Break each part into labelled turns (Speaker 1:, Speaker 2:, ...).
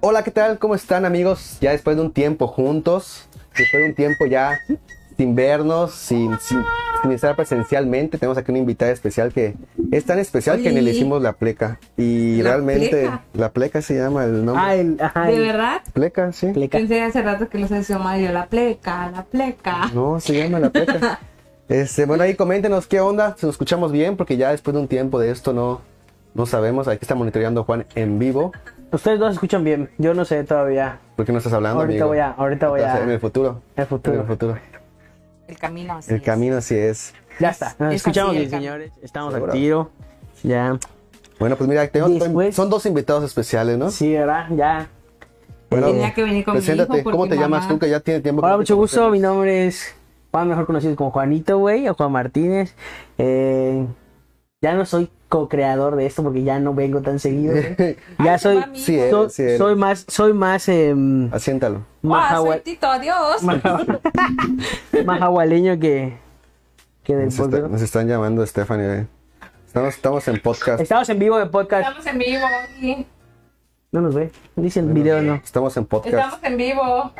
Speaker 1: Hola, ¿qué tal? ¿Cómo están amigos? Ya después de un tiempo juntos, después de un tiempo ya sin vernos, sin, sin, sin estar presencialmente, tenemos aquí una invitada especial que es tan especial que ni le
Speaker 2: Oli.
Speaker 1: hicimos la pleca. Y
Speaker 2: ¿La
Speaker 1: realmente
Speaker 2: pleca?
Speaker 1: la pleca se llama el nombre.
Speaker 3: Ah, el, ajá,
Speaker 2: ¿De
Speaker 3: el-
Speaker 2: verdad?
Speaker 1: Pleca, sí.
Speaker 3: pleca.
Speaker 2: Pensé hace rato que los decía Mario, la pleca, la pleca.
Speaker 1: No, se llama la pleca. Este, bueno, ahí coméntenos qué onda, si nos escuchamos bien, porque ya después de un tiempo de esto no, no sabemos. Aquí está monitoreando Juan en vivo.
Speaker 3: Ustedes dos escuchan bien. Yo no sé todavía.
Speaker 1: ¿Por qué no estás hablando?
Speaker 3: Ahorita
Speaker 1: amigo?
Speaker 3: voy a- ahorita voy a-
Speaker 1: En el futuro.
Speaker 3: En el futuro.
Speaker 1: En el futuro.
Speaker 2: El camino así
Speaker 1: El
Speaker 2: es.
Speaker 1: camino así es.
Speaker 3: Ya está. Nos
Speaker 2: Es
Speaker 3: escuchamos
Speaker 2: así el
Speaker 3: bien,
Speaker 2: cam-
Speaker 3: señores. Estamos
Speaker 1: Seguro.
Speaker 3: al tiro. Ya.
Speaker 1: Bueno, pues mira, tengo-
Speaker 3: Después-
Speaker 1: son dos invitados especiales, ¿no?
Speaker 3: Sí, ¿verdad? Ya.
Speaker 1: Bueno,
Speaker 2: Tenía que venir con mi
Speaker 1: Preséntate,
Speaker 2: hijo porque
Speaker 1: ¿cómo te llamas
Speaker 2: mamá-
Speaker 1: tú? Que ya tiene tiempo. que
Speaker 3: Hola,
Speaker 1: no te
Speaker 3: mucho gusto.
Speaker 1: conoces.
Speaker 3: Mi nombre es Juan, mejor conocido como Juanito, güey, o Juan Martínez. Eh, ya no soy co-creador de esto porque ya no vengo tan seguido. güey. ya
Speaker 2: Ay,
Speaker 3: soy,
Speaker 2: mami.
Speaker 1: Sí, eres,
Speaker 3: so-
Speaker 1: sí eres.
Speaker 3: soy más, soy más em,
Speaker 1: Asiéntalo.
Speaker 2: Ah, soy
Speaker 3: mahahua-
Speaker 2: Tito, adiós.
Speaker 3: mahawa- mahahualeño que, que del
Speaker 1: Nos, está-
Speaker 3: podcast.
Speaker 1: nos están llamando Stephanie. eh. Estamos, estamos en podcast.
Speaker 3: Estamos en vivo de podcast.
Speaker 2: Estamos en vivo. aquí.
Speaker 3: No nos ve. Dice el video, no.
Speaker 1: Estamos en podcast.
Speaker 2: Estamos en vivo.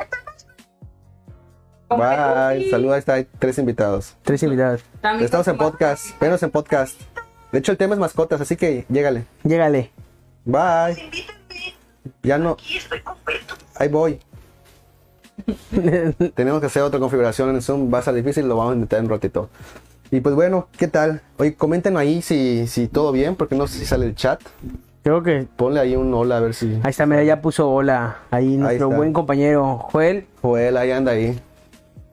Speaker 2: Con
Speaker 1: Bye.
Speaker 2: Pelusi.
Speaker 1: Saluda, ahí está, hay tres invitados.
Speaker 3: Tres invitados.
Speaker 2: También
Speaker 1: Estamos en
Speaker 2: con-
Speaker 1: podcast. Venos en podcast. De hecho, el tema es mascotas, así que llégale.
Speaker 3: Llégale.
Speaker 1: Bye. Ya no. Ahí voy. Tenemos que hacer otra configuración en Zoom. Va a ser difícil, lo vamos a intentar en un ratito. Y pues bueno, ¿qué tal? Oye, comenten ahí si, si todo bien, porque no sé si sale el chat.
Speaker 3: Creo que
Speaker 1: Ponle ahí un hola a ver si.
Speaker 3: ahí está, mira, ya puso hola. Ahí nuestro
Speaker 1: está.
Speaker 3: buen compañero Joel.
Speaker 1: Joel, ahí anda ahí.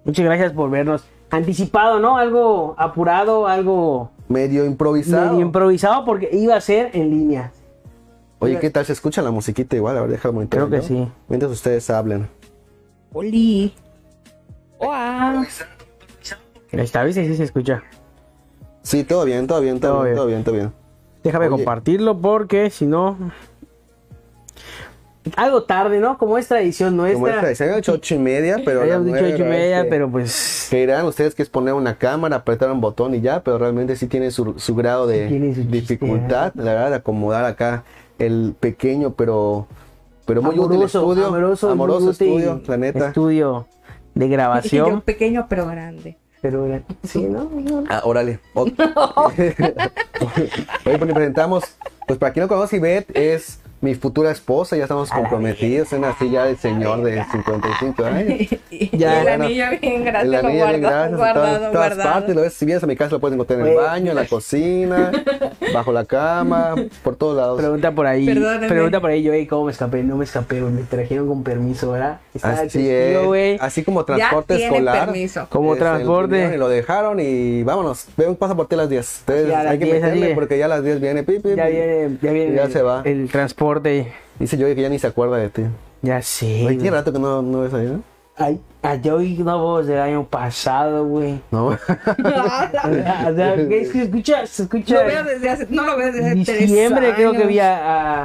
Speaker 3: Muchas gracias por vernos. Anticipado, ¿no? Algo apurado, algo
Speaker 1: Medio improvisado.
Speaker 3: medio improvisado porque iba a ser en línea.
Speaker 1: Oye, ¿qué tal? ¿Se escucha la musiquita igual? A ver, déjalo monitorear
Speaker 3: Creo que
Speaker 1: yo.
Speaker 3: sí.
Speaker 1: Mientras ustedes hablen.
Speaker 2: Oli. Hola.
Speaker 3: Esta vez sí se escucha.
Speaker 1: Sí, todo bien, todo bien, todo,
Speaker 3: Todo
Speaker 1: bien,
Speaker 3: bien.
Speaker 1: todo bien, todo bien.
Speaker 3: Déjame
Speaker 1: Oye.
Speaker 3: compartirlo porque si no... Algo tarde, ¿no? Como es tradición nuestra.
Speaker 1: Como esta, se habían hecho ocho y media, pero. a
Speaker 3: Habíamos
Speaker 1: las
Speaker 3: dicho
Speaker 1: nueve, este,
Speaker 3: ocho
Speaker 1: la
Speaker 3: y
Speaker 1: verdad es
Speaker 3: media,
Speaker 1: que-
Speaker 3: pero pues...
Speaker 1: Creerán ustedes que es poner una cámara, apretar un botón y ya, pero realmente sí tiene su, su grado de
Speaker 3: Tiene su chiste,
Speaker 1: dificultad, la verdad, de acomodar acá el pequeño, pero, pero muy útil estudio,
Speaker 3: amoroso,
Speaker 1: amoroso
Speaker 3: muy útil
Speaker 1: estudio, la neta.
Speaker 3: Estudio de
Speaker 2: Yo
Speaker 3: grabación.
Speaker 2: pequeño pero grande.
Speaker 3: pero era- sí, ¿no?
Speaker 1: Ah, órale. Ot- Oye, pues le presentamos, pues para quien no conoce, Ivette es mi futura esposa, ya estamos comprometidos en una silla de señor de 55 años.
Speaker 3: Ya,
Speaker 2: el
Speaker 1: bueno.
Speaker 2: anillo bien grande
Speaker 1: El
Speaker 2: lo
Speaker 1: anillo bien
Speaker 2: guardo,
Speaker 1: grande, en
Speaker 2: guardado,
Speaker 1: todas, todas
Speaker 2: guardado.
Speaker 1: partes. Lo ves, si vienes a mi casa, lo puedes encontrar en el
Speaker 3: Oye.
Speaker 1: baño, en la cocina, bajo la cama, por todos lados.
Speaker 3: Pregunta por ahí.
Speaker 2: Perdóname.
Speaker 3: Pregunta por ahí, yo, "Ey, ¿cómo me escapé? No me escapé, güey, Me trajeron con permiso, ¿verdad? Estaba el
Speaker 1: Así
Speaker 3: testigo,
Speaker 1: es.
Speaker 3: güey.
Speaker 1: Así como
Speaker 2: Ya
Speaker 1: transporte
Speaker 2: tienen
Speaker 1: escolar.
Speaker 2: permiso.
Speaker 3: Como
Speaker 1: Es, el
Speaker 3: transporte.
Speaker 1: vinieron Y lo dejaron y vámonos. Ve un paso por ti a las 10. Ustedes
Speaker 3: Así a las
Speaker 1: hay que
Speaker 3: 10,
Speaker 1: meterle
Speaker 3: así es.
Speaker 1: porque ya a las 10 viene. pi, pi,
Speaker 3: Ya
Speaker 1: pi.
Speaker 3: viene, ya viene.
Speaker 1: Ya
Speaker 3: el,
Speaker 1: se va.
Speaker 3: El transporte.
Speaker 1: Dice yo que ya ni se acuerda de ti.
Speaker 3: Ya sé.
Speaker 1: Oye,
Speaker 3: güey.
Speaker 1: tiene rato que no, no ves ahí, ¿no?
Speaker 3: Ay, ay, yo oí una voz del año pasado, güey.
Speaker 1: No.
Speaker 3: O sea, es que se escucha, se escucha.
Speaker 2: Lo veo desde hace, no lo veo desde
Speaker 3: en
Speaker 2: tres
Speaker 3: diciembre creo que
Speaker 2: años.
Speaker 3: vi a, a,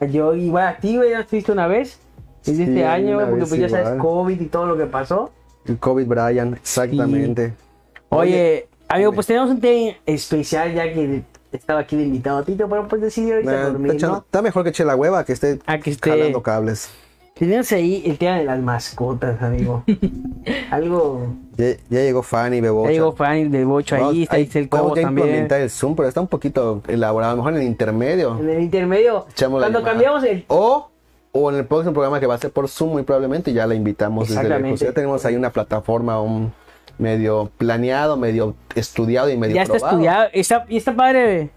Speaker 3: a yo igual a ti, güey, ya estuviste una vez. Es de
Speaker 1: Sí,
Speaker 3: este año,
Speaker 1: una
Speaker 3: güey, porque
Speaker 1: vez
Speaker 3: pues ya sabes,
Speaker 1: igual.
Speaker 3: COVID y todo lo que pasó.
Speaker 1: El COVID Brian, exactamente.
Speaker 3: Oye, amigo,
Speaker 1: dime.
Speaker 3: pues tenemos un té especial ya que estaba aquí de invitado Tito, pero pues decidí ahorita
Speaker 1: Nah,
Speaker 3: dormir,
Speaker 1: está, echando-
Speaker 3: ¿no?
Speaker 1: está mejor que eche la hueva que esté
Speaker 3: A que esté-
Speaker 1: jalando cables.
Speaker 3: Tenemos ahí el tema de las mascotas, amigo. Algo.
Speaker 1: Ya, ya llegó Fanny, Bebocha.
Speaker 3: Ya llegó Fanny del Bocho
Speaker 1: Vamos,
Speaker 3: ahí, está
Speaker 1: ahí
Speaker 3: ahí el
Speaker 1: podemos
Speaker 3: Cobo
Speaker 1: ya
Speaker 3: también.
Speaker 1: implementar el Zoom, pero está un poquito elaborado. A lo mejor en el intermedio.
Speaker 3: En el intermedio,
Speaker 1: Echamos la
Speaker 3: cuando
Speaker 1: llamada.
Speaker 3: cambiamos el.
Speaker 1: O, o en el próximo programa que va a ser por Zoom, muy probablemente ya la invitamos desde lejos.
Speaker 3: Exactamente.
Speaker 1: Ya tenemos ahí una plataforma, un medio planeado, medio estudiado y medio
Speaker 3: Ya está
Speaker 1: probado.
Speaker 3: estudiado, está, y está padre.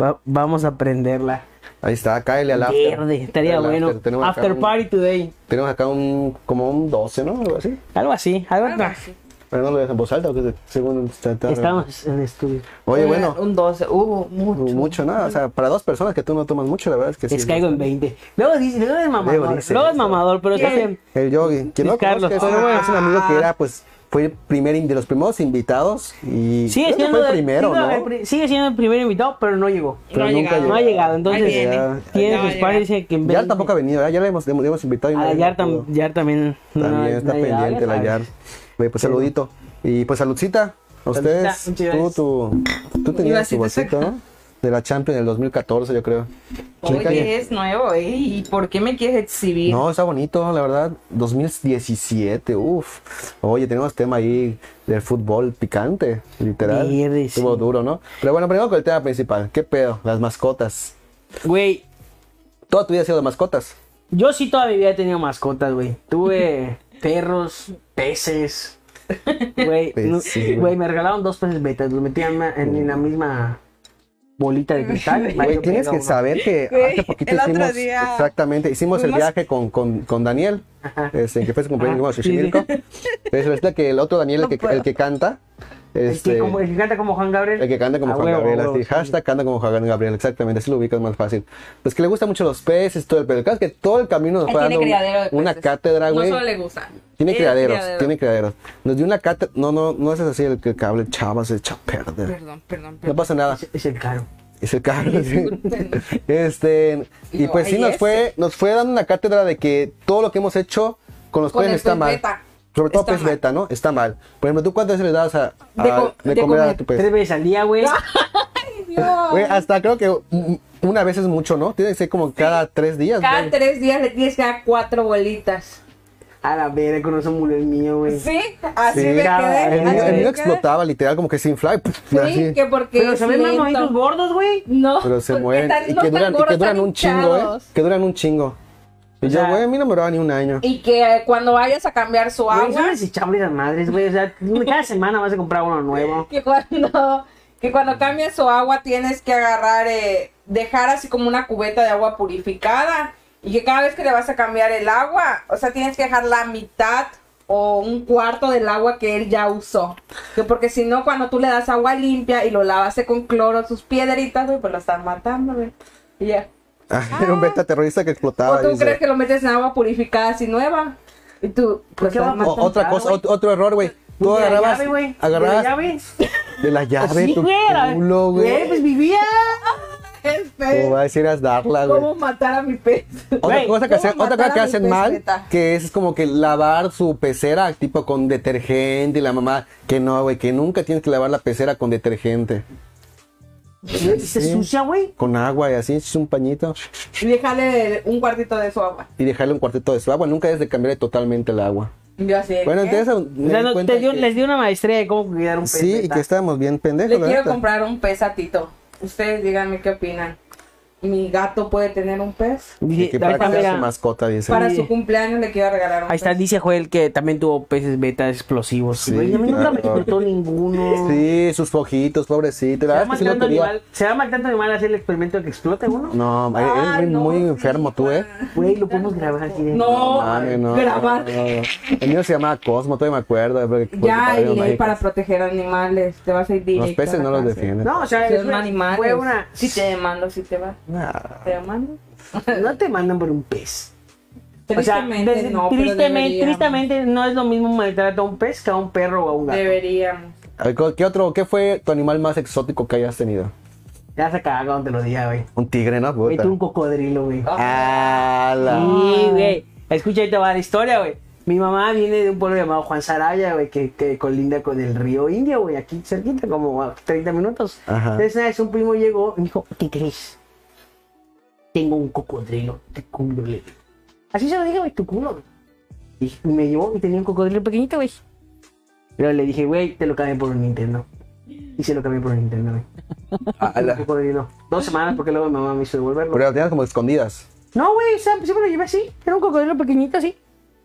Speaker 3: va- vamos a aprenderla.
Speaker 1: Ahí está, cáele al after.
Speaker 3: Verde, estaría
Speaker 1: Al after.
Speaker 3: bueno.
Speaker 1: Tenemos acá
Speaker 3: After
Speaker 1: un-
Speaker 3: party today.
Speaker 1: Tenemos acá un, como un 12, ¿no? Algo así.
Speaker 3: Algo así, algo
Speaker 2: Algo
Speaker 3: así.
Speaker 2: así.
Speaker 1: Pero no lo dejan en voz alta, porque según está- está-
Speaker 3: Estamos en estudio.
Speaker 1: Oye,
Speaker 2: Un-
Speaker 1: bueno,
Speaker 2: Un 12, hubo mucho.
Speaker 1: mucho, nada. O sea, para dos personas que tú no tomas mucho, la verdad es que sí.
Speaker 3: Les caigo en 20. Luego dice, luego es mamador.
Speaker 1: Luego
Speaker 3: Luego,
Speaker 1: dice
Speaker 3: es
Speaker 1: eso.
Speaker 3: mamador, pero está
Speaker 2: ¿Quién?
Speaker 3: bien.
Speaker 1: El yogi. Quien no
Speaker 3: Luis Carlos.
Speaker 1: conozca, es, un-
Speaker 3: Ah.
Speaker 1: es un amigo que era, pues, fue el primer, in- de los primeros invitados y
Speaker 3: Sigue
Speaker 1: creo que
Speaker 3: siendo,
Speaker 1: fue el
Speaker 3: de-
Speaker 1: primero,
Speaker 3: sigue
Speaker 1: ¿no?
Speaker 3: el pri- sigue siendo el primer invitado, pero no llegó.
Speaker 1: Pero
Speaker 2: ha
Speaker 1: nunca
Speaker 2: llegado.
Speaker 3: No ha llegado, entonces
Speaker 2: Ahí viene.
Speaker 1: ya-
Speaker 3: tiene
Speaker 2: Ya va
Speaker 3: sus
Speaker 2: a
Speaker 3: pares
Speaker 2: llegar.
Speaker 3: dice que en
Speaker 1: Yar tampoco ha venido, ¿verdad? ya le hemos, le hemos- le hemos invitado. y no
Speaker 3: A la
Speaker 1: le
Speaker 3: Ah, Yar,
Speaker 1: pudo.
Speaker 3: tam- Yar también. no-
Speaker 1: También
Speaker 3: no
Speaker 1: está
Speaker 3: ha llegado,
Speaker 1: pendiente
Speaker 3: ya
Speaker 1: la Yar.
Speaker 3: sabes.
Speaker 1: Oye, pues saludito. Y pues saludcita. A ustedes,
Speaker 3: muchas
Speaker 1: tú, tu,
Speaker 3: gracias.
Speaker 1: tú
Speaker 2: Iba a
Speaker 1: tenías tu
Speaker 2: decir, te
Speaker 1: vasito, ¿no? de la Champions del 2014, yo creo. Checa ahí.
Speaker 2: Oye, es nuevo, ¿eh? ¿Y por qué me quieres exhibir?
Speaker 1: No, está bonito, la verdad. 2017, uff. Oye, tenemos tema ahí del fútbol picante, literal.
Speaker 3: Mierda,
Speaker 1: Estuvo
Speaker 3: sí.
Speaker 1: duro, ¿no? Pero bueno, primero con el tema principal. ¿Qué pedo? Las mascotas.
Speaker 3: Güey,
Speaker 1: Toda tu vida ha sido de mascotas.
Speaker 3: yo sí toda mi vida he tenido mascotas, güey. Tuve perros, peces. Güey, no-
Speaker 1: Peces, güey. Mm.
Speaker 3: güey, me regalaron dos peces betas, los metí en, en- en la misma bolita de cristal.
Speaker 1: Güey, tienes que saber
Speaker 3: saber
Speaker 1: que
Speaker 2: Güey,
Speaker 1: hace poquito
Speaker 2: el otro
Speaker 1: hicimos.
Speaker 2: día
Speaker 1: exactamente, hicimos el
Speaker 2: fuimos- Ah,
Speaker 1: viaje con, con, con Daniel, este, que fue su cumpleaños,
Speaker 3: Ajá,
Speaker 1: fuimos a
Speaker 3: sí,
Speaker 1: Xochimilco. Pero resulta que el otro Daniel, el,
Speaker 2: No
Speaker 1: que,
Speaker 2: puedo.
Speaker 1: el que canta,
Speaker 3: El que,
Speaker 1: este,
Speaker 3: como, el que canta como Juan Gabriel.
Speaker 1: El que canta como
Speaker 3: Ah,
Speaker 1: Juan
Speaker 3: huevo,
Speaker 1: Gabriel,
Speaker 3: huevo,
Speaker 1: así,
Speaker 3: sí.
Speaker 1: hashtag canta como Juan Gabriel, exactamente, así lo ubicas más fácil. Pues que le gustan mucho los peces, todo el pero el caso es que todo el camino nos
Speaker 2: Él
Speaker 1: fue
Speaker 2: tiene
Speaker 1: dando un-
Speaker 2: criadero de
Speaker 1: una
Speaker 2: peces.
Speaker 1: cátedra, güey.
Speaker 2: No solo le gusta.
Speaker 1: Tiene
Speaker 2: Él es
Speaker 1: criaderos,
Speaker 2: criadero.
Speaker 1: tiene criaderos. Nos dio una cátedra, no, no, no es así el que el cable, chava, se echa a perder.
Speaker 2: Perdón, perdón,
Speaker 1: No
Speaker 2: perdón.
Speaker 1: pasa nada,
Speaker 3: Es- Es el caro.
Speaker 1: es el cable. sí. Este, y
Speaker 2: No,
Speaker 1: pues sí
Speaker 2: ahí
Speaker 1: nos
Speaker 2: es.
Speaker 1: fue, nos fue dando una cátedra de que todo lo que hemos hecho con los
Speaker 2: Con
Speaker 1: peces
Speaker 2: el
Speaker 1: está
Speaker 2: pez
Speaker 1: mal.
Speaker 2: beta.
Speaker 1: Sobre todo
Speaker 2: Está
Speaker 1: pez
Speaker 2: mal.
Speaker 1: beta, ¿no? Está mal. Por ejemplo, ¿tú cuántas veces le dabas a, a-
Speaker 2: De co-
Speaker 1: de
Speaker 2: de
Speaker 1: comer a
Speaker 2: comer.
Speaker 1: tu pez?
Speaker 3: Tres veces al día, güey.
Speaker 2: Dios.
Speaker 1: Güey, hasta creo que un- una vez es mucho, ¿no? Tiene que ser como cada tres días. güey.
Speaker 2: Cada tres días le tienes que dar cuatro bolitas.
Speaker 3: A la verga, con eso murió el mío, güey.
Speaker 2: Sí, así
Speaker 1: Sí.
Speaker 2: me
Speaker 3: Cada-
Speaker 2: quedé.
Speaker 1: El mío,
Speaker 2: así
Speaker 1: el
Speaker 2: me
Speaker 1: mío
Speaker 2: quedé.
Speaker 1: explotaba literal, como que sin fly.
Speaker 2: Sí,
Speaker 1: así.
Speaker 2: que porque.
Speaker 3: Pero se
Speaker 2: es
Speaker 3: ven más
Speaker 2: lento.
Speaker 3: bonitos gordos, güey.
Speaker 2: No,
Speaker 1: Pero se
Speaker 2: porque
Speaker 1: mueren.
Speaker 2: están-
Speaker 1: Y
Speaker 2: no
Speaker 1: que
Speaker 2: están
Speaker 1: duran, y
Speaker 2: gordos,
Speaker 1: que duran
Speaker 2: están
Speaker 1: un chingo, ¿eh?
Speaker 2: hinchados.
Speaker 1: Que duran un chingo. Y
Speaker 3: O
Speaker 1: yo,
Speaker 3: sea-
Speaker 1: güey, a mí no me duraba ni un año.
Speaker 2: Y que eh, cuando vayas a cambiar su
Speaker 3: Güey, son
Speaker 2: agua,
Speaker 3: desechables las madres, güey. O sea, cada semana vas a comprar uno nuevo.
Speaker 2: que cuando, que cuando cambias su agua tienes que agarrar, eh, dejar así como una cubeta de agua purificada. Y que cada vez que le vas a cambiar el agua, o sea, tienes que dejar la mitad o un cuarto del agua que él ya usó. Que porque si no, cuando tú le das agua limpia y lo lavaste con cloro, sus piedritas, güey, pues lo están matando, güey. Y ya.
Speaker 1: Ah, Era un beta terrorista que explotaba.
Speaker 2: O tú
Speaker 1: dice.
Speaker 2: crees que lo metes en agua purificada así nueva. Y tú, pues
Speaker 3: qué
Speaker 2: lo
Speaker 3: va-
Speaker 2: matas.
Speaker 1: O- otra
Speaker 3: Claro,
Speaker 1: cosa,
Speaker 3: güey.
Speaker 1: ot- otro error, güey. Tú
Speaker 3: De la
Speaker 1: agarrabas,
Speaker 3: llave, güey. De la
Speaker 1: agarrabas
Speaker 3: llave.
Speaker 1: de la llave
Speaker 3: Pues Sí,
Speaker 1: tu
Speaker 3: güey, era-
Speaker 1: culo,
Speaker 3: Güey, pues
Speaker 1: güey.
Speaker 3: vivía.
Speaker 1: Como va a decir, es darla, güey.
Speaker 2: ¿Cómo matar a mi pez?
Speaker 1: Otra
Speaker 3: Güey,
Speaker 1: cosa que,
Speaker 2: ¿cómo
Speaker 1: hacen, otra
Speaker 2: matar
Speaker 1: cosa que
Speaker 2: a mi
Speaker 1: hacen
Speaker 2: pez
Speaker 1: mal,
Speaker 2: beta?
Speaker 1: que es como que lavar su pecera, tipo con detergente y la mamá, que no, güey, que nunca tienes que lavar la pecera con detergente,
Speaker 3: Se sucia, güey.
Speaker 1: con agua y así, es un pañito,
Speaker 2: Y dejarle un cuartito de su agua.
Speaker 1: y dejarle un cuartito de su agua, nunca debes de cambiarle totalmente el agua.
Speaker 2: Y Yo así. de,
Speaker 1: Bueno,
Speaker 2: ¿qué?
Speaker 1: entonces
Speaker 3: O
Speaker 1: me
Speaker 3: sea,
Speaker 1: di
Speaker 3: no,
Speaker 1: cuenta
Speaker 3: te dio-
Speaker 1: que-
Speaker 3: les dio una maestría de cómo cuidar un pez.
Speaker 1: sí, y
Speaker 3: neta.
Speaker 1: que estábamos bien
Speaker 2: Le
Speaker 1: pendejos, la
Speaker 2: quiero
Speaker 1: neta.
Speaker 2: comprar un pez a Tito. Ustedes díganme qué opinan. ¿Mi gato puede tener un pez?
Speaker 1: Y
Speaker 3: Dije,
Speaker 1: que
Speaker 3: ahí,
Speaker 1: para
Speaker 3: está,
Speaker 1: que sea
Speaker 3: mira,
Speaker 1: su mascota, dice.
Speaker 2: Para
Speaker 3: Sí.
Speaker 2: su cumpleaños le quiero regalar un
Speaker 3: ahí está,
Speaker 2: pez.
Speaker 3: dice Joel que también tuvo peces beta explosivos.
Speaker 1: Sí,
Speaker 3: Güey, a mí nunca me
Speaker 1: claro.
Speaker 3: explotó ninguno.
Speaker 1: Sí, sus fojitos, pobrecito,
Speaker 3: Se
Speaker 1: la
Speaker 3: va
Speaker 1: verdad es que sí lo
Speaker 3: matando
Speaker 1: quería.
Speaker 3: animal, se va matando animal hacer el experimento de que explote uno.
Speaker 1: No,
Speaker 2: Ah,
Speaker 1: es
Speaker 2: no,
Speaker 1: muy
Speaker 2: sí,
Speaker 1: enfermo tú, ¿eh?
Speaker 3: Güey, lo podemos grabar aquí. de-
Speaker 2: No,
Speaker 1: Mami, no,
Speaker 2: grabar.
Speaker 1: no, no, no. El mío se llamaba Cosmo, todavía me acuerdo. porque- porque
Speaker 2: Ya,
Speaker 1: padre,
Speaker 2: y ley
Speaker 1: mágico.
Speaker 2: para proteger animales. Te vas a ir directo.
Speaker 1: Los peces
Speaker 2: a
Speaker 1: no
Speaker 2: la
Speaker 1: los
Speaker 2: cárcel.
Speaker 1: defienden.
Speaker 3: No, o sea, es
Speaker 2: Son
Speaker 3: una-
Speaker 2: animales.
Speaker 3: Fue una.
Speaker 2: Si te demando, si te va.
Speaker 1: Nah.
Speaker 2: Te demando.
Speaker 3: No te mandan por un pez. O sea,
Speaker 2: Tristemente,
Speaker 3: des-
Speaker 2: no. pero
Speaker 3: tristemente,
Speaker 2: deberíamos.
Speaker 3: tristemente no es lo mismo maltrato a un pez que a un perro o a un gato.
Speaker 2: Deberíamos.
Speaker 1: A ver, ¿Qué otro, qué fue tu animal más exótico que hayas tenido?
Speaker 3: Ya se cagaron cuando te lo diga, güey.
Speaker 1: Un tigre, ¿no?
Speaker 3: Güey,
Speaker 1: Puta.
Speaker 3: tú un cocodrilo, güey.
Speaker 1: Ah, la-
Speaker 3: Sí, güey. Escucha, ahí te va la historia, güey. Mi mamá viene de un pueblo llamado Juan Saraya, güey, que, que colinda con el río Indio, güey, aquí cerquita, como a 30 minutos.
Speaker 1: Ajá.
Speaker 3: Entonces, una vez un primo llegó y me dijo, ¿qué crees? Tengo un cocodrilo, te culo, le dijo. Así se lo dije, güey, tu culo. güey. Y me llevó y tenía un cocodrilo pequeñito, güey. Pero le dije, güey, te lo cambié por un Nintendo. Y se lo cambié por un Nintendo, güey.
Speaker 1: Ah,
Speaker 3: Un
Speaker 1: la-
Speaker 3: cocodrilo. Dos semanas porque luego mi mamá me hizo devolverlo.
Speaker 1: Pero lo tenías como escondidas.
Speaker 3: No, güey, o sea, siempre lo llevé así. Era un cocodrilo pequeñito así.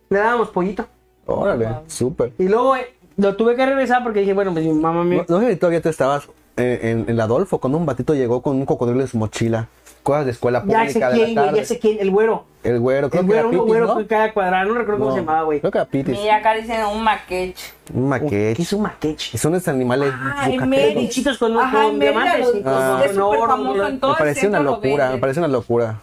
Speaker 3: Le dábamos pollito.
Speaker 1: Órale, súper.
Speaker 3: Y luego eh, lo tuve que regresar porque dije, bueno, pues mi mamá me...
Speaker 1: No, no sé si todavía tú estabas eh, en, en el Adolfo cuando un batito llegó con un cocodrilo en su mochila. Cosas de escuela
Speaker 3: ya sé
Speaker 1: pública de
Speaker 3: quién,
Speaker 1: la
Speaker 3: güey,
Speaker 1: tarde.
Speaker 3: ya sé quién. El güero.
Speaker 1: El güero, creo
Speaker 3: El
Speaker 1: que
Speaker 3: güero,
Speaker 1: era
Speaker 3: uno
Speaker 1: Pitis,
Speaker 3: güero
Speaker 1: ¿no?
Speaker 3: con cada cuadrado. No recuerdo cómo
Speaker 1: No,
Speaker 3: se llamaba, güey.
Speaker 1: Creo que era Pitis.
Speaker 2: Mira, acá dicen un maqueche.
Speaker 1: Un
Speaker 3: ¿Qué
Speaker 1: maquete.
Speaker 3: es un maqueche?
Speaker 1: Son esos animales
Speaker 2: Ay,
Speaker 1: yucatecos.
Speaker 2: Mary.
Speaker 3: pinchitos Ah, con-
Speaker 2: Ajá,
Speaker 3: con
Speaker 2: en Mérida
Speaker 3: diamantes
Speaker 2: los-
Speaker 3: y
Speaker 1: con-
Speaker 2: Es
Speaker 1: con
Speaker 2: súper
Speaker 3: oro,
Speaker 2: famoso
Speaker 3: me
Speaker 2: en todo
Speaker 1: Me
Speaker 2: el
Speaker 1: pareció una
Speaker 2: centro lo
Speaker 1: locura, me
Speaker 2: venden.
Speaker 1: pareció una locura.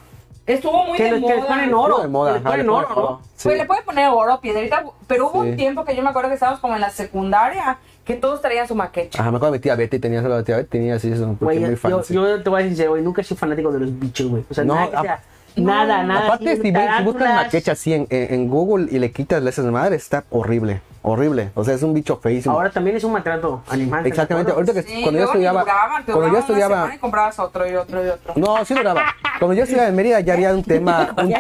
Speaker 2: Estuvo muy
Speaker 3: Que
Speaker 2: de
Speaker 3: los que les
Speaker 2: moda.
Speaker 3: ponen oro.
Speaker 1: Estuvo de moda,
Speaker 3: que les
Speaker 1: ajá,
Speaker 3: ponen
Speaker 1: le ponen
Speaker 3: oro,
Speaker 1: oro.
Speaker 3: ¿no?
Speaker 1: Sí.
Speaker 2: Pues le puede poner oro, piedrita, pero hubo
Speaker 1: Sí.
Speaker 2: un tiempo que yo me acuerdo que estábamos como en la secundaria, que todos traían su maqueche.
Speaker 1: Ajá, me acuerdo de mi tía Betty, tenía solo la tía Betty, tenía así, eso, porque
Speaker 3: Güey,
Speaker 1: muy
Speaker 3: yo,
Speaker 1: fancy.
Speaker 3: yo te voy a decir, güey, nunca soy fanático de los bichos, güey. O sea,
Speaker 1: No,
Speaker 3: nada, que
Speaker 1: a-
Speaker 3: sea- nada, nada.
Speaker 1: Aparte, si, bu-
Speaker 3: así,
Speaker 1: si buscas
Speaker 3: tarántulas.
Speaker 1: maquecha así en, en- en Google y le quitas esas madres, está horrible. horrible. O sea, es un bicho feísimo.
Speaker 3: Ahora también es un maltrato animal. ¿estás de
Speaker 1: Exactamente,
Speaker 3: acuerdo?
Speaker 1: ahorita que
Speaker 2: Sí,
Speaker 1: cuando yo
Speaker 2: luego ni
Speaker 1: estudiaba,
Speaker 2: duraban,
Speaker 1: cuando yo
Speaker 2: te duraban una
Speaker 1: estudiaba,
Speaker 2: semana y comprabas otro y otro y otro.
Speaker 1: no, sí duraba. Cuando yo estudiaba en Mérida ya había un tema, un-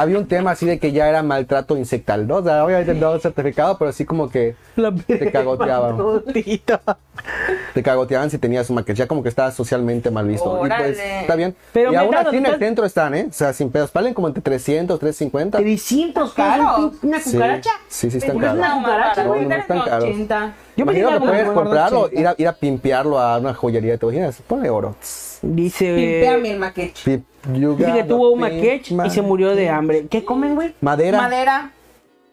Speaker 1: había un tema así de que ya era maltrato insectal, ¿no? O sea, obviamente no certificado, pero sí como que te cagoteaban,
Speaker 3: Maldito.
Speaker 1: te cagoteaban si tenías una que ya como que estaba socialmente mal visto. Y pues,
Speaker 2: Órale.
Speaker 1: está bien.
Speaker 3: Pero
Speaker 1: y
Speaker 3: me
Speaker 1: aún
Speaker 3: da-
Speaker 1: así en
Speaker 3: da-
Speaker 1: el centro están, ¿eh? O sea, sin pedos, valen como entre 300, 350.
Speaker 3: 300
Speaker 2: Caro.
Speaker 3: caros. ¿Una
Speaker 1: Sí,
Speaker 3: cucaracha?
Speaker 1: sí, sí están
Speaker 3: Pero es
Speaker 1: caros.
Speaker 3: una cucaracha,
Speaker 1: No,
Speaker 3: güey.
Speaker 1: no, no están caros.
Speaker 2: 80.
Speaker 3: Yo me
Speaker 1: Imagino
Speaker 3: quería
Speaker 1: que puedes
Speaker 3: algo como
Speaker 1: comprarlo,
Speaker 3: 80.
Speaker 1: ir a, ir a pimpearlo a una joyería, ¿te imaginas? Ponle oro. Eh,
Speaker 3: Dice.
Speaker 2: Pimpeame el maquete.
Speaker 1: Pip- you
Speaker 3: Dice que
Speaker 1: gotta
Speaker 3: tuvo un
Speaker 1: pimp
Speaker 3: maquetch
Speaker 1: my-
Speaker 3: y se murió de hambre. ¿Qué comen, güey?
Speaker 1: Madera.
Speaker 2: Madera.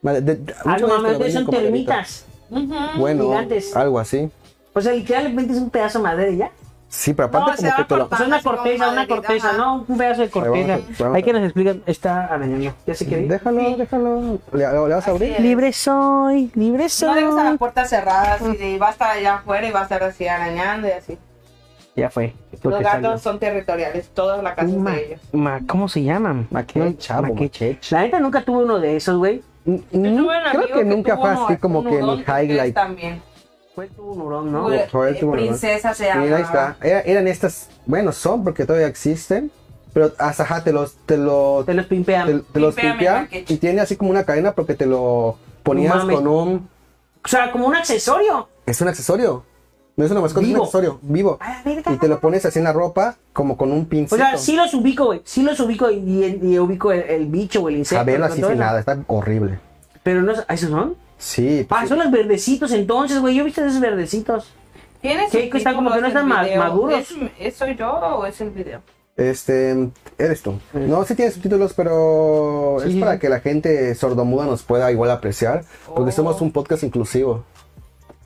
Speaker 1: made- de- de-
Speaker 3: Ah, no
Speaker 1: muchos
Speaker 3: mames,
Speaker 1: de
Speaker 3: ustedes
Speaker 1: estos lo venden
Speaker 3: son
Speaker 1: como
Speaker 3: termitas.
Speaker 1: maderita. Bueno,
Speaker 3: gigantes.
Speaker 1: algo así.
Speaker 3: O sea, literalmente es un pedazo de madera y ya.
Speaker 1: Sí, pero aparte
Speaker 2: No, se
Speaker 1: como
Speaker 2: va
Speaker 1: que te lo...
Speaker 3: O sea, una
Speaker 2: Ajá, como
Speaker 3: corteza, una
Speaker 2: maderita,
Speaker 3: corteza,
Speaker 2: ajá.
Speaker 3: ¿no? Un pedazo de corteza.
Speaker 1: Ahí vamos a- vamos a-
Speaker 3: Hay que nos explican. Está arañando. Ya sé que.
Speaker 1: Déjalo, déjalo. ¿Le, le vas a abrir?
Speaker 2: es.
Speaker 3: Libre soy, libre
Speaker 2: No
Speaker 3: soy.
Speaker 2: dejes a las puertas cerradas y de- y va a estar allá afuera y va a estar así arañando y así.
Speaker 3: Ya fue.
Speaker 2: Los
Speaker 3: porque
Speaker 2: gatos son territoriales, todas las
Speaker 3: salió.
Speaker 2: casas
Speaker 3: Ma-
Speaker 2: de ellos.
Speaker 3: ma- ¿Cómo se llaman?
Speaker 1: Maquetch,
Speaker 3: No,
Speaker 1: chavo, maquetch.
Speaker 3: La neta nunca tuve uno de esos, güey.
Speaker 1: Mm,
Speaker 2: Yo
Speaker 1: mm,
Speaker 2: tuve un
Speaker 1: Creo
Speaker 2: amigo
Speaker 1: que nunca
Speaker 2: tuvo
Speaker 1: fue
Speaker 2: uno-
Speaker 1: así como
Speaker 2: un
Speaker 1: que en
Speaker 2: hurón
Speaker 1: los highlights.
Speaker 2: también.
Speaker 3: Fue tu hurón, ¿no?
Speaker 2: Tuve-
Speaker 1: Fue el
Speaker 2: eh,
Speaker 1: tubo, ¿no?
Speaker 2: princesa se
Speaker 1: Mira,
Speaker 2: llama.
Speaker 1: ahí
Speaker 3: Ah.
Speaker 1: está. Era- eran estas, bueno, son porque todavía existen, pero hasta ajá, te los, te los,
Speaker 3: Te los pimpean.
Speaker 1: te, te los
Speaker 2: Pimpeame,
Speaker 1: pimpean
Speaker 2: package.
Speaker 1: y tiene así como una cadena porque te lo ponías
Speaker 3: mames.
Speaker 1: con un,
Speaker 3: O sea, como un accesorio.
Speaker 1: es un accesorio, no es una mascota, es
Speaker 3: Vivo.
Speaker 1: un accesorio vivo
Speaker 3: A la verga.
Speaker 1: y te lo pones así en la ropa como con un
Speaker 3: O
Speaker 1: pincel.
Speaker 3: sea, sí los ubico, güey. Sí los ubico y, y- y ubico el, el bicho o el insecto.
Speaker 1: Saberlo
Speaker 3: el
Speaker 1: así
Speaker 3: control.
Speaker 1: sin nada, está horrible.
Speaker 3: Pero no, ¿ah, ¿esos son?
Speaker 1: Sí, pues
Speaker 3: Ah,
Speaker 1: sí.
Speaker 3: son los verdecitos entonces, güey. Yo he visto esos verdecitos.
Speaker 2: Tiene
Speaker 3: Sí,
Speaker 2: sus
Speaker 3: que están como que no
Speaker 2: títulos
Speaker 3: están
Speaker 2: el
Speaker 3: ma-
Speaker 2: video.
Speaker 3: maduros.
Speaker 2: ¿Es, es- ¿Soy yo o es el video?
Speaker 1: Este, eres tú. No, sí tiene subtítulos, pero
Speaker 3: Sí,
Speaker 1: es
Speaker 3: sí,
Speaker 1: para
Speaker 3: sí.
Speaker 1: que la gente sordomuda nos pueda igual apreciar, porque
Speaker 2: Oh.
Speaker 1: somos un podcast inclusivo.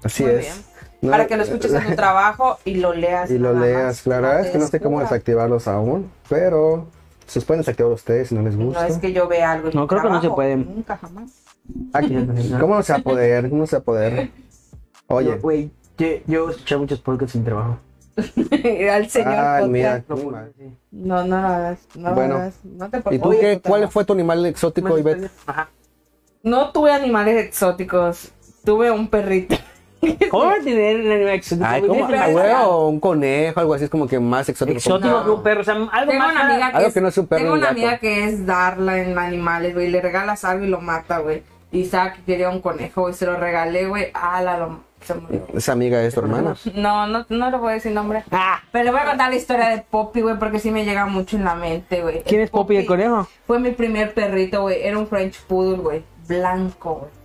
Speaker 1: Así
Speaker 2: Muy
Speaker 1: es.
Speaker 2: bien.
Speaker 1: No, eh,
Speaker 2: Para que lo escuches en tu trabajo y lo leas.
Speaker 1: Y lo
Speaker 2: nada
Speaker 1: leas,
Speaker 2: más.
Speaker 1: claro. La verdad es
Speaker 2: te
Speaker 1: que no sé cómo
Speaker 2: descubras.
Speaker 1: desactivarlos aún, pero se los pueden desactivar ustedes si no les
Speaker 2: No
Speaker 1: gusta.
Speaker 2: es que yo vea algo. en
Speaker 3: No,
Speaker 2: mi
Speaker 3: creo que no se
Speaker 2: trabajo.
Speaker 3: puede.
Speaker 2: Nunca jamás.
Speaker 1: Aquí, ¿Cómo no se va a poder? ¿Cómo no se va a poder? Oye,
Speaker 3: Yo, Güey, yo, yo escuché muchos podcasts sin trabajo.
Speaker 2: Al señor.
Speaker 1: ay,
Speaker 2: podcast.
Speaker 1: mira.
Speaker 3: No,
Speaker 1: qué
Speaker 3: puedo,
Speaker 1: mal.
Speaker 3: sí.
Speaker 2: No, no lo hagas. No lo
Speaker 1: Bueno.
Speaker 2: hagas. No te
Speaker 1: ¿Y tú
Speaker 2: preocupes.
Speaker 1: qué? ¿Cuál fue tu animal exótico, Ivette?
Speaker 3: Ajá.
Speaker 2: No tuve animales exóticos. Tuve un perrito.
Speaker 3: ¿Cómo va a tener un animal exótico?
Speaker 1: Ay,
Speaker 3: güey?
Speaker 1: ¿cómo?
Speaker 2: Ivette,
Speaker 1: Ah,
Speaker 2: ¿verdad?
Speaker 1: güey, o un conejo, algo así, es como que más exótico.
Speaker 3: Exótico
Speaker 2: No.
Speaker 3: que un perro, o sea, algo
Speaker 2: Tengo
Speaker 3: más.
Speaker 2: una amiga que,
Speaker 1: Algo
Speaker 2: es,
Speaker 1: que no es un perro
Speaker 2: tengo
Speaker 1: ni un
Speaker 2: una
Speaker 1: gato.
Speaker 2: amiga que es darla en animales, güey. Le regalas algo y lo mata, güey. Isaac quería un conejo y se lo regalé, güey. Ala, lo, se murió.
Speaker 1: Esa amiga es tu hermana.
Speaker 2: No, no, no le voy a decir nombre.
Speaker 3: Ah,
Speaker 2: Pero le voy a contar la historia de Poppy, güey, porque sí me llega mucho en la mente, güey.
Speaker 3: ¿quién es Poppy el conejo?
Speaker 2: Fue mi primer perrito, güey. Era un French Poodle, güey. Blanco, güey.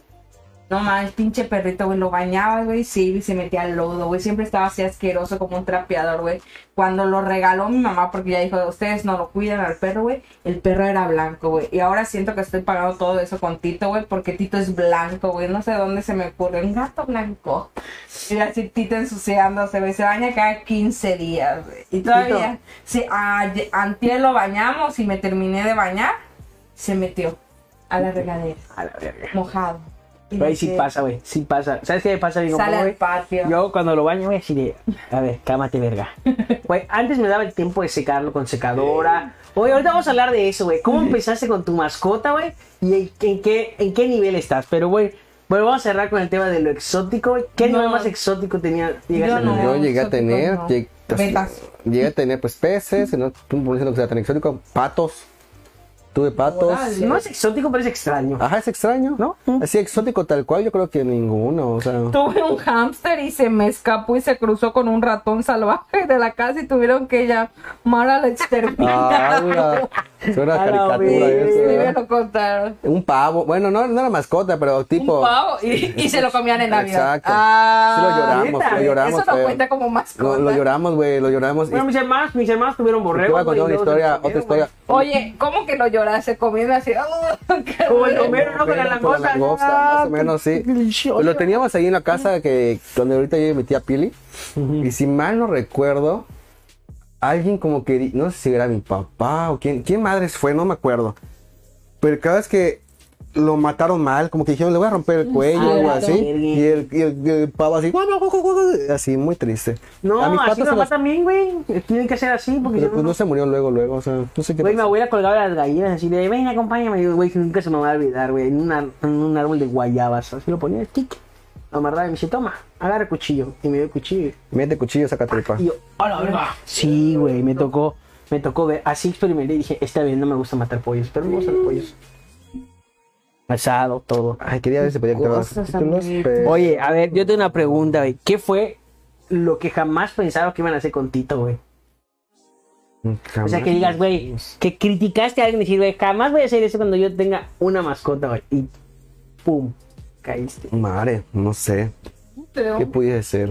Speaker 2: No mames, pinche perrito, güey. Lo bañaba, güey. Sí, y se metía al lodo, güey. Siempre estaba así asqueroso como un trapeador, güey. Cuando lo regaló mi mamá, porque ya dijo, ustedes no lo cuidan al perro, güey. El perro era blanco, güey. Y ahora siento que estoy pagando todo eso con Tito, güey, porque Tito es blanco, güey. No sé dónde se me ocurre. Un gato blanco. Y así Tito ensuciándose, güey. Se baña cada 15 días, güey. Y todavía, sí, ayer- antier lo bañamos y me terminé de bañar. Se metió a la regadera,
Speaker 3: A la verga.
Speaker 2: mojado. Y
Speaker 3: Güey, sí
Speaker 2: dije,
Speaker 3: pasa, güey, sí pasa. ¿Sabes qué me pasa? Digo,
Speaker 2: Sale
Speaker 3: ¿cómo,
Speaker 2: al
Speaker 3: güey?
Speaker 2: patio.
Speaker 3: Yo cuando lo baño, güey, así de, a ver, cámate, verga. Güey, antes me daba el tiempo de secarlo con secadora. Oye, ahorita vamos a hablar de eso, güey. ¿Cómo empezaste con tu mascota, güey? ¿Y en, en qué, en qué nivel estás? Pero, güey, bueno, vamos a cerrar con el tema de lo exótico, güey. ¿Qué
Speaker 2: No.
Speaker 3: animal más exótico tenía? llegaste
Speaker 2: Yo
Speaker 3: a
Speaker 2: no.
Speaker 3: tener?
Speaker 1: yo llegué a
Speaker 2: exóticos
Speaker 1: tener,
Speaker 2: no.
Speaker 1: lleg-
Speaker 2: Vetas.
Speaker 1: llegué a tener pues peces, y no tú no lo que sea tan exótico, patos, tuve patos.
Speaker 2: Órale.
Speaker 3: No es exótico, pero es extraño.
Speaker 1: Ajá, es extraño, ¿no?
Speaker 3: Mm.
Speaker 1: Así exótico tal cual, yo creo que ninguno, o sea,
Speaker 2: Tuve un hámster y se me escapó y se cruzó con un ratón salvaje de la casa y tuvieron que llamar a la
Speaker 1: ah,
Speaker 2: exterminadora.
Speaker 1: una, es una
Speaker 3: A la
Speaker 1: caricatura
Speaker 3: vez.
Speaker 1: eso,
Speaker 2: Sí, me
Speaker 1: ¿verdad?
Speaker 2: lo contaron.
Speaker 1: Un pavo, bueno, no, no era mascota, pero tipo
Speaker 2: Un pavo y, y se lo comían en Navidad.
Speaker 1: Oh, Exacto.
Speaker 2: Ah,
Speaker 1: Sí lo lloramos,
Speaker 2: neta,
Speaker 1: lo lloramos,
Speaker 2: Eso no
Speaker 1: feo.
Speaker 2: cuenta como
Speaker 1: lo,
Speaker 2: mascota.
Speaker 1: lo lloramos, güey, lo lloramos.
Speaker 3: Bueno,
Speaker 1: y,
Speaker 3: mis hermanos, mis hermanos tuvieron
Speaker 1: y te
Speaker 3: borrego.
Speaker 1: voy a contar una historia, otra historia.
Speaker 2: Oye, ¿cómo que lo lloraste comiendo así? Ah, qué
Speaker 3: Como el
Speaker 2: bueno.
Speaker 3: Homero, ¿no? Con la
Speaker 1: Con la
Speaker 3: langosta.
Speaker 1: langosta, más o menos, sí. Pues lo teníamos ahí en la casa que donde ahorita yo y mi tía Pili. Y si mal no recuerdo, alguien como que di- no sé si era mi papá o quién, quién madres fue, no me acuerdo. Pero cada vez que lo mataron mal, como que dijeron, le voy a romper el cuello
Speaker 2: Ah,
Speaker 1: o algo
Speaker 2: la
Speaker 1: así.
Speaker 3: verga.
Speaker 1: Y el, y el- y el pavo así, guau, guau, guau, guau, guau, así, muy triste.
Speaker 3: No,
Speaker 1: A mis
Speaker 3: así
Speaker 1: patos se
Speaker 3: papá
Speaker 1: los-
Speaker 3: también, güey. Tienen que hacer así porque
Speaker 1: Pero
Speaker 3: yo
Speaker 1: pues no se murió luego, luego, o sea, no sé qué
Speaker 3: Güey, mi
Speaker 1: pasó.
Speaker 3: abuela colgaba las gallinas así de, ven, acompáñame. Y yo, güey, que nunca se me va a olvidar, güey. En un, ar- en un árbol de guayabas. Así lo ponía, tic. Lo amarraba y me dice, toma, agarra el cuchillo. Y me dio el cuchillo.
Speaker 1: Mete cuchillo, saca tripa.
Speaker 3: Y yo, a la verga. Sí, güey, me tocó, me tocó ver. Así experimenté y dije, está bien, no me gusta matar pollos, pero me gustan los pollos. Asado, todo.
Speaker 1: Ay, quería ver si podía quitar los
Speaker 2: Cosas,
Speaker 1: títulos,
Speaker 2: amiguito.
Speaker 1: pero-
Speaker 3: Oye, a ver, yo tengo una pregunta, güey. ¿Qué fue lo que jamás pensaron que iban a hacer con Tito, güey? O sea, que digas, güey, que criticaste a alguien y decir, güey, jamás voy a hacer eso cuando yo tenga una mascota, güey. Y pum, caíste.
Speaker 1: Madre, no sé.
Speaker 2: Pero-
Speaker 1: ¿Qué pudiese ser?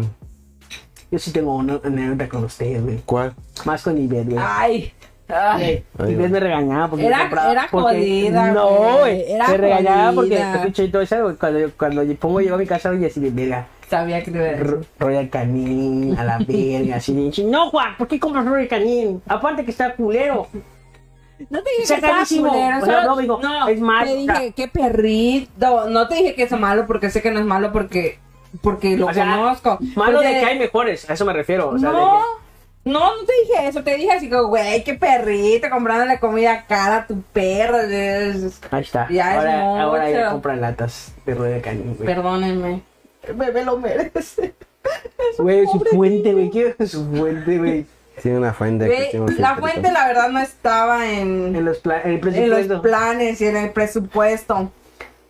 Speaker 3: Yo sí tengo una anécdota con ustedes, güey.
Speaker 1: ¿Cuál?
Speaker 3: Más con Ivette, güey.
Speaker 2: Ay. Ay.
Speaker 1: Ay,
Speaker 3: Ivette me regañaba porque
Speaker 2: Ah, Era-
Speaker 3: yo compraba-
Speaker 2: era
Speaker 3: porque-
Speaker 2: jodida,
Speaker 3: No,
Speaker 2: güey.
Speaker 3: güey.
Speaker 2: Era
Speaker 3: me regañaba porque
Speaker 2: jodida.
Speaker 3: escucho y todo eso, güey, cuando, yo- cuando yo pongo yo a mi casa y así de verga,
Speaker 2: Sabía que te iba a decir.
Speaker 3: Ro- Royal Canin, a la verga, así de no Juan, ¿por qué compras Royal Canin? Aparte que está culero.
Speaker 2: No te dije
Speaker 3: Está
Speaker 2: que estaba
Speaker 3: carísimo.
Speaker 2: culero,
Speaker 3: O sea,
Speaker 2: solo-
Speaker 3: no, digo, es malo.
Speaker 2: Te dije que perrito. No te dije que es malo porque sé que no es malo porque, porque lo
Speaker 3: O sea,
Speaker 2: conozco.
Speaker 3: Malo
Speaker 2: Porque-
Speaker 3: de que hay mejores, a eso me refiero. O sea, de
Speaker 2: no,
Speaker 3: que-
Speaker 2: no, no te dije eso. Te dije así como, güey, qué perrito comprándole comida cara a tu perro. Es-
Speaker 3: Ahí está.
Speaker 2: Ya es
Speaker 3: ahora,
Speaker 2: mucho.
Speaker 3: ahora ya compra latas de rueda de cañón, güey.
Speaker 2: Perdónenme. El bebé lo merece.
Speaker 3: Güey, su fuente, güey. Quiero su fuente, güey.
Speaker 1: Tiene una fuente.
Speaker 2: Güey,
Speaker 1: que tiene un
Speaker 2: la
Speaker 1: filtrito.
Speaker 2: fuente, la verdad, no estaba
Speaker 3: En, los pla- en
Speaker 2: en
Speaker 3: el
Speaker 2: los
Speaker 3: presupuesto.
Speaker 2: planes y en el presupuesto.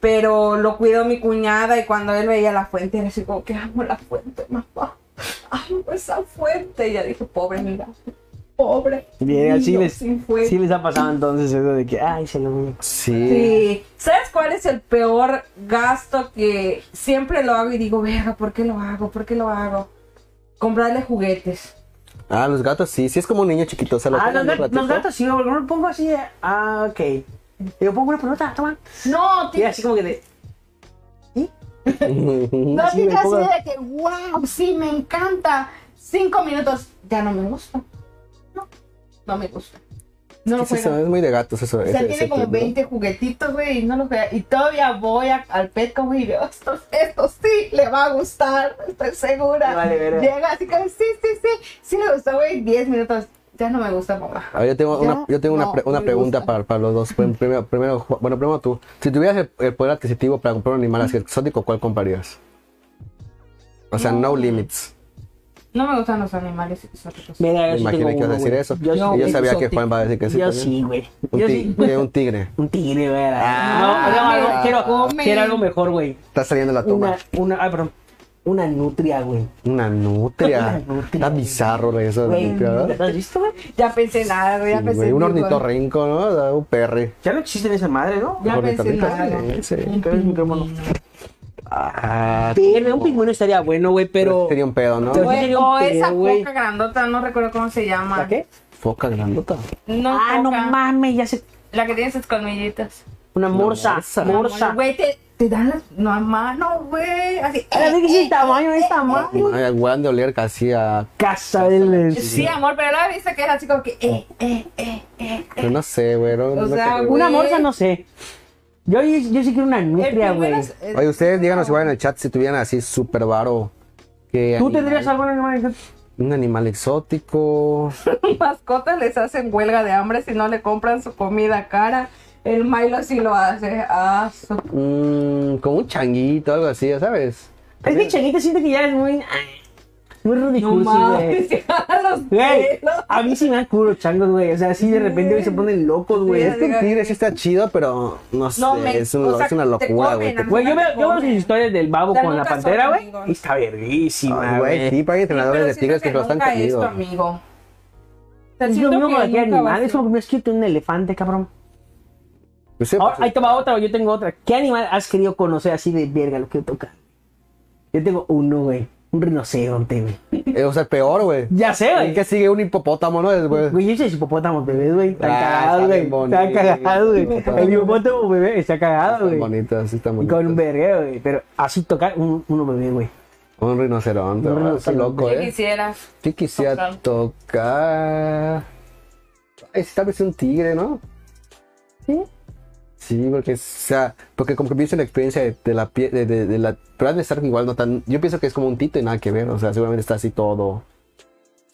Speaker 2: Pero lo cuidó mi cuñada y cuando él veía la fuente era así como que amo la fuente, mamá. Amo esa fuente. Y ya dije, pobre, mira. Pobre.
Speaker 3: Bien,
Speaker 2: niño
Speaker 3: así les,
Speaker 2: sin fuente.
Speaker 3: sí les ha pasado entonces eso de que, ay, se lo voy a...
Speaker 1: Sí.
Speaker 2: Sí. ¿Sabes cuál es el peor gasto que siempre lo hago y digo, verga, ¿por qué lo hago? ¿Por qué lo hago? Comprarle juguetes.
Speaker 1: Ah, los gatos sí. Sí, es como un niño chiquito. O sea, lo
Speaker 3: Ah,
Speaker 1: tienen
Speaker 3: los,
Speaker 1: un
Speaker 3: gat- los
Speaker 1: ratito.
Speaker 3: gatos, sí, yo lo pongo así, de, ah, ok. Yo pongo una pelota, toma.
Speaker 2: No,
Speaker 3: Y
Speaker 2: tío.
Speaker 3: así como que de... ¿Y?
Speaker 2: No
Speaker 3: así
Speaker 2: digas
Speaker 3: me
Speaker 2: así
Speaker 3: pongo-
Speaker 2: de que, wow, sí, me encanta. Cinco minutos, ya no me gusta. No, no me gusta. No lo
Speaker 1: Sí,
Speaker 2: juego.
Speaker 1: eso es muy de gatos eso.
Speaker 2: O sea, tiene como 20 juguetitos, güey, y no los juega. Y todavía voy a- al Petco, güey, y veo estos, estos sí le va a gustar, estoy segura.
Speaker 3: Me vale verga.
Speaker 2: Llega así que sí, sí, sí, sí le gustó, güey, 10 minutos. Ya no me gusta, mamá.
Speaker 1: A ver, yo tengo, una,
Speaker 2: Ya,
Speaker 1: yo tengo una,
Speaker 2: no,
Speaker 1: pre- una
Speaker 2: me
Speaker 1: pregunta
Speaker 2: gusta.
Speaker 1: para, para los dos. Prim- Primero, primero, Ju- bueno, primero tú. Si tuvieras el, el poder adquisitivo para comprar un animal así exótico, ¿cuál comprarías? O sea, no limits.
Speaker 2: No me gustan los animales exóticos.
Speaker 3: Mira,
Speaker 1: Me
Speaker 3: yo sí tengo
Speaker 1: imaginé que ibas
Speaker 3: uno,
Speaker 1: a decir
Speaker 3: güey.
Speaker 1: eso.
Speaker 3: Yo,
Speaker 1: y yo
Speaker 3: sí,
Speaker 1: sabía que
Speaker 2: exótico.
Speaker 1: Juan va a decir que sí.
Speaker 3: yo
Speaker 1: también.
Speaker 3: sí, güey.
Speaker 1: Un,
Speaker 3: Yo
Speaker 1: ti-
Speaker 3: sí.
Speaker 1: güey, un tigre.
Speaker 3: Un tigre, güey.
Speaker 1: Ah,
Speaker 3: no, no, algo-
Speaker 2: mira.
Speaker 3: quiero,
Speaker 2: Come.
Speaker 3: quiero algo mejor, güey.
Speaker 1: Está saliendo la toma.
Speaker 3: Una, una, ah, perdón. Una nutria, güey.
Speaker 1: Una, nutria.
Speaker 3: Una nutria.
Speaker 1: Está bizarro eso de la
Speaker 3: Güey,
Speaker 1: nutria, ¿verdad?
Speaker 3: ¿lo has visto, güey?
Speaker 2: Ya pensé nada, güey, ya
Speaker 1: Sí,
Speaker 2: pensé.
Speaker 1: güey, un
Speaker 2: en Google.
Speaker 1: ornitorrinco, ¿no? O sea, Un perre.
Speaker 3: Ya no existen esa madre, ¿no?
Speaker 2: Ya
Speaker 1: Un
Speaker 2: pensé en
Speaker 1: ornitorrinco,
Speaker 2: nada.
Speaker 1: sí, sí.
Speaker 3: Pero es un mono.
Speaker 1: Ah,
Speaker 3: Verga, un pingüino estaría bueno, güey, pero.
Speaker 1: Sería un pedo, ¿no?
Speaker 3: Pero-
Speaker 2: Güey,
Speaker 3: Sería un
Speaker 2: o esa
Speaker 3: pedo, güey.
Speaker 2: foca grandota, no recuerdo cómo se llama.
Speaker 3: ¿Para qué?
Speaker 1: Foca grandota.
Speaker 2: No,
Speaker 3: Ah, no
Speaker 2: foca.
Speaker 3: mames, ya se.
Speaker 2: La que tiene sus colmillitas.
Speaker 3: Una morsa. Morsa.
Speaker 2: Güey, te, te dan las no, a mano, güey. Así. eh,
Speaker 3: Ahora sí que es el tamaño, es tamaño.
Speaker 1: Ay, Juan de oler casi a.
Speaker 3: Casa del.
Speaker 2: eh. Sí, amor, pero la vista que era así como que. Eh, eh, eh, eh.
Speaker 1: Pero pues, no sé, güey. no-
Speaker 2: O
Speaker 1: no
Speaker 2: sea,
Speaker 1: creo.
Speaker 2: güey.
Speaker 3: Una morsa, no sé. Yo, yo, yo sí quiero una nutria,
Speaker 2: El
Speaker 3: güey.
Speaker 2: primero es- es-
Speaker 1: Oye, ustedes díganos igual en el chat si tuvieran así súper varo. ¿qué
Speaker 3: ¿Tú
Speaker 1: animal?
Speaker 3: tendrías alguna hermana?
Speaker 1: Un animal exótico.
Speaker 2: mascotas les hacen huelga de hambre si no le compran su comida cara. El Milo sí lo hace. Ah, su-
Speaker 1: Mm, como un changuito, algo así, ya sabes.
Speaker 3: Es que Changuita siente que ya eres muy. ay, Muy
Speaker 2: No
Speaker 3: ridículo,
Speaker 2: mames,
Speaker 3: güey.
Speaker 2: se jalan los
Speaker 3: Güey, ah,
Speaker 2: pelos.
Speaker 3: a mí sí me dan culo changos, güey. O sea, así de repente güey, se ponen locos, güey.
Speaker 1: Este tigre sí está chido, pero no sé.
Speaker 2: me-
Speaker 1: es, un-
Speaker 2: o sea,
Speaker 1: es una
Speaker 2: te
Speaker 1: locura,
Speaker 2: comen,
Speaker 1: güey. te-
Speaker 2: amigo.
Speaker 3: Güey, yo veo, yo veo sus historias del babo
Speaker 2: O sea,
Speaker 3: con la
Speaker 2: nunca son
Speaker 3: pantera, güey.
Speaker 2: amigos.
Speaker 3: Y está verguísima,
Speaker 1: Ay, Güey, sí, para entrenadores
Speaker 2: pero
Speaker 1: de
Speaker 2: siento
Speaker 1: tigres que, lo están
Speaker 2: nunca es tu
Speaker 1: comiendo.
Speaker 2: amigo. O sea,
Speaker 3: Es lo
Speaker 2: siento
Speaker 3: mismo
Speaker 2: que
Speaker 3: con aquí
Speaker 2: nunca va a
Speaker 3: animal,
Speaker 2: ser.
Speaker 3: es como que me has quitado un elefante, cabrón.
Speaker 1: Pues sí,
Speaker 3: Ahora,
Speaker 1: pues,
Speaker 3: ahí toma otra, yo tengo otra. ¿Qué animal has querido conocer así de verga lo que toca? Yo tengo uno, güey. Un rinoceronte, güey.
Speaker 1: eh, o sea, peor, güey.
Speaker 3: Ya sé,
Speaker 1: ¿Y
Speaker 3: güey.
Speaker 1: que sigue un hipopótamo, no? Es, güey.
Speaker 3: Güey, esos hipopótamos bebés, güey. Están
Speaker 1: Ah,
Speaker 3: cagados,
Speaker 1: está
Speaker 3: güey.
Speaker 1: bien bonito.
Speaker 3: Están cagados, güey. El hipopótamo bebé está cagado,
Speaker 1: Están
Speaker 3: güey.
Speaker 1: bonitos, sí, están
Speaker 3: Y con un
Speaker 1: bonitos.
Speaker 3: verguero, güey. Pero así tocar un, uno bebé, güey.
Speaker 1: Un rinoceronte,
Speaker 3: Un
Speaker 1: ¿verdad? está
Speaker 3: rinoceronte.
Speaker 1: loco,
Speaker 2: ¿Qué
Speaker 1: ¿eh?
Speaker 2: quisieras?
Speaker 1: Sí quisiera tocar. Ay, sí, tal vez un tigre, ¿no?
Speaker 3: ¿Sí?
Speaker 1: Sí, porque, es- o sea, porque como que pienso en la experiencia de, de la piel, de, de- de la... Pero ha de estar igual no tan... Yo pienso que es como un tito y nada que ver, o sea, seguramente está así todo.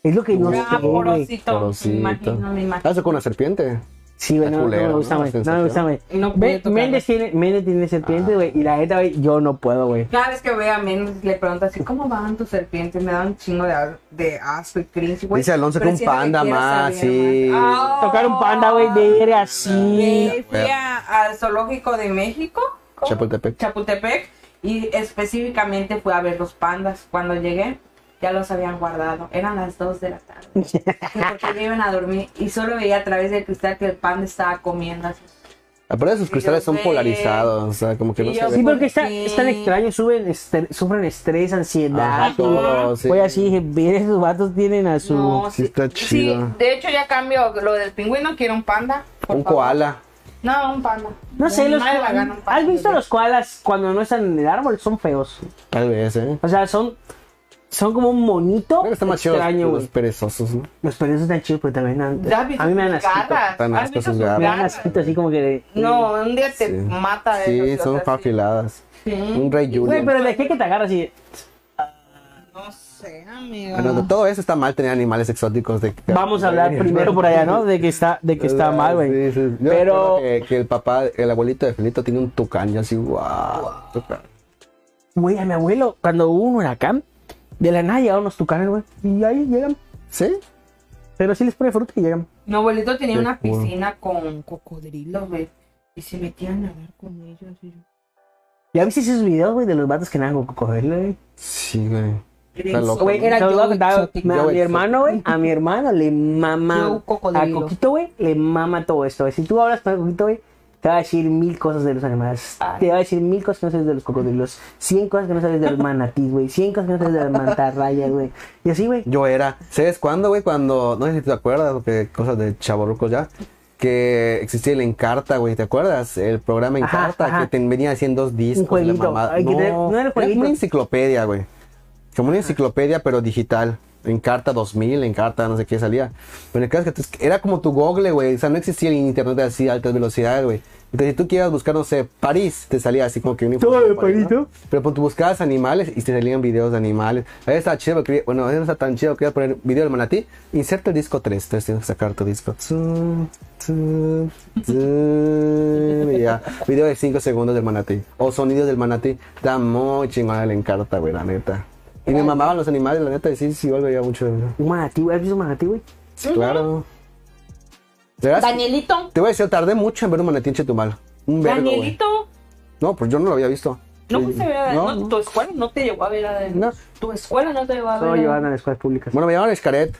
Speaker 3: Es lo que yo
Speaker 2: Ah,
Speaker 3: sé, güey.
Speaker 2: porosito.
Speaker 1: porosito.
Speaker 2: Me imagino, me imagino.
Speaker 1: Ah, eso con una serpiente.
Speaker 3: Sí, güey,
Speaker 1: Está
Speaker 3: no, no
Speaker 1: culero,
Speaker 3: me
Speaker 1: ¿no?
Speaker 3: gusta, güey. No, me gusta, güey.
Speaker 2: No puede
Speaker 3: Ve-
Speaker 2: tocarla.
Speaker 3: Méndez tiene, Méndez tiene serpiente, güey. Y la neta, güey, yo no puedo, güey.
Speaker 2: Cada vez que veo a Mendes le pregunto así, ¿cómo van tus serpientes? Me da un chingo de, as- de asco y cringe, güey.
Speaker 1: Dice Alonso que
Speaker 2: Pero
Speaker 1: un
Speaker 2: siento
Speaker 1: panda
Speaker 2: quiero
Speaker 1: más,
Speaker 2: saber
Speaker 1: sí.
Speaker 2: más. Ah,
Speaker 3: Tocar un panda, güey, de era así.
Speaker 2: Sí, fui a- al zoológico de México. ¿cómo?
Speaker 1: Chapultepec.
Speaker 2: Chapultepec. Y específicamente fui a ver los pandas. Cuando llegué, ya los habían guardado. Eran las 2 de la tarde. Y Porque ya iban a dormir. Y solo veía a través del cristal que el panda estaba comiendo así.
Speaker 1: Aparte sus
Speaker 2: Sí,
Speaker 1: cristales
Speaker 2: yo
Speaker 1: son
Speaker 2: sé.
Speaker 1: polarizados, o sea, como que no
Speaker 2: Sí,
Speaker 1: se
Speaker 2: yo
Speaker 1: ve.
Speaker 3: Sí, porque está,
Speaker 2: Sí.
Speaker 3: están extraños, suben, estre- sufren estrés, ansiedad.
Speaker 1: Ajá, todo, sí.
Speaker 3: Fue así, dije, mira, esos vatos tienen a su...
Speaker 2: No,
Speaker 1: sí está chido.
Speaker 2: sí, de hecho ya cambio lo del pingüino, quiero un panda. por
Speaker 1: Un
Speaker 2: favor.
Speaker 1: koala.
Speaker 2: No, un panda.
Speaker 3: No sé,
Speaker 2: Mi
Speaker 3: los
Speaker 2: madre la
Speaker 3: koalas-
Speaker 2: gana un panda.
Speaker 3: ¿Has visto los koalas cuando no están en el árbol? Son feos.
Speaker 1: Tal vez, ¿eh?
Speaker 3: O sea, son son como un monito
Speaker 1: Creo que está más chido
Speaker 3: Oh, extraño,
Speaker 1: los,
Speaker 3: güey.
Speaker 1: los perezosos, ¿no?
Speaker 3: Los perros están chidos, pero también dan-
Speaker 2: ¿Ya has visto
Speaker 3: a mí me dan
Speaker 2: sus
Speaker 3: asquito.
Speaker 2: garras?
Speaker 1: Tan
Speaker 2: ¿Has
Speaker 1: asco
Speaker 2: visto
Speaker 1: sus
Speaker 2: sus
Speaker 1: garras.
Speaker 3: Me dan
Speaker 2: garras?
Speaker 3: asquito así como que de...
Speaker 2: No, un día te
Speaker 1: Sí.
Speaker 2: mata de
Speaker 1: Sí,
Speaker 2: esos, o
Speaker 1: son
Speaker 2: sea, sí.
Speaker 1: afiladas.
Speaker 2: Sí.
Speaker 1: Un rey
Speaker 3: Güey,
Speaker 1: Julian.
Speaker 3: pero dejé que te agarras y...
Speaker 2: No sé, amigo.
Speaker 1: Bueno, de todo eso está mal tener animales exóticos de
Speaker 3: Vamos a hablar primero por allá, ¿no? De que está, de que está mal, güey.
Speaker 1: Sí, sí. Yo
Speaker 3: Pero...
Speaker 1: recuerdo Que, que el papá, el abuelito de Felito tiene un tucán, yo así, wow.
Speaker 3: Güey, a mi abuelo, cuando hubo un huracán, de la nada llegaron los tucanes, güey. Y ahí llegan.
Speaker 1: ¿Sí?
Speaker 3: Pero sí les pone fruta y llegan.
Speaker 2: Mi abuelito tenía
Speaker 1: Qué
Speaker 2: una
Speaker 1: cool.
Speaker 2: piscina con cocodrilos, güey. Y se metían a hablar con ellos. y yo-
Speaker 3: ¿Ya viste esos videos, güey, de los vatos que nadan con cocodrilo, güey?
Speaker 1: Sí, güey.
Speaker 2: Era
Speaker 1: loco.
Speaker 2: exótico, güey, era
Speaker 3: Te lo
Speaker 2: yo
Speaker 3: voy a contar,
Speaker 2: exótico.
Speaker 3: me- A
Speaker 1: Yo
Speaker 3: mi
Speaker 1: exótico.
Speaker 3: hermano, güey, a mi hermano le mama.
Speaker 2: Yo
Speaker 3: A
Speaker 2: cocodrilo.
Speaker 3: Coquito, güey, le mama todo esto. güey. Si tú hablas con Coquito, güey, te va a decir mil cosas de los animales.
Speaker 2: Ay.
Speaker 3: Te va a decir mil cosas que no sabes de los cocodrilos. Cien cosas que no sabes de los manatís, güey. Cien cosas que no sabes de las mantarrayas, güey. Y así, güey.
Speaker 1: Yo era, ¿sabes cuándo, güey? Cuando, no sé si te acuerdas, porque cosas de chavorrucos ya, que existía el Encarta, güey, ¿te acuerdas? El programa
Speaker 3: Ajá,
Speaker 1: Encarta,
Speaker 3: ajá.
Speaker 1: que te venía haciendo dos discos. la
Speaker 3: jueguito.
Speaker 1: mamada.
Speaker 3: Ay, que te- no era el
Speaker 1: como
Speaker 3: jueguito.
Speaker 1: una enciclopedia, güey. Como una enciclopedia, pero digital. Encarta 2000, Encarta, no sé qué salía. Pero el caso es que tú- era como tu Google, güey. O sea, no existía el internet así a altas velocidades, güey. Entonces, si tú quieras buscar, no sé, París, te salía así como que un
Speaker 3: Todo
Speaker 1: París,
Speaker 3: de
Speaker 1: ¿no?
Speaker 3: París, ¿no?
Speaker 1: Pero pues, tú buscabas animales y te salían videos de animales. Ahí estaba chido, pero quería- bueno, ahí no está tan chido. Quería poner video del manatí. Inserta el disco 3. Entonces tienes que sacar tu disco. Tsu, tsu, tsu, y ya. Video de 5 segundos del manatí. O sonidos del manatí. Está muy chingona la encarta, güey, la neta. Y me mamaban los animales, la neta. Y sí, sí, yo veía mucho.
Speaker 3: Un manatí, güey. ¿Has visto un manatí, güey?
Speaker 1: Sí, claro. De veras,
Speaker 2: Danielito.
Speaker 1: te voy a decir, tardé mucho en ver un manatí en Chetumal. Un vergo, güey.
Speaker 2: Danielito.
Speaker 1: No, pues yo no lo había visto.
Speaker 2: No
Speaker 1: Sí.
Speaker 2: fuiste a ver a
Speaker 1: No,
Speaker 2: no,
Speaker 1: no.
Speaker 2: Tu escuela no te llevó a ver a Daniel.
Speaker 1: No.
Speaker 2: Tu escuela no te llevó a ver
Speaker 3: Solo
Speaker 2: a
Speaker 3: llevan a las escuelas públicas.
Speaker 1: Bueno, me llamaban Escaret.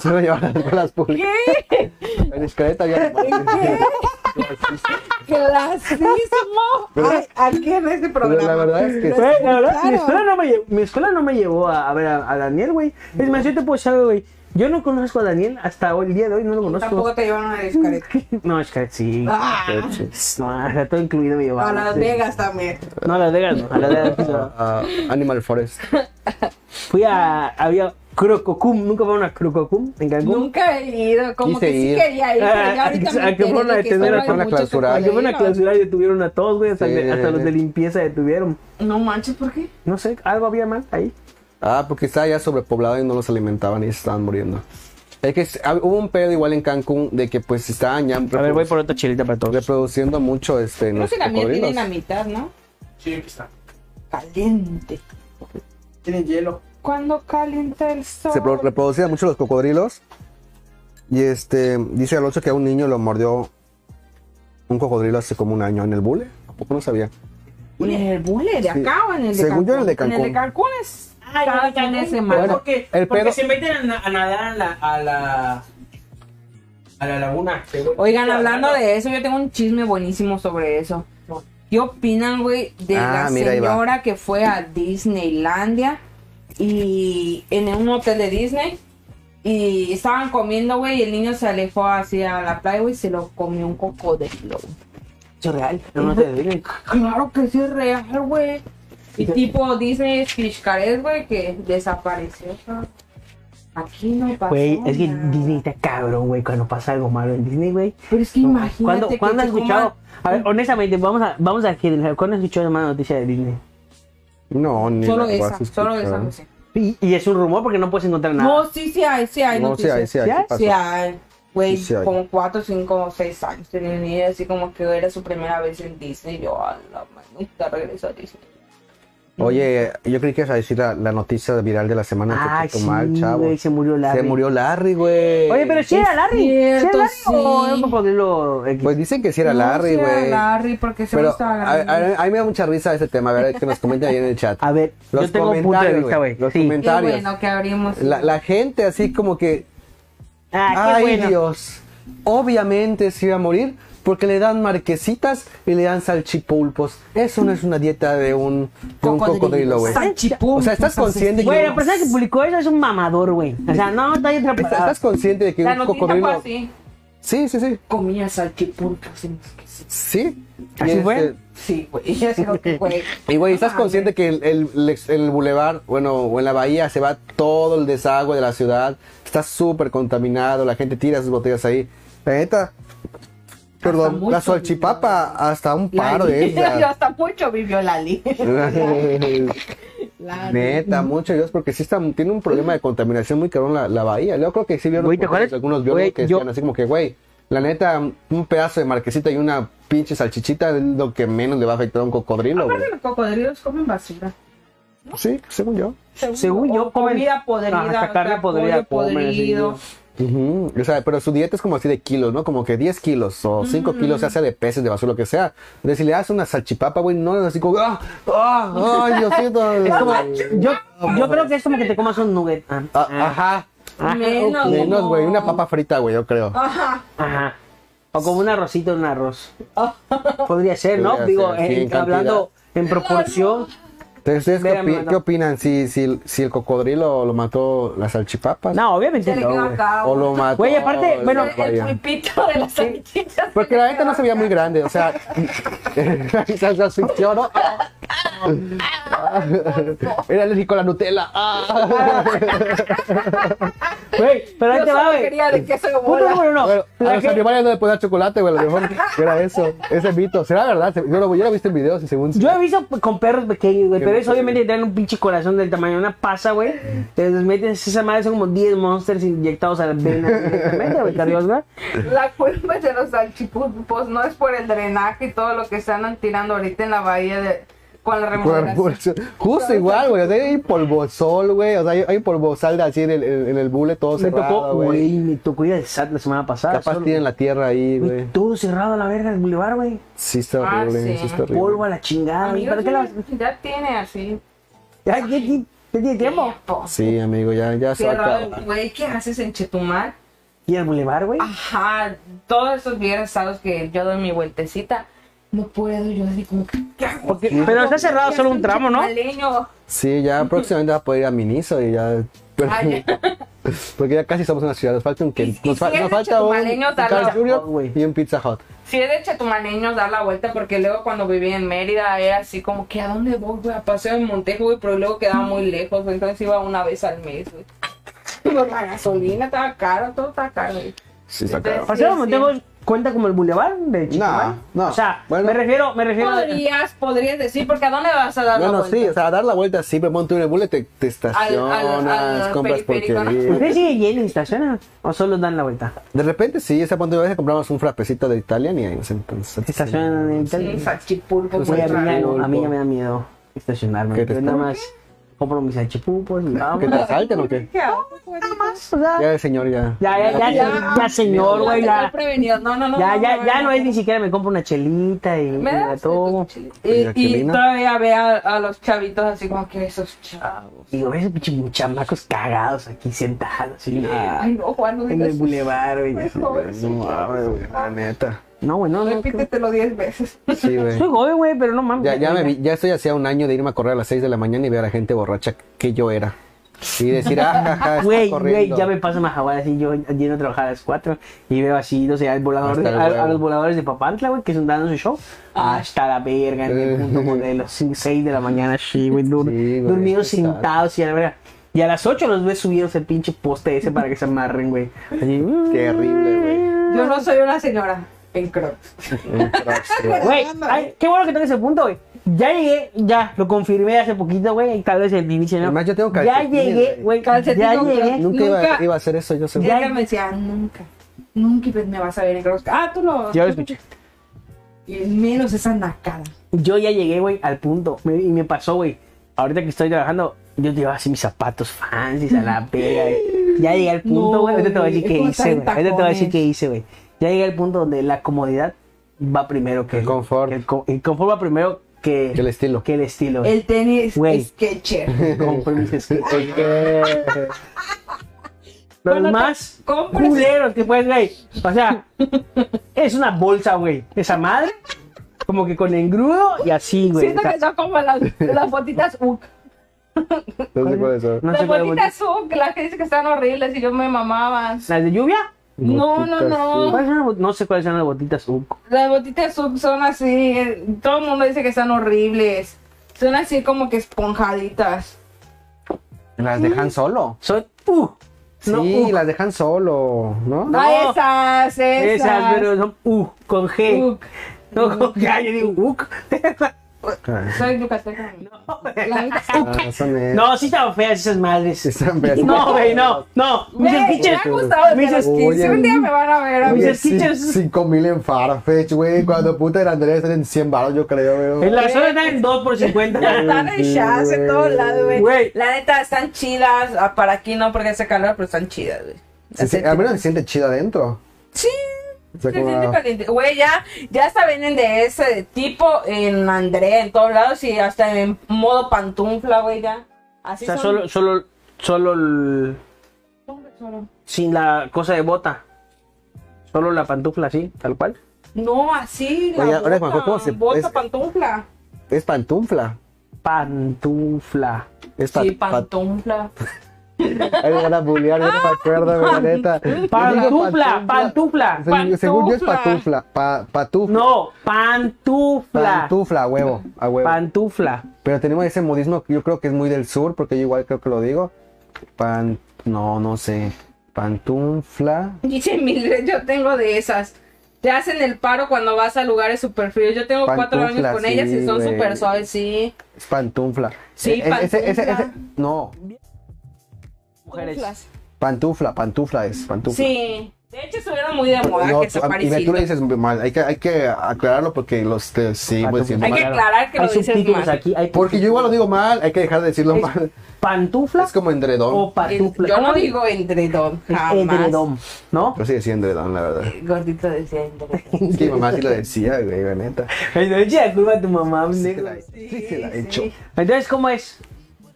Speaker 1: Se me llamaban a las públicas.
Speaker 2: ¿Qué?
Speaker 1: En Escaret había.
Speaker 2: ¡Clasismo! Ay, aquí en este
Speaker 1: Pero
Speaker 2: programa.
Speaker 1: la verdad es que.
Speaker 3: Güey, Pues, la verdad, mi,
Speaker 2: Claro.
Speaker 3: escuela no me llevó, mi escuela no me llevó a, a ver a, a Daniel, güey. Es más, yo te puedo decir algo, güey. Yo no conozco a Daniel hasta hoy, el día de hoy, no lo conozco.
Speaker 2: Tampoco te llevaron a Escareta.
Speaker 3: No, es que sí.
Speaker 2: Ah,
Speaker 3: No, hasta todo incluido me llevaba.
Speaker 2: a Las
Speaker 3: sí.
Speaker 2: Vegas también.
Speaker 3: No, a Las Vegas no. A Las Vegas no.
Speaker 1: Ah, Animal Forest.
Speaker 3: Fui a. Había Crococum. Nunca fueron a Crococum en Cancún.
Speaker 2: Nunca he ido, como
Speaker 1: Quise
Speaker 2: que sí
Speaker 1: ir.
Speaker 2: quería ir,
Speaker 3: Ah,
Speaker 2: pero ya ahorita
Speaker 3: a
Speaker 2: me
Speaker 3: que
Speaker 2: enteré
Speaker 3: fueron a
Speaker 2: de que
Speaker 3: detener,
Speaker 2: solo
Speaker 1: a
Speaker 2: hay
Speaker 1: fueron a
Speaker 2: muchos
Speaker 1: clausurar.
Speaker 3: Aquí fue una
Speaker 2: cocodrilos.
Speaker 3: clausura y detuvieron a todos, güey. Hasta,
Speaker 1: Sí.
Speaker 3: hasta los de limpieza detuvieron.
Speaker 2: No manches, ¿por qué?
Speaker 3: No sé, algo había mal ahí.
Speaker 1: Ah, porque estaba ya sobrepoblado y no los alimentaban y se estaban muriendo. Es que s- ah, hubo un pedo igual en Cancún de que pues estaban ya
Speaker 3: A ver, voy
Speaker 1: reprodu-
Speaker 3: por otra chelita para todos.
Speaker 1: reproduciendo mucho este. en
Speaker 2: Creo
Speaker 1: los
Speaker 2: que la mía tiene
Speaker 1: cocodrilos.
Speaker 2: la mitad, ¿no?
Speaker 4: Sí, está.
Speaker 2: Caliente.
Speaker 4: Tienen hielo.
Speaker 2: Cuando calienta el sol.
Speaker 1: se pro- reproducían mucho los cocodrilos. Y este, dice Alonso que a un niño lo mordió un cocodrilo hace como un año en el bule. ¿A poco no sabía?
Speaker 2: ¿En el bule de
Speaker 1: Sí.
Speaker 2: acá o en el de
Speaker 1: Según yo, en el de
Speaker 2: En el
Speaker 1: Cancún.
Speaker 2: de Cancún es cada fin de semana.
Speaker 1: Bueno,
Speaker 4: porque,
Speaker 1: el
Speaker 4: porque
Speaker 1: pedo-
Speaker 4: se meten a, na- a nadar a la, a la a la laguna.
Speaker 2: Oigan, hablando de eso, yo tengo un chisme buenísimo sobre eso. ¿Qué opinan, güey, de
Speaker 1: Ah,
Speaker 2: la
Speaker 1: mira, ahí va.
Speaker 2: señora que fue a Disneylandia y en un hotel de Disney y estaban comiendo, güey, y el niño se alejó hacia la playa, güey, y se lo comió un cocodrilo.
Speaker 3: Eso es real. No, no te digo.
Speaker 2: Claro que sí es real, güey. Y tipo Disney es Fiscaret, güey, que desapareció. ¿no? Aquí no pasa.
Speaker 3: Güey, es que Disney está cabrón, güey, cuando pasa algo malo en Disney, güey.
Speaker 2: Pero es que
Speaker 3: No,
Speaker 2: imagínate.
Speaker 3: ¿Cuándo,
Speaker 2: que
Speaker 3: ¿cuándo has
Speaker 2: Tucumán-
Speaker 3: escuchado? A ver, honestamente, vamos a, vamos a generalizar. ¿Cuándo has escuchado más noticia de Disney?
Speaker 1: No, ni
Speaker 2: Solo
Speaker 1: la voy a
Speaker 2: esa,
Speaker 1: escuchar.
Speaker 2: solo esa, no sé.
Speaker 3: Y, y es un rumor porque no puedes encontrar nada.
Speaker 2: No, sí, sí hay, sí hay.
Speaker 1: No, sí,
Speaker 2: noticias.
Speaker 1: ahí sí, ahí
Speaker 3: ¿Sí hay?
Speaker 1: sí pasó.
Speaker 2: Sí hay. Güey,
Speaker 1: Sí, sí hay.
Speaker 2: como 4, 5, 6 años tenía ni idea, así como que era su primera vez en Disney. Yo, a la madre, nunca regreso a Disney.
Speaker 1: Oye, yo creí que ibas a decir la, la noticia viral de la semana
Speaker 3: Ah,
Speaker 1: que te
Speaker 3: sí,
Speaker 1: tomó el chavo.
Speaker 3: güey, se murió Larry.
Speaker 1: Se murió Larry, güey.
Speaker 3: Oye, pero si
Speaker 2: Es
Speaker 3: era Larry. ¿Sí era
Speaker 2: cierto,
Speaker 3: Larry o
Speaker 2: sí.
Speaker 3: era un cocodrilo X?
Speaker 1: Pues dicen que sí era
Speaker 2: No,
Speaker 1: Larry,
Speaker 2: sí era
Speaker 1: güey.
Speaker 2: Larry, porque se
Speaker 1: Pero
Speaker 2: estaba
Speaker 1: a,
Speaker 2: grande.
Speaker 1: a- a mí me da mucha risa ese tema, a ver, que nos comenten ahí en el chat.
Speaker 3: A ver,
Speaker 1: Los
Speaker 3: yo tengo un punto de
Speaker 1: comentarios,
Speaker 3: vista,
Speaker 1: güey,
Speaker 3: güey.
Speaker 1: los
Speaker 3: Sí.
Speaker 1: comentarios.
Speaker 2: Qué bueno que abrimos.
Speaker 1: La, la gente así como que,
Speaker 3: Ah, qué
Speaker 1: ay
Speaker 3: bueno.
Speaker 1: Dios, obviamente se iba a morir porque le dan marquesitas y le dan salchipulpos. Eso no es una dieta de un, de un cocodrilo, güey.
Speaker 2: Salchipulpos, pues,
Speaker 1: O sea, ¿estás consciente que-
Speaker 3: Bueno, pero ¿sabes que publicó eso? Es un mamador, güey. O sea, no, está bien
Speaker 1: ¿Estás,
Speaker 3: atrapado.
Speaker 1: estás consciente de que
Speaker 2: La
Speaker 1: un
Speaker 2: noticia fue
Speaker 1: cocodrilo...
Speaker 2: así.
Speaker 1: Sí, sí, sí.
Speaker 2: Comía salchipulpos. y no sé qué.
Speaker 1: Sí.
Speaker 3: ¿Así
Speaker 1: Y, este,
Speaker 3: fue?
Speaker 2: Sí, güey. Yo creo que, güey.
Speaker 1: Y güey, ¿estás consciente que el, el, el ex- el bulevar, bueno, o en la bahía se va todo el desagüe de la ciudad? Está súper contaminado, la gente tira sus botellas ahí. La neta, perdón,
Speaker 2: mucho,
Speaker 1: la salchipapa hasta un paro de
Speaker 2: Yo
Speaker 1: ellas.
Speaker 2: hasta mucho vivió Lali.
Speaker 1: neta, mucho Dios, porque sí está, tiene un problema de contaminación muy cabrón la, la bahía. Yo creo que sí vieron
Speaker 3: Güey, ¿te
Speaker 1: reportajes de algunos
Speaker 3: acuerdas?
Speaker 1: biólogos
Speaker 3: Güey,
Speaker 1: que
Speaker 3: yo-
Speaker 1: decían así como que, güey, la neta, un pedazo de marquesita y una pinche salchichita es lo que menos le va a afectar a un cocodrilo, güey.
Speaker 2: Aparte, los cocodrilos comen basura.
Speaker 1: Sí, según yo.
Speaker 3: Según yo,
Speaker 2: o
Speaker 3: comen-
Speaker 2: comida podrida.
Speaker 3: Ajá,
Speaker 2: o
Speaker 3: carne
Speaker 2: sea,
Speaker 3: podrida
Speaker 2: pollo
Speaker 3: comen,
Speaker 2: podrido.
Speaker 1: Ujú, O sea, pero su dieta es como así de kilos, ¿no? Como que 10 kilos o 5 kilos se hace de peces, de basura, lo que sea. Entonces, si le das una salchipapa, güey, no es así como, ¡ah! ¡ah! ¡ay, Diosito!
Speaker 3: Es como, yo, yo creo que es como que te comas un nugget. Ah,
Speaker 1: Ah,
Speaker 3: ah,
Speaker 1: ajá.
Speaker 3: ajá.
Speaker 2: Menos.
Speaker 3: ok.
Speaker 1: Menos, güey, una papa frita, güey, yo creo.
Speaker 3: Ah.
Speaker 2: Ajá.
Speaker 1: ah.
Speaker 3: Ajá. O como un arrocito en un arroz. Podría ser, ¿no?
Speaker 1: Podría
Speaker 3: Digo,
Speaker 1: ser, sí,
Speaker 3: en-
Speaker 1: en cantidad.
Speaker 3: hablando en proporción.
Speaker 1: Entonces, ¿ustedes qué,
Speaker 3: Verán,
Speaker 1: opi-
Speaker 3: mano.
Speaker 1: qué opinan? ¿Si, si, si el cocodrilo lo mató la salchipapa?
Speaker 3: No, obviamente
Speaker 2: Se le
Speaker 3: no,
Speaker 2: quedó
Speaker 3: güey.
Speaker 2: acá.
Speaker 1: ¿O lo mató?
Speaker 3: Güey, aparte, bueno,
Speaker 1: la
Speaker 2: El
Speaker 1: valla?
Speaker 2: pulpito de las salchichas.
Speaker 1: Porque la neta no se veía muy grande, o sea, se se asfixió, ¿no? Era alérgico a la Nutella. Ah.
Speaker 3: Güey, pero ahí
Speaker 2: Yo
Speaker 3: te va,
Speaker 2: solo
Speaker 3: güey.
Speaker 2: quería de queso como
Speaker 3: Punto
Speaker 2: la-
Speaker 3: número uno.
Speaker 1: Bueno, a
Speaker 3: La
Speaker 1: los
Speaker 3: que-
Speaker 1: animales no le pueden dar chocolate, güey, a lo mejor era eso, ese mito. ¿Será verdad? Se- Yo lo, yo lo he visto en videos y según...
Speaker 3: Yo he visto con perros pequeños, güey,
Speaker 1: Qué
Speaker 3: pero eso
Speaker 1: maravilla.
Speaker 3: obviamente tienen un pinche corazón del tamaño de una pasa, güey. Te los meten esa madre, son como 10 monsters inyectados a la vena directamente, güey, cargados, güey.
Speaker 2: La culpa es de los salchipulpos no es por el drenaje y todo lo que están tirando ahorita en la bahía de, con la
Speaker 1: Con la
Speaker 2: remodelación.
Speaker 1: revolución. Justo igual, güey, o sea, hay polvosol, güey, o sea, hay, hay polvosal de así en el, en en el bule todo
Speaker 3: Me tocó,
Speaker 1: cerrado, güey.
Speaker 3: güey, me tocó ir al SAT la semana pasada.
Speaker 1: Capaz
Speaker 3: solo,
Speaker 1: tienen la tierra ahí,
Speaker 3: güey,
Speaker 1: güey.
Speaker 3: Todo cerrado a la verga del boulevard, güey.
Speaker 1: Sí está
Speaker 2: Ah,
Speaker 1: horrible,
Speaker 2: sí.
Speaker 1: sí está horrible.
Speaker 3: Polvo a la chingada, güey.
Speaker 2: Amigos,
Speaker 3: ¿Para qué la vas-
Speaker 2: ya- Ya tiene así.
Speaker 3: Ya, ya, ya, ya tiene tiempo.
Speaker 2: tiempo.
Speaker 1: Sí, amigo, ya, ya se va a
Speaker 2: Cerrado,
Speaker 1: acabar.
Speaker 2: güey, ¿qué haces en Chetumal?
Speaker 3: Y el boulevard, güey.
Speaker 2: Ah, Ajá, todos esos viernes sábados que yo doy mi vueltecita, no puedo, yo así como, que, ¿qué hago?
Speaker 3: Porque- pero está cerrado
Speaker 2: Ya
Speaker 3: solo
Speaker 2: soy
Speaker 3: un tramo, ¿no?
Speaker 2: chapaleño.
Speaker 1: Sí, ya próximamente vas a poder ir a Miniso y ya.
Speaker 2: Ah, ya.
Speaker 1: Porque ya casi somos una ciudad, nos falta un que
Speaker 2: Y- y
Speaker 1: nos,
Speaker 2: si
Speaker 1: fal-
Speaker 2: eres
Speaker 1: nos falta un
Speaker 2: chetumaleño, dale.
Speaker 1: Carl Jr.
Speaker 3: Güey.
Speaker 1: y un Pizza Hut.
Speaker 2: Si es de chetumaleños, dar la vuelta, porque luego cuando viví en Mérida era así como que, ¿a dónde voy, güey? A paseo en Montejo, güey, pero luego quedaba muy lejos, güey, entonces iba una vez al mes, güey. Por la gasolina estaba caro, todo estaba caro, güey.
Speaker 1: Sí,
Speaker 2: está caro.
Speaker 3: O sea,
Speaker 2: sí, sí.
Speaker 3: tengo cuenta como el boulevard de Chicago.
Speaker 1: no,
Speaker 3: O sea,
Speaker 1: bueno.
Speaker 3: me refiero, me refiero.
Speaker 2: Podrías, podrías decir, porque ¿a dónde vas a dar la
Speaker 1: Bueno,
Speaker 2: vuelta?
Speaker 1: sí, o sea, dar la vuelta sí, pero monte un bule, te, te estacionas,
Speaker 2: al
Speaker 1: compras
Speaker 2: periférico, ¿no?
Speaker 1: porquería.
Speaker 3: ¿Ustedes siguen lleno y estacionan? ¿O solo dan la vuelta?
Speaker 1: De repente sí, esa ponte a veces compramos un frapecito de Italian y ahí nos entonces.
Speaker 3: Estacionan en
Speaker 2: Sí,
Speaker 3: el
Speaker 2: salchipulpo,
Speaker 1: Pues,
Speaker 3: Güey, a, mí,
Speaker 2: güey.
Speaker 3: ya no-
Speaker 1: Salchipulpo.
Speaker 3: a mí ya me da miedo estacionarme.
Speaker 1: ¿Qué te
Speaker 3: Yo nada más compro mis salchipupos y
Speaker 1: ¿Que
Speaker 3: vamos.
Speaker 1: te asalten o qué?
Speaker 2: pues?
Speaker 3: Nada más, o sea,
Speaker 1: Ya el señor ya.
Speaker 3: ya, ya, ya, ya, ya, señor, güey, ya.
Speaker 2: Prevenido. No, no, no.
Speaker 3: Ya,
Speaker 2: no,
Speaker 3: ya,
Speaker 2: no,
Speaker 3: ya no es ni siquiera me compro una chelita y
Speaker 2: Me
Speaker 3: me
Speaker 2: das
Speaker 3: la
Speaker 2: de
Speaker 3: tomo.
Speaker 2: tus chilitos.
Speaker 1: Y la
Speaker 2: Y, y
Speaker 1: chelina.
Speaker 2: todavía ve a, a los chavitos así como que esos chavos.
Speaker 3: Digo, esos pinches chamacos cagados aquí sentados. y-
Speaker 2: Ay, no, Juan, no
Speaker 3: en el
Speaker 2: digas.
Speaker 3: bulevar, güey.
Speaker 2: Ay,
Speaker 1: No
Speaker 2: jovencito.
Speaker 1: mames, güey, la neta.
Speaker 3: No, güey, no, no.
Speaker 2: Repítetelo diez veces.
Speaker 1: Sí, güey.
Speaker 3: Soy joven, güey, pero no mames.
Speaker 1: Ya, ya, me vi- ya estoy hacía un año de irme a correr a las 6 de la mañana y ver a la gente borracha que yo era. Y decir, ah, ja, ja, está
Speaker 3: Güey, güey,
Speaker 1: corriendo.
Speaker 3: ya me pasa más jaguar así. Yo lleno a trabajar a las 4 y veo así, no sé, al volador de-
Speaker 1: Hasta el
Speaker 3: a, a
Speaker 1: huevo. Ah.
Speaker 3: los voladores de Papantla, güey, que son dando su show. Hasta la verga, en el punto como de las 6 de la mañana, así, güey, dur-
Speaker 1: Eh. Sí, güey,
Speaker 3: dormidos
Speaker 1: qué sad.
Speaker 3: sentados y a la verga. Y a las 8 los ves subidos el pinche poste ese para que se amarren, güey. Así, uh,
Speaker 1: Terrible, güey.
Speaker 2: Yo no soy una señora en crocs.
Speaker 1: Un crack, güey.
Speaker 3: Güey, ay, qué bueno que toques ese punto, güey. Ya llegué, ya, lo confirmé hace poquito, güey, y tal vez el inicio, ¿no?
Speaker 1: Además, yo tengo
Speaker 3: Ya
Speaker 1: calcetines,
Speaker 3: llegué, güey,
Speaker 2: Calcetín
Speaker 3: ya
Speaker 2: con
Speaker 3: llegué.
Speaker 2: crocs.
Speaker 1: Nunca, iba,
Speaker 2: Nunca-
Speaker 1: iba a hacer eso, yo sé.
Speaker 2: Y ella me decía, nunca, nunca me vas a ver en crocs. Ah, tú lo.
Speaker 3: Ya lo
Speaker 2: tú-
Speaker 3: escuché.
Speaker 2: Y menos esa nacada.
Speaker 3: Yo ya llegué, güey, al punto. Me- y me pasó, güey. Ahorita que estoy trabajando, yo llevaba así mis zapatos fancies a la pega, güey. Ya llegué al punto,
Speaker 2: No,
Speaker 3: güey. Ahorita te voy a decir
Speaker 2: es
Speaker 3: qué
Speaker 2: como estar
Speaker 3: hice,
Speaker 2: en
Speaker 3: güey. Ahorita te voy a decir
Speaker 2: tacones.
Speaker 3: qué hice, güey. Ya llegué al punto donde la comodidad va primero que
Speaker 1: El confort.
Speaker 3: que El, co- el confort va primero que,
Speaker 1: Que el estilo.
Speaker 3: que el estilo, güey.
Speaker 2: El tenis
Speaker 3: Güey.
Speaker 2: Sketcher.
Speaker 3: Compré mis skates.
Speaker 2: Cuando
Speaker 3: Los
Speaker 2: te
Speaker 3: más
Speaker 2: compres-
Speaker 3: culeros que puedes, güey. O sea, es una bolsa, güey. Esa madre, como que con engrudo y así, güey.
Speaker 2: Siento
Speaker 3: O sea,
Speaker 2: que son como las, las botitas UC.
Speaker 1: No sé cuáles son.
Speaker 3: no sé
Speaker 2: las
Speaker 3: cuál bolsa.
Speaker 2: botitas UC, las que dicen que están horribles y yo me mamaba.
Speaker 3: ¿Las de lluvia?
Speaker 2: No, no, no.
Speaker 3: ¿Cuáles son las bot- No sé cuáles son las botitas Uco.
Speaker 2: Las botitas UC son así. eh, Todo el mundo dice que están horribles. Son así como que esponjaditas.
Speaker 1: Las dejan solo.
Speaker 3: Son U. No,
Speaker 1: sí,
Speaker 3: U.
Speaker 1: las dejan solo, ¿no?
Speaker 3: No.
Speaker 2: Ah, esas, esas.
Speaker 3: Esas, pero son U, con G.
Speaker 2: UC.
Speaker 3: No, con G, yo digo UC.
Speaker 1: Ah,
Speaker 2: Soy yucateca. No. La neta,
Speaker 1: son esas.
Speaker 3: Ah, No, sí estaban feas esas madres.
Speaker 1: Están feas.
Speaker 3: No, güey, no, no.
Speaker 2: Güey,
Speaker 3: Mis
Speaker 2: me
Speaker 3: sketches.
Speaker 2: han gustado
Speaker 3: Mis
Speaker 2: desde los
Speaker 1: Oye,
Speaker 2: 15. Un día me van a ver a mí.
Speaker 1: Oye,
Speaker 3: Mis sketches.
Speaker 1: sí, cinco mil en Farfetch, güey. Cuando puta eran Andrés en 100 baros, yo creo, güey.
Speaker 3: En la zona están en 2 por 50.
Speaker 2: Están en Shaz en todos lados,
Speaker 3: Güey.
Speaker 2: güey. La neta, están chidas. Ah, Para aquí no, porque hace calor, pero están chidas, güey.
Speaker 1: Sí, sí, al menos se siente chido adentro.
Speaker 2: Sí.
Speaker 1: O sea,
Speaker 2: Se
Speaker 1: como-
Speaker 2: siente caliente. Güey, ya, ya hasta venden de ese tipo en Andrea, en todos lados, y hasta en modo pantufla, güey, ya.
Speaker 3: O
Speaker 2: Así
Speaker 3: sea,
Speaker 2: son.
Speaker 3: solo, solo, solo el- sin la cosa de bota. Solo la pantufla así, tal cual.
Speaker 2: No, así, la
Speaker 1: Oye, ahora es
Speaker 2: bota,
Speaker 1: mejor, ¿cómo se-
Speaker 2: bota
Speaker 1: es-
Speaker 2: pantufla.
Speaker 1: Es pantufla.
Speaker 3: Pantufla.
Speaker 1: Es
Speaker 2: Sí,
Speaker 1: pat- pat-
Speaker 2: pantufla.
Speaker 1: Ay, me van a bullear, yo no me acuerdo, güey, la neta. Yo digo
Speaker 3: Pantufla, pantufla.
Speaker 1: Según- Según yo es
Speaker 2: Pantufla.
Speaker 1: pantufla. Pa, patufla.
Speaker 3: No, pantufla.
Speaker 1: Pantufla, a huevo, a huevo.
Speaker 3: Pantufla.
Speaker 1: Pero tenemos ese modismo que yo creo que es muy del sur, porque yo igual creo que lo digo. Pan, no, no sé. Pantufla.
Speaker 2: Dice Mildred, yo tengo de esas. Te hacen el paro cuando vas a lugares super fríos. Yo tengo cuatro años
Speaker 1: Pantuflas,
Speaker 2: con ellas
Speaker 1: sí,
Speaker 2: y son
Speaker 1: güey.
Speaker 2: súper suaves, sí.
Speaker 1: Es pantufla.
Speaker 2: Sí,
Speaker 1: E- e- ese- ese-
Speaker 2: pantufla.
Speaker 1: ese- no,
Speaker 3: Mujeres.
Speaker 1: pantufla, pantufla es, pantufla.
Speaker 2: Sí. De hecho, estuvieron muy de moda
Speaker 1: No,
Speaker 2: que
Speaker 1: tú,
Speaker 2: se
Speaker 1: y ve, tú lo
Speaker 2: parecían.
Speaker 1: dices mal, hay que, hay que aclararlo porque los te- sí,
Speaker 3: Pantufla.
Speaker 1: pues, sí,
Speaker 2: Hay
Speaker 1: mal.
Speaker 2: que aclarar que
Speaker 3: Hay
Speaker 2: lo dices
Speaker 3: subtítulos
Speaker 2: mal.
Speaker 3: aquí. hay
Speaker 1: Porque yo igual lo digo mal, hay que dejar de decirlo
Speaker 3: Es-
Speaker 1: mal.
Speaker 3: ¿Pantufla
Speaker 1: Es como endredón.
Speaker 3: o pantufla?
Speaker 2: Yo no digo entredón, jamás.
Speaker 3: Edredón, ¿no?
Speaker 1: Yo sí decía endredón, la verdad.
Speaker 2: Gordito decía entredón.
Speaker 1: Es que mi mamá sí lo decía, güey, la neta.
Speaker 3: Ay, no le eche la culpa a tu mamá, un
Speaker 1: Sí, se
Speaker 3: negro.
Speaker 1: la, sí se la he hecho.
Speaker 3: Entonces, ¿cómo es?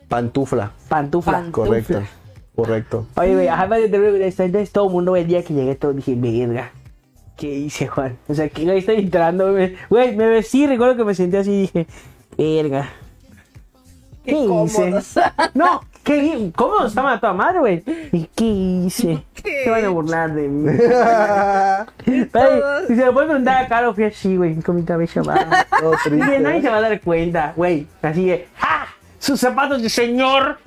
Speaker 1: Pantufla,
Speaker 3: Pantufla.
Speaker 2: Pan-
Speaker 1: correcto, correcto.
Speaker 3: Oye, güey, ajá, vale, te veo, güey, entonces todo el mundo, güey, el día que llegué, todo dije, verga, ¿qué hice, Juan? O sea, que ahí estoy entrando, güey. Güey, me vestí, recuerdo que me senté así y dije, verga.
Speaker 2: Qué cómodos.
Speaker 3: No, qué bien, cómodos estaban a toda madre, güey. ¿Y qué hice? Se van a burlar de mí. Güey, si se lo puedes preguntar a Caro, fui así, güey, con mi cabeza baja.
Speaker 1: Todo
Speaker 3: Dije, nadie se
Speaker 1: triste.
Speaker 3: va a dar cuenta, güey. Así de, ¡ja! Sus zapatos de señor.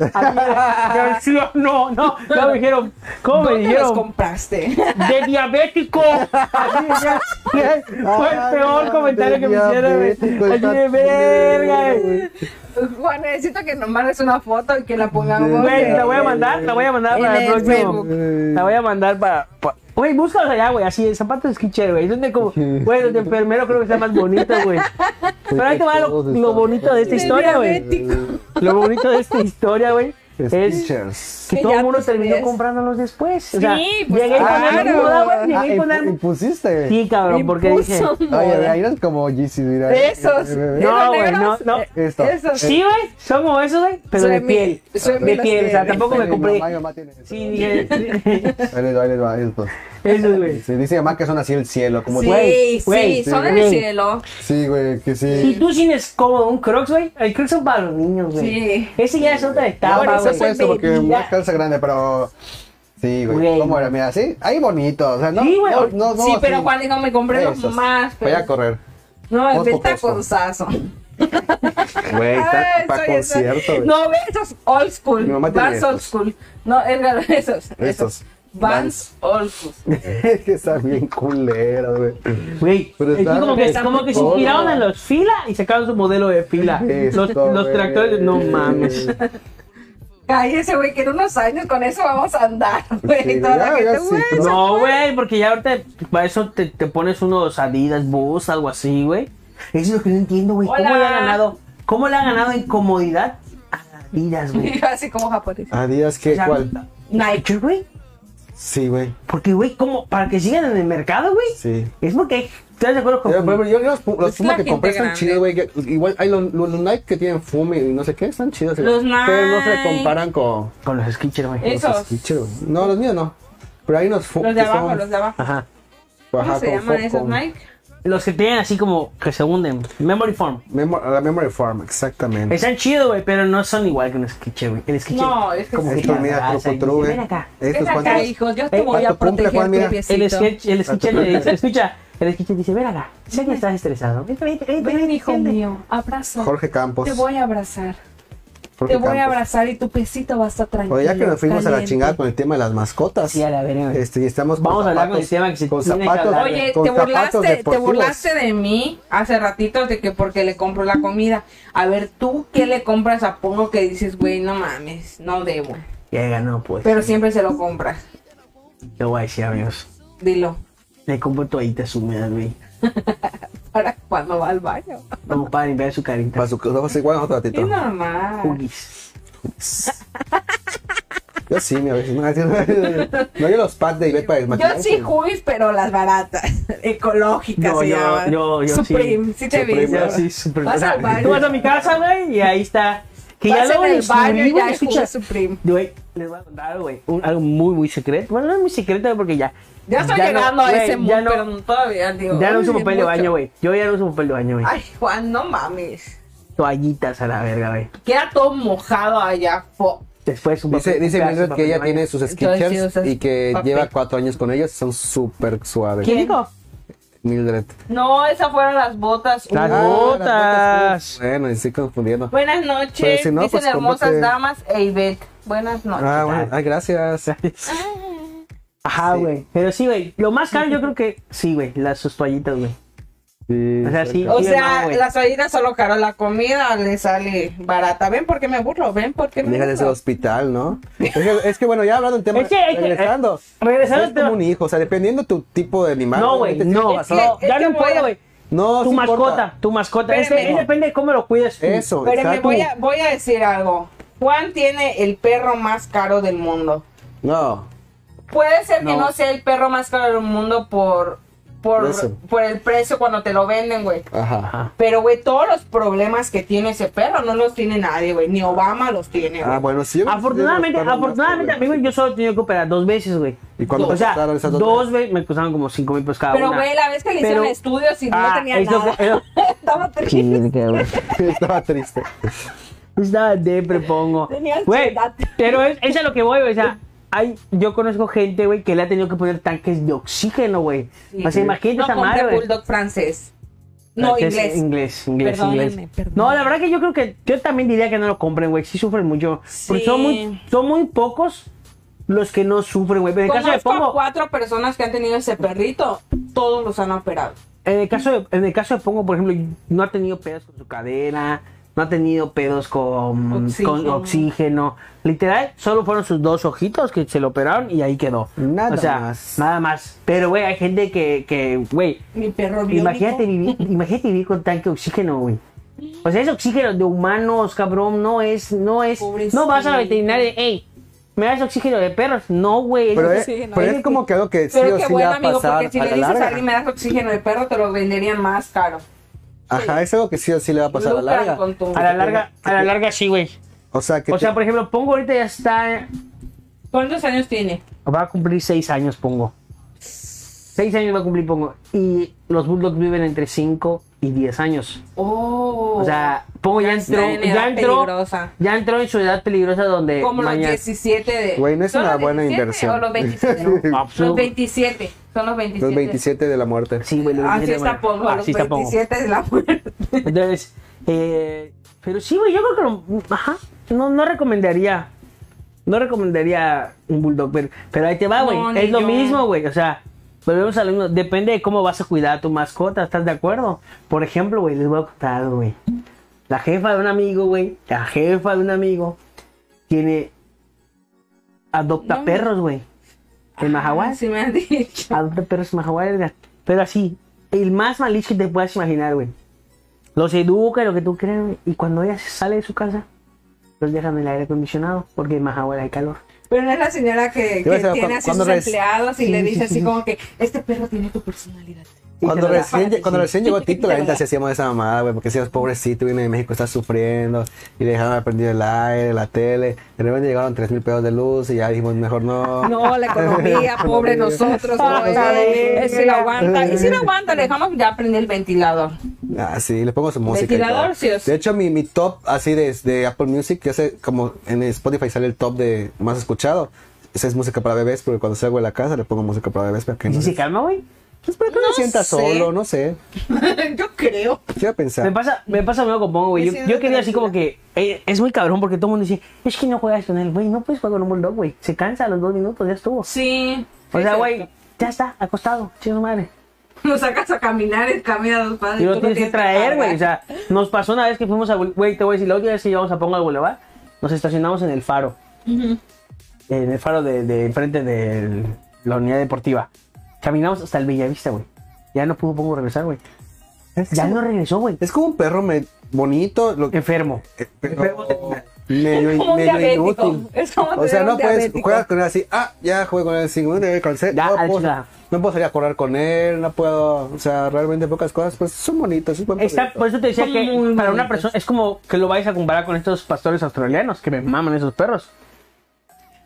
Speaker 3: Así de, no, no, no me dijeron, ¿cómo me
Speaker 2: ¿Dónde los
Speaker 3: dijeron?
Speaker 2: compraste?
Speaker 3: de diabético. Así decía, Fue el
Speaker 1: Ay,
Speaker 3: peor
Speaker 1: no,
Speaker 3: comentario que me hicieron.
Speaker 1: Ah, diabético,
Speaker 3: güey. Así
Speaker 1: está
Speaker 3: de verga.
Speaker 1: culero,
Speaker 3: güey.
Speaker 2: Pues, Juan, necesito que nos mandes una foto y que la pongamos.
Speaker 3: Güey, la voy a
Speaker 1: güey.
Speaker 3: mandar, la voy a mandar
Speaker 2: En
Speaker 3: para el
Speaker 2: el
Speaker 3: próximo.
Speaker 2: Facebook.
Speaker 3: La voy a mandar para. pa- Güey, búscalos allá, güey, así, el zapato es quichero, güey. Donde como, güey, los de enfermero creo que está más bonito, güey. Pero ahí te va lo, lo bonito de esta historia, güey. Lo bonito de esta historia, güey, es
Speaker 1: Stitchers.
Speaker 3: que
Speaker 2: Que
Speaker 3: todo
Speaker 2: ya
Speaker 3: el mundo
Speaker 2: tus
Speaker 3: terminó
Speaker 2: pies.
Speaker 3: comprándolos después. O sea,
Speaker 2: Sí, pues,
Speaker 3: llegué con
Speaker 2: claro.
Speaker 3: algo, moda, güey,
Speaker 1: Ah,
Speaker 3: llegué
Speaker 1: y
Speaker 3: con
Speaker 1: pu-
Speaker 3: algo-
Speaker 1: y pusiste.
Speaker 3: Sí, cabrón, porque dije.
Speaker 2: Impuso
Speaker 1: Ay,
Speaker 2: moda.
Speaker 1: ay, eran como Yeezy, mira.
Speaker 2: De esos.
Speaker 1: Eh, eh, eh,
Speaker 3: No,
Speaker 2: Esos
Speaker 3: güey, no,
Speaker 2: negros,
Speaker 3: no.
Speaker 2: eh,
Speaker 1: Esto.
Speaker 2: esos.
Speaker 3: Sí, güey, son como esos, güey, pero
Speaker 2: Soy
Speaker 3: de
Speaker 2: mi-
Speaker 3: piel.
Speaker 2: soy mi
Speaker 3: de
Speaker 2: las
Speaker 3: piel, o sea,
Speaker 2: piel.
Speaker 3: tampoco me
Speaker 1: eh, Mi
Speaker 3: compré.
Speaker 1: mamá, mi mamá tiene eso.
Speaker 3: Sí, dije.
Speaker 1: Ahí les va, ahí les va, esto.
Speaker 3: Esos, güey.
Speaker 1: Se dice mamá que son así el cielo, como
Speaker 2: Sí,
Speaker 3: Güey,
Speaker 2: sí,
Speaker 3: güey,
Speaker 2: son
Speaker 3: sí,
Speaker 2: en
Speaker 3: güey.
Speaker 2: el cielo.
Speaker 1: Sí, güey, que
Speaker 3: Si
Speaker 1: sí.
Speaker 3: tú tienes cómodo un Crocs, güey, el Crocs son para los niños, güey.
Speaker 2: Sí.
Speaker 3: Ese ya es otra
Speaker 1: No,
Speaker 3: etapa,
Speaker 1: bueno,
Speaker 3: güey.
Speaker 1: eso fue eso, porque
Speaker 3: Ya.
Speaker 1: una calza grande, pero. Sí,
Speaker 3: Güey.
Speaker 1: güey. ¿Cómo era? Mira, sí. Ahí bonito. O sea, no.
Speaker 3: Sí, güey.
Speaker 1: no, no, no,
Speaker 2: sí, pero
Speaker 1: así.
Speaker 2: Juan dijo, me compré los
Speaker 1: Esos.
Speaker 2: más. pues.
Speaker 1: Voy
Speaker 2: pero-
Speaker 1: a correr.
Speaker 2: No,
Speaker 1: Vamos
Speaker 2: es
Speaker 1: por
Speaker 2: el
Speaker 1: puesto.
Speaker 2: taconzazo.
Speaker 1: Güey, está
Speaker 2: Ay,
Speaker 1: para
Speaker 2: soy esa-
Speaker 1: concierto, güey.
Speaker 2: No, ve esos old school.
Speaker 1: Mi mamá tiene
Speaker 2: Vans old
Speaker 1: estos.
Speaker 2: school. No, Edgar, esos.
Speaker 1: Estos.
Speaker 2: Vans old school.
Speaker 1: que está bien culera, güey.
Speaker 3: Güey,
Speaker 1: Pero
Speaker 3: es
Speaker 1: está
Speaker 3: que como que, como que se
Speaker 1: todo.
Speaker 3: inspiraron en los fila y sacaron su modelo de fila.
Speaker 1: Esto,
Speaker 3: los, los
Speaker 1: güey.
Speaker 3: tractores, no mames.
Speaker 2: Cállese, güey, que en unos años con eso vamos a andar, güey.
Speaker 1: Sí,
Speaker 2: toda
Speaker 1: ya,
Speaker 2: la
Speaker 1: ya
Speaker 2: gente,
Speaker 1: sí,
Speaker 2: güey.
Speaker 1: pero-
Speaker 3: No, güey, porque ya ahorita para eso te, te pones unos Adidas, Boost, algo así, güey. Eso es lo que no entiendo, güey. ¿Cómo le
Speaker 2: Hola.
Speaker 3: ha ganado? ¿Cómo le ha ganado en comodidad a Adidas, güey?
Speaker 2: Así como japonés.
Speaker 1: Adidas, ¿qué?
Speaker 3: O sea,
Speaker 1: ¿Cuál?
Speaker 2: Nike.
Speaker 3: Yo, güey,
Speaker 1: Sí, güey.
Speaker 3: porque, güey, como para que sigan en el mercado, güey.
Speaker 1: Sí.
Speaker 3: Es porque hay- ¿Estás de acuerdo con
Speaker 1: Yo, por ejemplo, yo, yo los, pu- los
Speaker 2: Es
Speaker 1: Puma
Speaker 2: la
Speaker 1: que compré
Speaker 2: gente
Speaker 1: están chidos, güey. que- Igual hay los, los Nike que tienen fume y no sé qué, están chidos.
Speaker 2: Los
Speaker 1: Pero no se
Speaker 2: Nike.
Speaker 1: comparan con
Speaker 3: con los Skechers, güey?
Speaker 2: Eh. Esos.
Speaker 1: los Skechers, güey. No, los míos no. Pero hay unos fume
Speaker 2: Los de abajo, los de abajo.
Speaker 3: Ajá.
Speaker 2: ¿Cómo se llaman esos Nike?
Speaker 3: Los que tienen así como que se hunden. Memory Form.
Speaker 1: la Memory Farm, exactamente.
Speaker 3: Están chidos, güey, pero no son igual que un Skecher, güey. El Skecher.
Speaker 2: No, es que
Speaker 3: como
Speaker 2: sí.
Speaker 3: que
Speaker 1: Esto,
Speaker 3: la
Speaker 1: mira,
Speaker 3: raza y
Speaker 1: Truco Tru,
Speaker 3: dice,
Speaker 1: güey.
Speaker 3: "Ven acá".
Speaker 1: Estos
Speaker 2: Ven acá,
Speaker 1: cuantos.
Speaker 2: hijos, yo te
Speaker 3: Eh,
Speaker 2: voy
Speaker 1: hasta
Speaker 2: a
Speaker 1: cumple,
Speaker 2: proteger
Speaker 1: Juan, mira.
Speaker 2: tu
Speaker 1: El
Speaker 3: El
Speaker 2: piecito.
Speaker 3: sketch, el sketch le dice, escucha, el sketch dice, ven acá, sé que estás estresado. Vete, vete, vete,
Speaker 2: Ven,
Speaker 3: vete,
Speaker 2: hijo
Speaker 3: vete".
Speaker 2: mío, abraza.
Speaker 1: Jorge Campos.
Speaker 2: Te voy a abrazar.
Speaker 1: Jorge
Speaker 2: Te voy a
Speaker 1: Campos.
Speaker 2: abrazar y tu pesito va a estar tranquilo.
Speaker 1: Oye, ya que nos fuimos a la
Speaker 2: caliente.
Speaker 1: chingada con el tema de las mascotas.
Speaker 3: Sí, a la verga. güey.
Speaker 1: Este, y estamos con
Speaker 3: Vamos a hablar con el
Speaker 1: zapatos-
Speaker 3: tema que se
Speaker 1: con
Speaker 3: tiene que
Speaker 1: zapatos,
Speaker 3: hablar.
Speaker 2: Oye,
Speaker 1: con
Speaker 2: te
Speaker 1: zapatos
Speaker 2: burlaste, te
Speaker 1: deportivos.
Speaker 2: burlaste de mí hace ratito de que porque le compro la comida. A ver, tú qué le compras a Pongo que dices, güey, no mames, no debo.
Speaker 3: Ya ganó, pues.
Speaker 2: Pero siempre se lo compras.
Speaker 3: Yo voy a decir, amigos,
Speaker 2: Dilo.
Speaker 3: le compro toallitas húmedas, güey.
Speaker 2: Para cuando va al baño.
Speaker 3: Como para limpiar su carita.
Speaker 1: Para su no, pues, igual otro ratito.
Speaker 2: Es normal.
Speaker 3: Cookies.
Speaker 1: Yo sí, mi a veces. No, no, yo los pads de Ivet para el
Speaker 2: Yo
Speaker 1: maquillaje.
Speaker 2: sí juguis, pero las baratas, ecológicas
Speaker 3: No,
Speaker 2: se
Speaker 3: yo-
Speaker 2: llaman.
Speaker 3: yo- yo sí.
Speaker 2: Supreme, sí te
Speaker 1: Supreme,
Speaker 2: vi.
Speaker 1: yo
Speaker 2: ¿no?
Speaker 1: sí,
Speaker 3: súper.
Speaker 2: Vas
Speaker 3: o sea,
Speaker 2: al baño.
Speaker 3: Tú vas a mi casa, güey, y ahí está. Que ya
Speaker 2: Vas
Speaker 3: luego
Speaker 2: en el
Speaker 3: les
Speaker 2: baño y
Speaker 3: subimos,
Speaker 2: ya
Speaker 3: escucha.
Speaker 2: escuchas Supreme.
Speaker 3: Güey, les voy a contar algo, güey. un- Algo muy, muy secreto. Bueno, no es muy secreto porque ya.
Speaker 2: Ya estoy
Speaker 3: no-
Speaker 2: llegando a
Speaker 3: güey,
Speaker 2: ese mundo,
Speaker 3: ya no-
Speaker 2: pero todavía digo.
Speaker 3: Ya no uso
Speaker 2: ay,
Speaker 3: papel de baño,
Speaker 2: mucho.
Speaker 3: güey. Yo ya no uso papel de baño, güey.
Speaker 2: Ay, Juan, no mames.
Speaker 3: Toallitas a la verga, güey.
Speaker 2: Queda todo mojado allá. po.
Speaker 3: Después un
Speaker 1: Dice,
Speaker 3: papel-
Speaker 1: dice
Speaker 3: un
Speaker 1: Mildred
Speaker 3: papel
Speaker 1: que
Speaker 3: de
Speaker 1: ella
Speaker 3: baño.
Speaker 1: tiene sus
Speaker 2: Entonces, sí
Speaker 1: Skechers
Speaker 2: usas
Speaker 1: y que
Speaker 2: papel.
Speaker 1: lleva cuatro años con ellos y son súper suaves.
Speaker 3: ¿Quién dijo?
Speaker 1: Mildred.
Speaker 2: No, esas fueron las botas.
Speaker 3: Las
Speaker 1: Ah,
Speaker 3: botas.
Speaker 1: botas. Bueno, y estoy confundiendo.
Speaker 2: Buenas
Speaker 1: Pues
Speaker 2: noches,
Speaker 1: si no,
Speaker 2: dicen
Speaker 1: pues,
Speaker 2: hermosas
Speaker 1: convoque.
Speaker 2: damas e Ivette. Buenas noches.
Speaker 1: Ah, bueno. Ay, gracias.
Speaker 3: Ajá,
Speaker 2: Ah.
Speaker 1: Sí.
Speaker 3: güey. Pero sí, güey. Lo más caro yo creo que sí, güey. Las sus toallitas, güey.
Speaker 1: Sí,
Speaker 3: O sea, sí.
Speaker 1: cerca.
Speaker 2: o
Speaker 3: no,
Speaker 2: sea,
Speaker 3: güey.
Speaker 2: las toallitas solo caro, la comida le sale barata. Ven porque me burlo, ven porque me
Speaker 1: Deja de ese
Speaker 2: burlo.
Speaker 1: hospital, ¿no? Es que, es que, bueno, ya hablando del tema,
Speaker 3: Es que hay que-
Speaker 1: regresando.
Speaker 3: eh, regresando al
Speaker 1: Es como
Speaker 3: tema.
Speaker 1: un hijo, o sea, dependiendo tu tipo de animal. Este
Speaker 3: No, güey.
Speaker 1: obviamente,
Speaker 3: No,
Speaker 2: Es que-
Speaker 3: no.
Speaker 2: es
Speaker 3: Ya
Speaker 2: que
Speaker 3: no
Speaker 2: voy a-
Speaker 3: importa, güey.
Speaker 1: No,
Speaker 3: Tu
Speaker 1: sí importa.
Speaker 3: mascota, tu mascota. Es,
Speaker 2: Espérame.
Speaker 3: es depende de cómo lo cuides tú.
Speaker 1: Eso,
Speaker 2: Pero me
Speaker 1: exacto.
Speaker 2: voy a, voy a decir algo. Juan tiene el perro más caro del mundo.
Speaker 1: No,
Speaker 2: Puede ser que
Speaker 3: No.
Speaker 2: no sea el perro más caro del mundo por, por,
Speaker 1: Eso.
Speaker 2: por el precio cuando te lo venden, güey.
Speaker 1: ajá.
Speaker 3: Ajá.
Speaker 2: Pero, güey, todos los problemas que tiene ese perro no los tiene nadie, güey. Ni Obama los tiene, güey.
Speaker 1: Ah, bueno, sí. yo-
Speaker 3: Afortunadamente,
Speaker 1: yo los perros
Speaker 3: afortunadamente,
Speaker 1: más, güey.
Speaker 3: amigo, yo solo he tenido que operar dos veces, güey.
Speaker 1: ¿Y cuándo
Speaker 3: O
Speaker 1: te
Speaker 3: sea,
Speaker 1: costaron esas dos
Speaker 3: dos veces me costaron como cinco mil pesos cada
Speaker 2: Pero,
Speaker 3: una.
Speaker 2: güey, la vez que le hicieron
Speaker 3: Pero-
Speaker 2: estudios y
Speaker 3: Ah,
Speaker 2: no tenía
Speaker 3: es lo
Speaker 2: nada.
Speaker 3: que-
Speaker 2: Estaba triste.
Speaker 1: Estaba triste.
Speaker 3: Estaba de prepongo.
Speaker 2: Tenía
Speaker 3: Güey,
Speaker 2: ansiedad.
Speaker 3: pero es, es a lo que voy, güey. O sea, hay, yo conozco gente, güey, que le ha tenido que poner tanques de oxígeno, güey. O sea, imagínate
Speaker 2: no
Speaker 3: esa
Speaker 2: compré
Speaker 3: madre, güey.
Speaker 2: bulldog francés. No,
Speaker 3: Es
Speaker 2: inglés.
Speaker 3: Inglés, inglés,
Speaker 2: Perdónenme,
Speaker 3: inglés.
Speaker 2: perdónenme.
Speaker 3: No, la verdad que yo creo que yo también diría que no lo compren, güey. Sí sufren mucho. Porque
Speaker 2: Sí.
Speaker 3: son muy, son muy pocos los que no sufren, güey. Pero en el caso de
Speaker 2: Conozco a
Speaker 3: Pongo,
Speaker 2: cuatro personas que han tenido ese perrito. Todos los han operado.
Speaker 3: en el caso de, en el caso de Pongo, por ejemplo, no ha tenido pedos con su cadera, no ha tenido pedos con
Speaker 2: Oxígeno.
Speaker 3: con oxígeno. Literal, solo fueron sus dos ojitos que se lo operaron y ahí quedó.
Speaker 1: Nada
Speaker 3: o sea,
Speaker 1: más.
Speaker 3: Nada más. Pero, güey, hay gente que, que, güey,
Speaker 2: Mi perro biónico.
Speaker 3: Imagínate vivir, imagínate vivir con tanque de oxígeno, güey. O sea, es oxígeno de humanos, cabrón. No es, no es.
Speaker 2: Pobrecito.
Speaker 3: No vas a la veterinaria, ey, me das oxígeno de perros. No, güey.
Speaker 1: Pero,
Speaker 3: es-
Speaker 1: es, pero es como que algo que sí
Speaker 2: Pero
Speaker 1: o
Speaker 2: qué
Speaker 1: sí le
Speaker 2: bueno,
Speaker 1: va a
Speaker 2: amigo,
Speaker 1: pasar
Speaker 2: porque si
Speaker 1: a
Speaker 2: le
Speaker 1: la
Speaker 2: dices a alguien
Speaker 1: larga.
Speaker 2: me das oxígeno de perro, te lo venderían más caro.
Speaker 1: Ajá, es algo que sí o sí le va a pasar a la
Speaker 2: Lucran
Speaker 1: larga.
Speaker 2: con tu-
Speaker 3: a la larga, a la larga sí, güey.
Speaker 1: O sea, que
Speaker 3: O sea,
Speaker 1: te-
Speaker 3: por ejemplo, Pongo ahorita ya está.
Speaker 2: ¿Cuántos años tiene?
Speaker 3: Va a cumplir seis años, Pongo. Seis años va a cumplir Pongo. Y los Bulldogs viven entre cinco y diez años.
Speaker 2: Oh.
Speaker 3: O sea, Pongo ya entró.
Speaker 2: está en edad
Speaker 3: Ya entró,
Speaker 2: peligrosa.
Speaker 3: ya entró en su edad peligrosa donde.
Speaker 2: Como los
Speaker 3: mañana-
Speaker 2: 17 de.
Speaker 1: Güey, no es
Speaker 2: ¿Son
Speaker 1: una
Speaker 2: los
Speaker 1: buena
Speaker 2: 17
Speaker 1: inversión.
Speaker 2: O los 27. No,
Speaker 3: No, pues,
Speaker 2: los 27. Son los 27.
Speaker 1: los 27 de la muerte.
Speaker 3: Sí, güey. los
Speaker 2: Así
Speaker 3: 27,
Speaker 2: está
Speaker 3: güey.
Speaker 2: Pongo. A los
Speaker 3: Así está Pongo.
Speaker 2: 27 es la muerte.
Speaker 3: Entonces, Eh, pero sí, güey, yo creo que lo- Ajá. No, no recomendaría. No recomendaría un bulldog, pero, pero ahí te va, güey.
Speaker 2: No, ni
Speaker 3: es lo
Speaker 2: yo.
Speaker 3: mismo, güey. O sea, volvemos a lo mismo. Depende de cómo vas a cuidar a tu mascota, ¿estás de acuerdo? Por ejemplo, güey, les voy a contar, algo, güey. La jefa de un amigo, güey. La jefa de un amigo tiene. Adopta
Speaker 2: No, Ah, me-
Speaker 3: perros, güey. En Mahahual.
Speaker 2: Sí me han dicho.
Speaker 3: Adopta perros majaguares, pero así, el más malich que te puedas imaginar, güey. Los educa y lo que tú creas, güey. Y cuando ella se sale de su casa, los dejan en el aire acondicionado, porque en Mahahual hay calor.
Speaker 2: Pero no es la señora que,
Speaker 1: Yo
Speaker 2: que
Speaker 1: o sea, cu-
Speaker 2: tiene así
Speaker 1: cuando
Speaker 2: sus
Speaker 1: res-
Speaker 2: empleados y
Speaker 3: Sí,
Speaker 2: le
Speaker 3: sí,
Speaker 2: dice
Speaker 3: sí.
Speaker 2: así como que este perro tiene tu personalidad.
Speaker 3: Y
Speaker 1: Cuando
Speaker 3: te lo
Speaker 1: recién,
Speaker 3: dejan.
Speaker 1: lle- cuando recién llegó Tito, la
Speaker 2: Te lo
Speaker 1: gente
Speaker 2: da.
Speaker 1: se hacíamos esa mamada, güey, porque decíamos, pobrecito, viene de México, está sufriendo, y le dejaron prendido el aire, la tele, de repente llegaron tres mil pesos de luz, y ya dijimos, mejor no.
Speaker 2: No, la economía, pobre nosotros.
Speaker 3: Ah,
Speaker 2: güey.
Speaker 3: la
Speaker 2: Eh, Si lo
Speaker 3: verga.
Speaker 2: aguanta. Y si lo aguanta, le dejamos ya prender el ventilador.
Speaker 1: Ah, sí, le pongo su música. y
Speaker 2: Ventilador,
Speaker 1: todo.
Speaker 2: sí o sí.
Speaker 1: De hecho, mi, mi top así de, de Apple Music, que hace como en Spotify sale el top de más escuchado. Esa es música para bebés, porque cuando salgo de la casa le pongo música para bebés para que
Speaker 3: ¿Y
Speaker 1: no
Speaker 3: si
Speaker 1: se,
Speaker 3: se calma, güey?
Speaker 1: pues, para que no
Speaker 2: No
Speaker 1: se sienta
Speaker 2: sé.
Speaker 1: solo, no sé.
Speaker 2: Yo creo.
Speaker 1: Quiero
Speaker 3: Me
Speaker 1: pensar.
Speaker 3: pasa, me pasa lo mismo con Pongo, güey. Yo,
Speaker 2: Sí, sí,
Speaker 3: yo
Speaker 2: no
Speaker 3: quería
Speaker 2: te
Speaker 3: así como que. eh, es muy cabrón porque todo el mundo dice: Es que no juegas con él, güey. No puedes jugar con un bulldog, güey. Se cansa a los dos minutos, ya estuvo. O
Speaker 2: Sí.
Speaker 3: sea, güey, ya está, acostado, chingo madre.
Speaker 2: Nos sacas a caminar, el camino a dos padres.
Speaker 3: Y lo tienes que traer, güey. O sea, nos pasó una vez que fuimos a. Bul- Güey, te voy a decir, la última vez que íbamos a Pongo al Boulevard, nos estacionamos en el faro. En el faro de, de enfrente de la unidad deportiva. Caminamos hasta el Bellavista, güey. Ya no pudo Pongo regresar, güey. Ya no regresó, güey.
Speaker 1: Es como un perro me- bonito, lo,
Speaker 3: Enfermo.
Speaker 1: eh,
Speaker 3: enfermo.
Speaker 1: pero medio,
Speaker 2: Como un
Speaker 1: medio
Speaker 2: diabético.
Speaker 1: inútil.
Speaker 2: Es como
Speaker 1: O sea,
Speaker 2: tener un
Speaker 1: no puedes,
Speaker 2: diabético.
Speaker 1: juegas con él así, ah, ya juego con él sin ningún nivel de concepto,
Speaker 3: Ya, al
Speaker 1: no, puedo,
Speaker 3: chingada.
Speaker 1: no puedo salir a correr con él, no puedo, o sea, realmente pocas cosas, pues son bonitos, es buen
Speaker 3: Está,
Speaker 1: perrito.
Speaker 3: por eso te decía
Speaker 2: Son
Speaker 3: que
Speaker 2: muy
Speaker 3: para una
Speaker 2: bonitos.
Speaker 3: persona es como que lo vais a comparar con estos pastores australianos que me maman esos perros.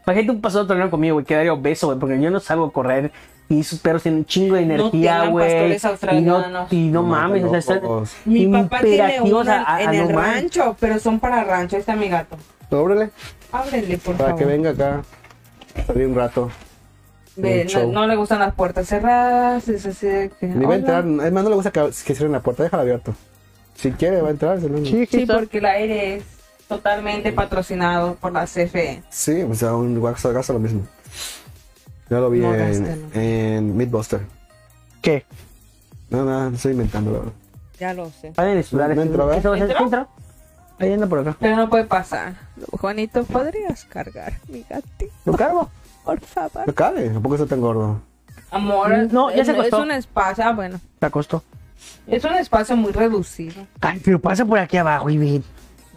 Speaker 3: Imagínate un pastor australiano conmigo, güey, quedaría obeso, güey, porque yo no salgo a correr y esos perros tienen un chingo de
Speaker 2: No
Speaker 3: energía,
Speaker 2: tengan
Speaker 3: güey.
Speaker 2: pastores australianos.
Speaker 3: Y no, y no
Speaker 1: No,
Speaker 3: mames, o sea, están
Speaker 1: locos.
Speaker 2: Mi papá tiene
Speaker 3: imperativos
Speaker 2: una
Speaker 3: a- a
Speaker 2: en
Speaker 3: no
Speaker 2: el
Speaker 3: mames.
Speaker 2: rancho, pero son para rancho. Ahí está mi gato.
Speaker 3: pues,
Speaker 1: Ábrele,
Speaker 2: Ábrele, por
Speaker 1: para que
Speaker 2: favor.
Speaker 1: venga acá, salir un rato.
Speaker 2: Ve,
Speaker 1: Un
Speaker 2: no-
Speaker 1: show.
Speaker 2: no, le gustan las puertas cerradas. Es así de que.
Speaker 1: Ni va a
Speaker 2: hola.
Speaker 1: entrar, es más, no le gusta que, que cierren la puerta, déjala abierta. Si quiere, va a entrar. si no, no. Sí.
Speaker 2: Sí, porque el aire es totalmente patrocinado por la E. CFE.
Speaker 1: o sea, un guaxo gasta lo mismo. Yo lo vi
Speaker 2: No,
Speaker 1: en,
Speaker 2: gasta, no.
Speaker 1: en Midbuster.
Speaker 3: ¿Qué?
Speaker 1: No, no, estoy inventando, la verdad.
Speaker 2: Ya lo sé.
Speaker 3: Vayan a estudiar.
Speaker 1: No
Speaker 3: este-
Speaker 1: entró, ¿verdad?
Speaker 3: eso va a ser-
Speaker 2: ¿Entró?
Speaker 3: ¿Entró? Ahí anda por acá.
Speaker 2: Pero no puede pasar. Juanito, ¿podrías cargar mi gatito?
Speaker 3: ¿Lo cargo?
Speaker 2: Por favor.
Speaker 1: No cabe, tampoco está tan gordo.
Speaker 2: Amor,
Speaker 3: No, ya
Speaker 2: es,
Speaker 3: se acostó.
Speaker 2: es un espacio, ah, bueno,
Speaker 3: Te acostó.
Speaker 2: es un espacio muy reducido.
Speaker 3: Ay, pero pasa por aquí abajo y ven.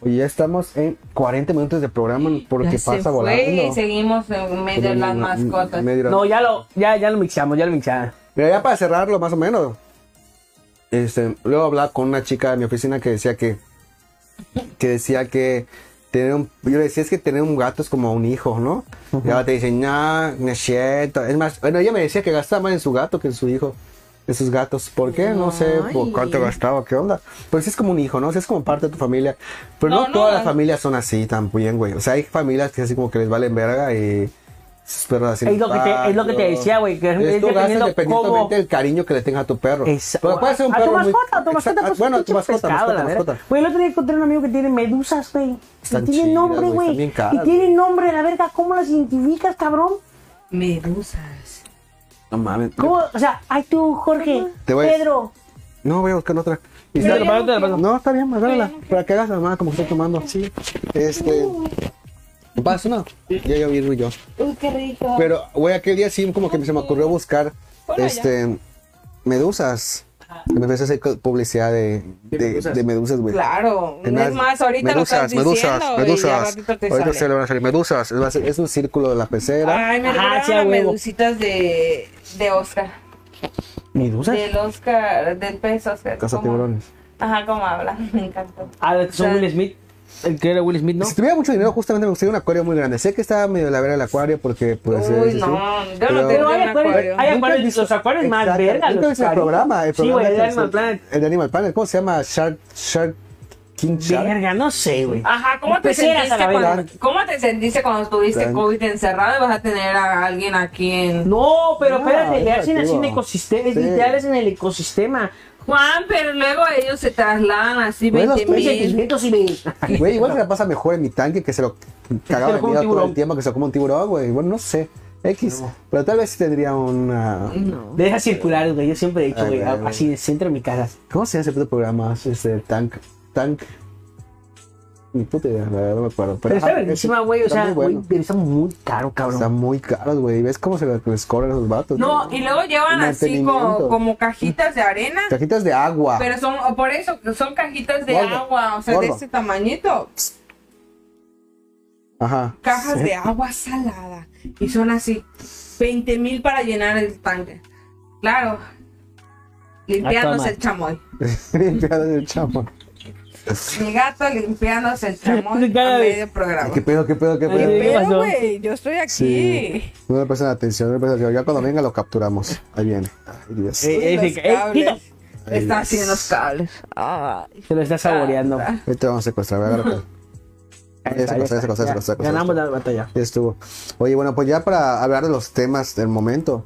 Speaker 1: Oye, ya estamos en 40 minutos de programa porque
Speaker 2: Ya
Speaker 1: pasa
Speaker 2: se fue y
Speaker 1: volando.
Speaker 2: seguimos en medio de las mascotas.
Speaker 1: Medio-
Speaker 3: No, ya lo, ya, ya lo mixamos, ya lo mixamos.
Speaker 1: Mira, ya para cerrarlo más o menos. Este, luego hablaba con una chica de mi oficina que decía que que decía que tener un yo le decía es que tener un gato es como un hijo, ¿no? Y ahora te dicen, "No, no es cierto." Es más, bueno, ella me decía que gastaba más en su gato que en su hijo. En sus gatos, ¿por qué? No sé por
Speaker 2: Ay.
Speaker 1: cuánto gastaba, qué onda. Pero sí es como un hijo, ¿no? Sí es como parte de tu familia. Pero no,
Speaker 2: No, no,
Speaker 1: todas las
Speaker 2: no.
Speaker 1: familias son así también, güey. O sea, hay familias que así como que les valen verga y sus perros así.
Speaker 3: Es lo que te- es lo que te decía, güey, que es-
Speaker 1: Entonces,
Speaker 3: es
Speaker 1: tú gastas
Speaker 3: dependiendo
Speaker 1: independientemente
Speaker 3: cómo-
Speaker 1: del cariño que le tengas a tu perro.
Speaker 3: Esa-
Speaker 1: Pero puede ser un
Speaker 3: a
Speaker 1: perro
Speaker 3: tu
Speaker 1: muy-
Speaker 3: mascota, a tu
Speaker 1: Exacto.
Speaker 3: mascota.
Speaker 1: Ah,
Speaker 3: pues,
Speaker 1: Bueno, a tu
Speaker 3: pinche
Speaker 1: mascota,
Speaker 3: pescado,
Speaker 1: mascota,
Speaker 3: la verga.
Speaker 1: mascota.
Speaker 3: Güey, el otro día encontré un amigo que tiene medusas, güey.
Speaker 1: Están
Speaker 3: Y tiene
Speaker 1: chidas,
Speaker 3: nombre,
Speaker 1: güey, están
Speaker 3: güey.
Speaker 1: bien
Speaker 3: Y
Speaker 1: caras,
Speaker 3: tiene
Speaker 1: güey.
Speaker 3: nombre, la verga. ¿Cómo las identificas, cabrón?
Speaker 2: Medusas.
Speaker 1: No mames.
Speaker 3: ¿Cómo? O sea, ay tú, Jorge,
Speaker 1: Te voy a-
Speaker 3: Pedro.
Speaker 1: No, voy a buscar otra. Y
Speaker 2: Pero
Speaker 1: está-
Speaker 2: ya no quiero.
Speaker 1: No, está bien, agárrala. Para que hagas la mamá como estoy tomando. Sí. Este. Vas una. Ya yo vi yo.
Speaker 2: Uy, qué rico.
Speaker 1: Pero, güey, aquel día sí como que se me ocurrió buscar
Speaker 2: Bueno, ya. Ah.
Speaker 1: este medusas. Y Me empecé a hacer co- publicidad de, de, de medusas, güey.
Speaker 2: Claro,
Speaker 1: Es
Speaker 2: no es más,
Speaker 1: medusas,
Speaker 2: ahorita lo estás
Speaker 1: medusas,
Speaker 2: diciendo y ya
Speaker 1: medusas.
Speaker 2: ratito te
Speaker 1: Ahorita
Speaker 2: sale. Ah.
Speaker 1: se le van a salir medusas. Es, va a ser- es un círculo de la pecera.
Speaker 2: Ay, me
Speaker 3: Ajá,
Speaker 2: regalaron
Speaker 3: sí, a
Speaker 2: las
Speaker 3: huevo.
Speaker 2: medusitas de, de Oscar,
Speaker 3: ¿Medusas?
Speaker 2: del Oscar, del pez Oscar.
Speaker 1: Casa
Speaker 2: ¿cómo?
Speaker 1: tiburones.
Speaker 2: Ajá, como habla, me encantó.
Speaker 3: Ah, los que son Will Smith. El que era Will Smith, ¿no?
Speaker 1: Si tuviera mucho dinero, justamente me gustaría un acuario muy grande. Sé que está medio la vera el acuario porque pues
Speaker 2: Uy,
Speaker 1: es-
Speaker 2: no,
Speaker 1: sí.
Speaker 2: yo no
Speaker 3: Pero
Speaker 2: tengo
Speaker 3: hay
Speaker 2: un acuario.
Speaker 3: acuarios, hay
Speaker 1: Nunca he
Speaker 3: acuarios,
Speaker 1: visto-
Speaker 3: los acuarios más
Speaker 1: Exacto.
Speaker 3: verga.
Speaker 1: Nunca
Speaker 3: los
Speaker 1: he visto el
Speaker 3: acuarios.
Speaker 1: programa, el
Speaker 3: Sí,
Speaker 1: programa
Speaker 3: güey, el
Speaker 1: que-
Speaker 3: Animal Planet.
Speaker 1: El de Animal Planet, ¿cómo se llama? Shark Ah. Shark ¿Quién sabe?
Speaker 3: Verga, no sé, güey.
Speaker 2: Ajá, ¿cómo te,
Speaker 3: Pues eras
Speaker 2: sentiste
Speaker 3: a la
Speaker 2: cuando,
Speaker 3: verga.
Speaker 2: ¿cómo te sentiste cuando estuviste
Speaker 1: Tan-
Speaker 2: COVID encerrado y vas a tener a alguien aquí en...
Speaker 3: No, pero
Speaker 1: No,
Speaker 3: espérate, le hacen así
Speaker 1: negativo.
Speaker 3: en ecosistema, es
Speaker 1: Sí.
Speaker 3: literal, es en el ecosistema.
Speaker 2: Juan, pero luego ellos se trasladan así
Speaker 1: Bueno,
Speaker 2: 20
Speaker 3: Mis
Speaker 2: mil.
Speaker 3: sentimientos y me...
Speaker 1: Güey, igual se la pasa mejor en mi tanque que se lo cagaba
Speaker 3: Se lo
Speaker 1: de
Speaker 3: come un
Speaker 1: miedo todo
Speaker 3: tiburón.
Speaker 1: el tiempo que se lo come un tiburón, güey. Bueno, no sé. X. Pero tal vez sí tendría una.
Speaker 2: No.
Speaker 3: Deja circular, güey. Yo siempre he dicho,
Speaker 1: Ay,
Speaker 3: güey,
Speaker 1: güey,
Speaker 3: así de centro de mi casa.
Speaker 1: ¿Cómo se llama ese puto programa? Ese tank. Tank. Mi puta idea, la verdad no me acuerdo.
Speaker 3: Pero está
Speaker 1: ajá,
Speaker 3: verguísima,
Speaker 1: ese-
Speaker 3: güey. O
Speaker 1: está
Speaker 3: sea,
Speaker 1: muy
Speaker 3: güey,
Speaker 1: bueno.
Speaker 3: pero está muy caro,
Speaker 1: Está
Speaker 3: cabrón.
Speaker 1: muy caros, güey. ¿Ves cómo se les cobran esos vatos?
Speaker 2: No, y luego llevan así como,
Speaker 1: Mantenimiento.
Speaker 2: como cajitas de arena,
Speaker 1: Cajitas de agua.
Speaker 2: pero son, o por eso, son cajitas de
Speaker 1: Gordo,
Speaker 2: agua, o sea, de
Speaker 1: gordo.
Speaker 2: este tamañito.
Speaker 1: Ajá.
Speaker 2: Cajas
Speaker 1: Sí.
Speaker 2: de agua salada. Y son así, 20 mil para llenar el tanque. Claro. Limpiándose
Speaker 3: toma.
Speaker 2: el chamoy.
Speaker 1: Limpiadas del chamo.
Speaker 2: Mi gato limpiándose el chamoy
Speaker 3: Cara
Speaker 2: a
Speaker 3: de-
Speaker 2: medio programa.
Speaker 1: ¿Qué pedo, qué pedo, qué
Speaker 3: Ay,
Speaker 1: pedo?
Speaker 3: ¿qué pasó?
Speaker 2: Pero, güey, yo estoy aquí.
Speaker 1: Sí. No le prestan atención, no le prestan atención. Ya cuando venga lo capturamos. Ahí viene. Ay, Dios.
Speaker 3: Eh, eh,
Speaker 2: Los
Speaker 3: eh, eh,
Speaker 2: cables.
Speaker 3: quito.
Speaker 2: Está haciendo los cables. Ay.
Speaker 3: Se lo está saboreando.
Speaker 1: Ahorita vamos a secuestrar, voy a agarrar.
Speaker 3: Ahí
Speaker 1: Esa cosa,
Speaker 3: está,
Speaker 1: esa
Speaker 3: ahí está,
Speaker 1: cosa, esa
Speaker 3: ya.
Speaker 1: cosa, esa cosa.
Speaker 3: Ganamos la batalla.
Speaker 1: Ya estuvo. Oye, bueno, pues ya para hablar de los temas del momento.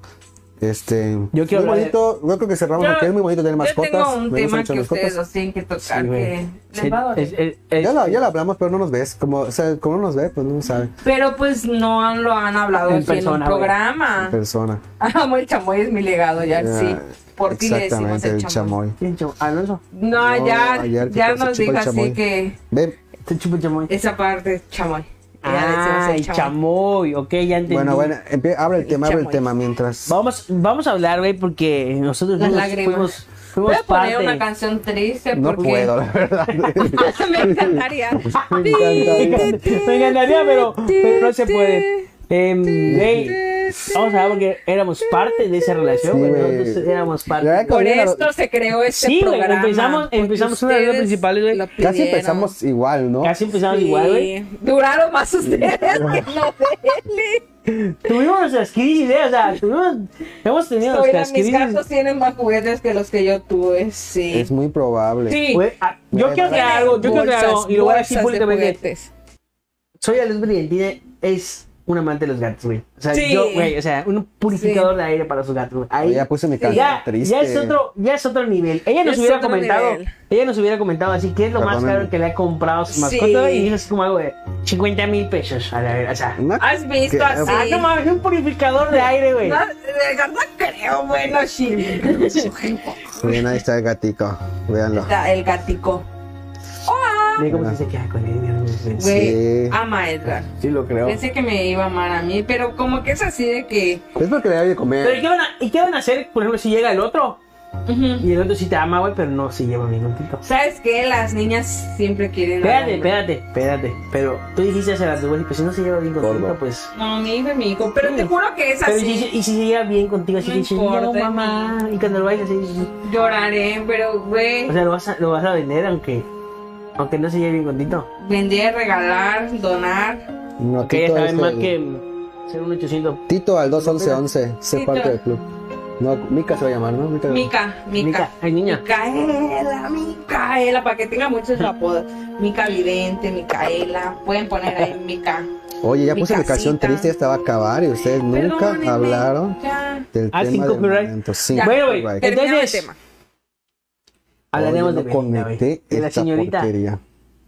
Speaker 1: Este.
Speaker 3: Yo quiero
Speaker 1: muy
Speaker 3: hablar de-
Speaker 1: bonito, yo creo que cerramos porque es muy bonito tener mascotas.
Speaker 2: Yo tengo un
Speaker 1: me gustan
Speaker 2: tema
Speaker 1: mucho
Speaker 2: que
Speaker 1: las mascotas.
Speaker 2: ustedes dos tienen que tocar.
Speaker 3: Sí, güey.
Speaker 2: que les
Speaker 3: Sí,
Speaker 2: va a doler.
Speaker 3: es- es- es-
Speaker 1: Ya lo, ya lo hablamos, pero no nos ves. Como, o sea, como no nos ve, pues no sabe.
Speaker 2: Pero pues no lo han hablado
Speaker 3: En
Speaker 2: aquí en
Speaker 3: persona,
Speaker 2: un
Speaker 3: güey.
Speaker 2: programa.
Speaker 1: Persona.
Speaker 2: Amo el chamoy, es mi legado, ya
Speaker 1: Ya,
Speaker 2: sí. Por ti le decimos
Speaker 1: Exactamente,
Speaker 2: el
Speaker 1: el
Speaker 2: chamoy.
Speaker 1: chamoy.
Speaker 3: ¿Quién, chavo? Alonso,
Speaker 2: No,
Speaker 1: No,
Speaker 2: ya,
Speaker 1: ayer que
Speaker 2: ya
Speaker 1: se
Speaker 2: nos
Speaker 1: chupa
Speaker 2: dijo
Speaker 1: el
Speaker 2: así
Speaker 1: chamoy.
Speaker 2: que
Speaker 1: Ven.
Speaker 3: te chupo el chamoy.
Speaker 2: esa parte es chamoy. Ya le decimos
Speaker 3: Ah,
Speaker 2: el
Speaker 3: el chamoy. Ok, ya entendí.
Speaker 1: Bueno, bueno, empie- abre el tema, abre el
Speaker 2: chamoy.
Speaker 1: tema mientras.
Speaker 3: Vamos, vamos a hablar, güey, porque nosotros
Speaker 2: Las
Speaker 3: fuimos-
Speaker 2: lágrimas.
Speaker 3: fuimos,
Speaker 2: Voy
Speaker 3: fuimos
Speaker 2: a poner una
Speaker 3: parte.
Speaker 2: canción triste
Speaker 1: No
Speaker 2: porque Ah,
Speaker 1: puedo, Pues, la verdad.
Speaker 2: me encantaría.
Speaker 1: Me encantaría.
Speaker 3: Me encantaría, pero, pero no se puede. Em, güey, vamos a ver porque éramos parte de esa relación,
Speaker 1: Sí,
Speaker 3: güey.
Speaker 1: güey.
Speaker 3: Nosotros éramos parte.
Speaker 1: La verdad que
Speaker 2: Por
Speaker 1: Oye, la-
Speaker 2: esto se creó este
Speaker 3: Sí, güey,
Speaker 2: programa.
Speaker 3: empezamos-
Speaker 2: porque
Speaker 3: empezamos una de las
Speaker 2: ustedes
Speaker 3: principales, güey.
Speaker 2: lo
Speaker 1: Casi
Speaker 2: pidieron.
Speaker 1: empezamos igual, ¿no?
Speaker 3: Casi empezamos
Speaker 2: Sí,
Speaker 3: igual, güey.
Speaker 2: Duraron más ustedes que lo de él.
Speaker 3: Tuvimos nuestras crisis, ¿eh? o sea, tuvimos, hemos tenido
Speaker 2: Oigan,
Speaker 3: nuestras
Speaker 2: mis gatos
Speaker 3: crisis.
Speaker 2: tienen más juguetes que los que yo tuve, sí.
Speaker 1: Es muy probable.
Speaker 2: Sí.
Speaker 3: Güey, ah, yo
Speaker 1: Güey,
Speaker 3: quiero
Speaker 1: vale.
Speaker 3: crear algo, yo quiero crear algo, y lo voy a decir
Speaker 2: bolsas de
Speaker 3: públicamente.
Speaker 2: juguetes.
Speaker 3: Soy Alex Brillantine, es un amante de los gatos, güey. O sea,
Speaker 2: Sí.
Speaker 3: yo, güey, o sea, un purificador de aire para sus gatos, güey. Ahí,
Speaker 1: Oye, ya puse mi canción
Speaker 3: ya,
Speaker 1: triste.
Speaker 3: ya es otro, ya es otro nivel. Ella nos
Speaker 2: Es
Speaker 3: hubiera
Speaker 2: otro
Speaker 3: comentado,
Speaker 2: nivel.
Speaker 3: ella nos hubiera comentado así que es lo más
Speaker 1: Perdóname.
Speaker 3: caro que le ha comprado a su
Speaker 2: Sí.
Speaker 3: mascota y es como algo de 50 mil pesos a la ver, o sea.
Speaker 1: Una-
Speaker 2: ¿Has
Speaker 1: que-
Speaker 2: visto así?
Speaker 3: Ah, no mames, un purificador de aire, güey.
Speaker 2: No, de verdad no creo, bueno, sí.
Speaker 1: Miren, ahí está el gatico. Véanlo.
Speaker 2: Está el gatico.
Speaker 3: Mira cómo "Pues, se queda con él. mira cómo se-
Speaker 2: Güey,
Speaker 1: Sí.
Speaker 2: ama a Edgar.
Speaker 1: Sí, lo creo. Es
Speaker 2: Pensé que me iba a amar a mí, pero como que es así de que...
Speaker 1: porque le da de comer.
Speaker 3: Pero ¿y qué, van a, ¿y qué van a hacer, por ejemplo, si llega el otro? Y el otro sí te ama, güey, pero no se lleva ningún pito.
Speaker 2: ¿Sabes qué? Las niñas siempre quieren... al
Speaker 3: Espérate,
Speaker 2: hombre.
Speaker 3: espérate, espérate. Pero tú dijiste hace rato, güey, pues si no se lleva bien contigo,
Speaker 1: Gordo.
Speaker 3: pues...
Speaker 2: No, mi hijo y mi hijo. Pero te juro que es
Speaker 3: Pero y
Speaker 2: así.
Speaker 3: si, y si se lleva bien contigo, así
Speaker 2: No
Speaker 3: que dices, no,
Speaker 2: importa,
Speaker 3: mamá. Y cuando lo vayas así,
Speaker 2: Lloraré, pero güey,
Speaker 3: o sea, lo vas a, lo vas a vender aunque... Aunque no se lleve bien contigo.
Speaker 2: vender, regalar, donar.
Speaker 1: No,
Speaker 3: Que ya
Speaker 1: Tito,
Speaker 3: saben
Speaker 1: es
Speaker 3: más
Speaker 1: el-
Speaker 3: que... Ser un 800.
Speaker 1: Tito al 21111. Sé
Speaker 2: Tito.
Speaker 1: parte del club. No, Mica se va a llamar, ¿no? Mica.
Speaker 2: Mica, Mica.
Speaker 3: Mica, ay, niña.
Speaker 2: Micaela, Micaela, para que tenga muchos apodos. Mica Vidente, Micaela. Pueden poner ahí Mica.
Speaker 1: Oye, ya puse mi
Speaker 2: Micasita.
Speaker 1: canción triste, esta va a acabar y ustedes nunca
Speaker 2: Perdónenme,
Speaker 1: hablaron
Speaker 2: ya.
Speaker 1: del
Speaker 3: Ah, sin
Speaker 1: tema del
Speaker 3: copyright.
Speaker 1: momento. Sin
Speaker 2: Ya.
Speaker 3: Bueno, güey,
Speaker 1: copyright.
Speaker 3: eh,
Speaker 2: Terminaba
Speaker 3: Entonces-
Speaker 2: el tema.
Speaker 3: Hablaremos
Speaker 1: Oye,
Speaker 3: de
Speaker 1: no
Speaker 3: Belinda, güey.
Speaker 1: conecté
Speaker 3: De la
Speaker 1: esta
Speaker 3: señorita.
Speaker 1: porquería.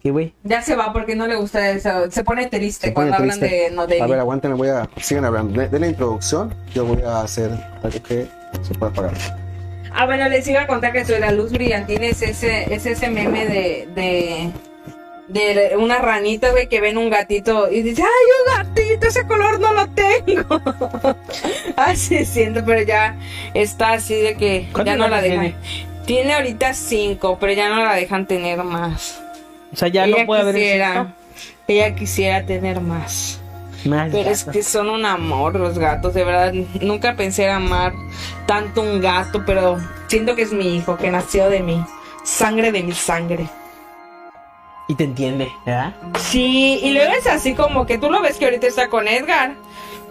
Speaker 3: Que, güey.
Speaker 2: Ya se va porque no le gusta eso. Se pone triste
Speaker 1: Se pone
Speaker 2: cuando hablan
Speaker 1: triste.
Speaker 2: de no de
Speaker 1: a ver, aguántenme, voy a... Sigan hablando. De, de la introducción, yo voy a hacer algo que se pueda apagar.
Speaker 2: Ah, bueno, les iba a contar que sobre la luz brillantina es ese, es ese meme de, de, de una ranita, güey, que ven un gatito y dice, ¡ay, un gatito! Ese color no lo tengo. Ah, así siento, pero ya está así de que ya
Speaker 3: ¿Cuántos
Speaker 2: no la
Speaker 3: gatos
Speaker 2: dejan.
Speaker 3: tiene?
Speaker 2: Tiene? ahorita cinco, pero ya no la dejan tener más.
Speaker 3: O sea, ya
Speaker 2: ella
Speaker 3: no puede haber...
Speaker 2: quisiera, ella quisiera tener más.
Speaker 3: Más
Speaker 2: Pero es
Speaker 3: gatos.
Speaker 2: que son un amor los gatos, de verdad. Nunca pensé amar tanto un gato, pero siento que es mi hijo, que nació de mí. Sangre de mi sangre.
Speaker 3: Y te entiende, ¿verdad?
Speaker 2: Sí, y luego es así como que tú lo ves que ahorita está con Edgar.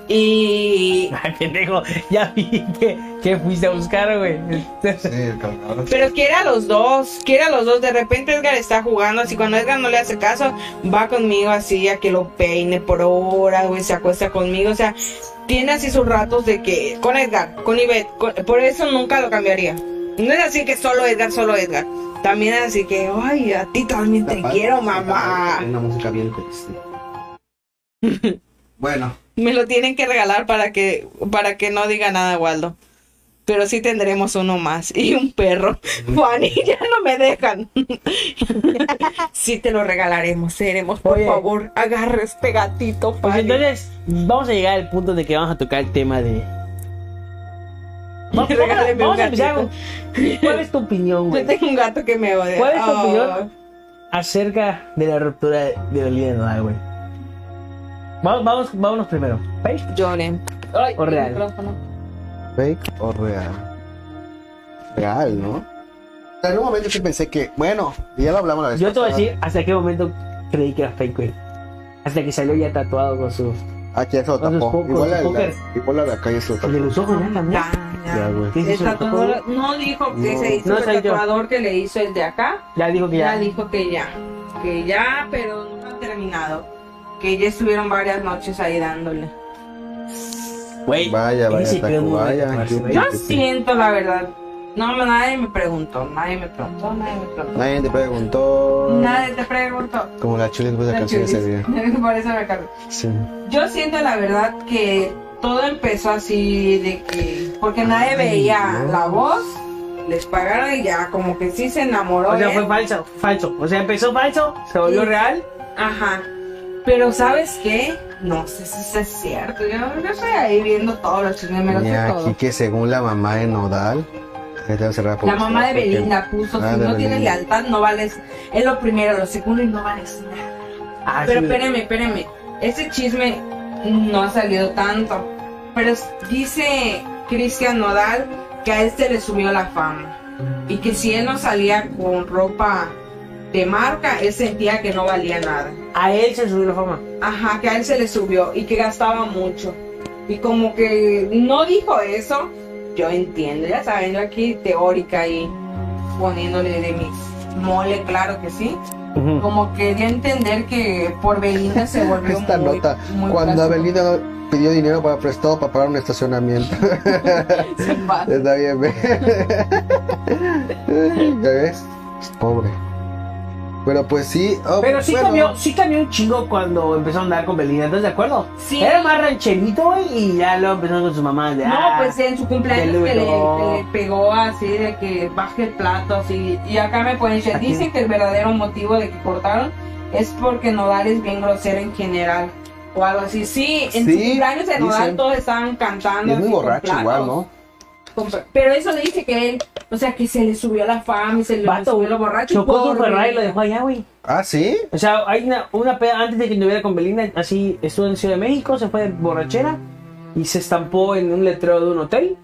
Speaker 5: Y.
Speaker 3: Ay, pendejo, ya vi que, que fuiste a buscar, güey.
Speaker 6: Sí, el calcador.
Speaker 2: Pero quiere a los dos, quiere a los dos. De repente Edgar está jugando así. Cuando Edgar no le hace caso, va conmigo así a que lo peine por horas, güey. Se acuesta conmigo. O sea, tiene así sus ratos de que. Con Edgar, con Ivette. con- por eso nunca lo cambiaría. No es así que solo Edgar, solo Edgar. También es así que, ay, a ti también te
Speaker 6: Capaz,
Speaker 2: quiero,
Speaker 6: capaz,
Speaker 2: mamá.
Speaker 6: tiene Una música bien triste. bueno,
Speaker 2: Me lo tienen que regalar para que, para que no diga nada, Waldo. Pero sí tendremos uno más y un perro. Juan, y ya no me dejan. sí te lo regalaremos, seremos. Por
Speaker 3: Oye.
Speaker 2: favor, agarra este gatito,
Speaker 3: Pues
Speaker 2: Fanny.
Speaker 3: entonces, vamos a llegar al punto de que vamos a tocar el tema de. Vamos, vamos a,
Speaker 2: Regáleme
Speaker 3: vamos
Speaker 2: un
Speaker 3: a empezar
Speaker 2: gatito.
Speaker 3: con- ¿Cuál es tu opinión,
Speaker 2: Yo
Speaker 3: güey?
Speaker 2: tengo un gato que me odia.
Speaker 3: ¿Cuál es tu
Speaker 2: Oh.
Speaker 3: opinión acerca de la ruptura de Olivia Nodal, güey? Vamos, vamos, vámonos primero. ¿Fake
Speaker 2: Lloren. Ay,
Speaker 3: O real.
Speaker 2: el micrófono.
Speaker 1: ¿Fake o real? Real, ¿no? En algún momento sí pensé que, bueno, ya lo hablamos la vez
Speaker 3: Yo te voy a
Speaker 1: pasada.
Speaker 3: decir hasta qué momento creí que era fake, güey. Hasta que salió ya tatuado con su.
Speaker 1: Aquí ya se lo
Speaker 3: Con sus
Speaker 1: tapó.
Speaker 3: po-
Speaker 1: Igual
Speaker 3: con
Speaker 1: la,
Speaker 3: su
Speaker 1: de la- igual la de acá ya se lo tapó.
Speaker 3: de los ojos, ¿no? También.
Speaker 1: Ya, güey.
Speaker 3: ¿Qué es
Speaker 2: El
Speaker 3: eso?
Speaker 2: tatuador no dijo que
Speaker 1: No.
Speaker 2: se hizo
Speaker 3: No
Speaker 2: el
Speaker 3: soy yo.
Speaker 2: tatuador que le hizo el de acá.
Speaker 3: Ya dijo que ya.
Speaker 2: Ya dijo que ya, que ya, pero no han terminado. Que ya estuvieron varias noches ahí dándole.
Speaker 3: Güey,
Speaker 1: Vaya, vaya,
Speaker 3: ese pedo
Speaker 1: taco,
Speaker 3: no va a
Speaker 1: vaya.
Speaker 3: acabarse, güey.
Speaker 2: Yo
Speaker 1: Sí, sí, sí.
Speaker 2: siento la verdad. No, me- nadie me preguntó, nadie me preguntó, nadie me preguntó.
Speaker 1: Nadie te preguntó.
Speaker 2: Nadie te preguntó.
Speaker 1: Como la chula después de la canción de ese día.
Speaker 2: Por eso me acabé.
Speaker 1: Sí.
Speaker 2: Yo siento la verdad que todo empezó así de que porque nadie veía
Speaker 1: no.
Speaker 2: la voz, les pagaron y ya como que sí se enamoró.
Speaker 3: O sea,
Speaker 2: él.
Speaker 3: fue falso, falso. O sea, empezó falso, se volvió
Speaker 2: Sí.
Speaker 3: real.
Speaker 2: Ajá. Pero ¿sabes qué? No sé si eso es cierto. Yo, yo estoy ahí viendo todos los chismes, me lo sé
Speaker 1: aquí
Speaker 2: todo.
Speaker 1: que según la mamá de Nodal, que te va a cerrar
Speaker 2: La
Speaker 1: publicidad,
Speaker 2: mamá de
Speaker 1: porque-
Speaker 2: Belinda puso,
Speaker 1: Ah,
Speaker 2: si
Speaker 1: de
Speaker 2: no tienes
Speaker 1: Belinda.
Speaker 2: lealtad, no vales. Es lo primero, lo segundo y no vales nada.
Speaker 3: Ah,
Speaker 2: Pero
Speaker 3: sí, güey.
Speaker 2: espérame, espérame. Ese chisme no ha salido tanto. Pero s- dice Cristian Nodal que a este le subió la fama. Y que si él no salía con ropa de marca, él sentía que no valía nada.
Speaker 3: A él se subió la fama.
Speaker 2: Ajá, que a él se le subió y que gastaba mucho. Y como que no dijo eso, yo entiendo, ya saben, yo aquí teórica y poniéndole de mis mole, claro que sí. Como que dio a entender que por Belinda se volvió
Speaker 1: Esta
Speaker 2: muy-
Speaker 1: nota,
Speaker 2: muy
Speaker 1: cuando
Speaker 2: plástico.
Speaker 1: Belinda pidió dinero para prestado para pagar un estacionamiento. Está bien, ve. ¿Ya ves? Es Pobre. Pero pues sí. oh,
Speaker 3: Pero sí
Speaker 1: bueno,
Speaker 3: cambió, sí cambió un chingo cuando empezó a andar con Belinda, ¿estás de acuerdo?
Speaker 2: Sí.
Speaker 3: Era más rancherito, güey, y ya luego empezó con su mamá de
Speaker 2: No,
Speaker 3: ah,
Speaker 2: pues en su cumpleaños
Speaker 3: Del
Speaker 2: que le,
Speaker 3: Lulo.
Speaker 2: que le pegó así de que baje el plato así. Y acá me ponen, "Che,
Speaker 3: Aquí.
Speaker 2: dicen que el verdadero motivo de que cortaron es porque Nodal es bien grosero en general. O algo así. Sí, en su
Speaker 1: Sí,
Speaker 2: cumpleaños de Nodal
Speaker 1: dicen.
Speaker 2: todos estaban cantando.
Speaker 1: Y es muy
Speaker 2: así con
Speaker 1: borracho
Speaker 2: platos,
Speaker 1: igual, ¿no?
Speaker 2: con pl- pero eso dice que él, o sea, que se le subió la fama y se le
Speaker 3: Vato,
Speaker 2: subió lo borracho.
Speaker 3: Chocó su
Speaker 2: por-
Speaker 3: Ferrari y lo dejó allá, güey.
Speaker 1: Ah, sí.
Speaker 3: O sea, hay una, una peda antes de que anduviera con Belinda, así estuvo en Ciudad de México, se fue de borrachera y se estampó en un letrero de un hotel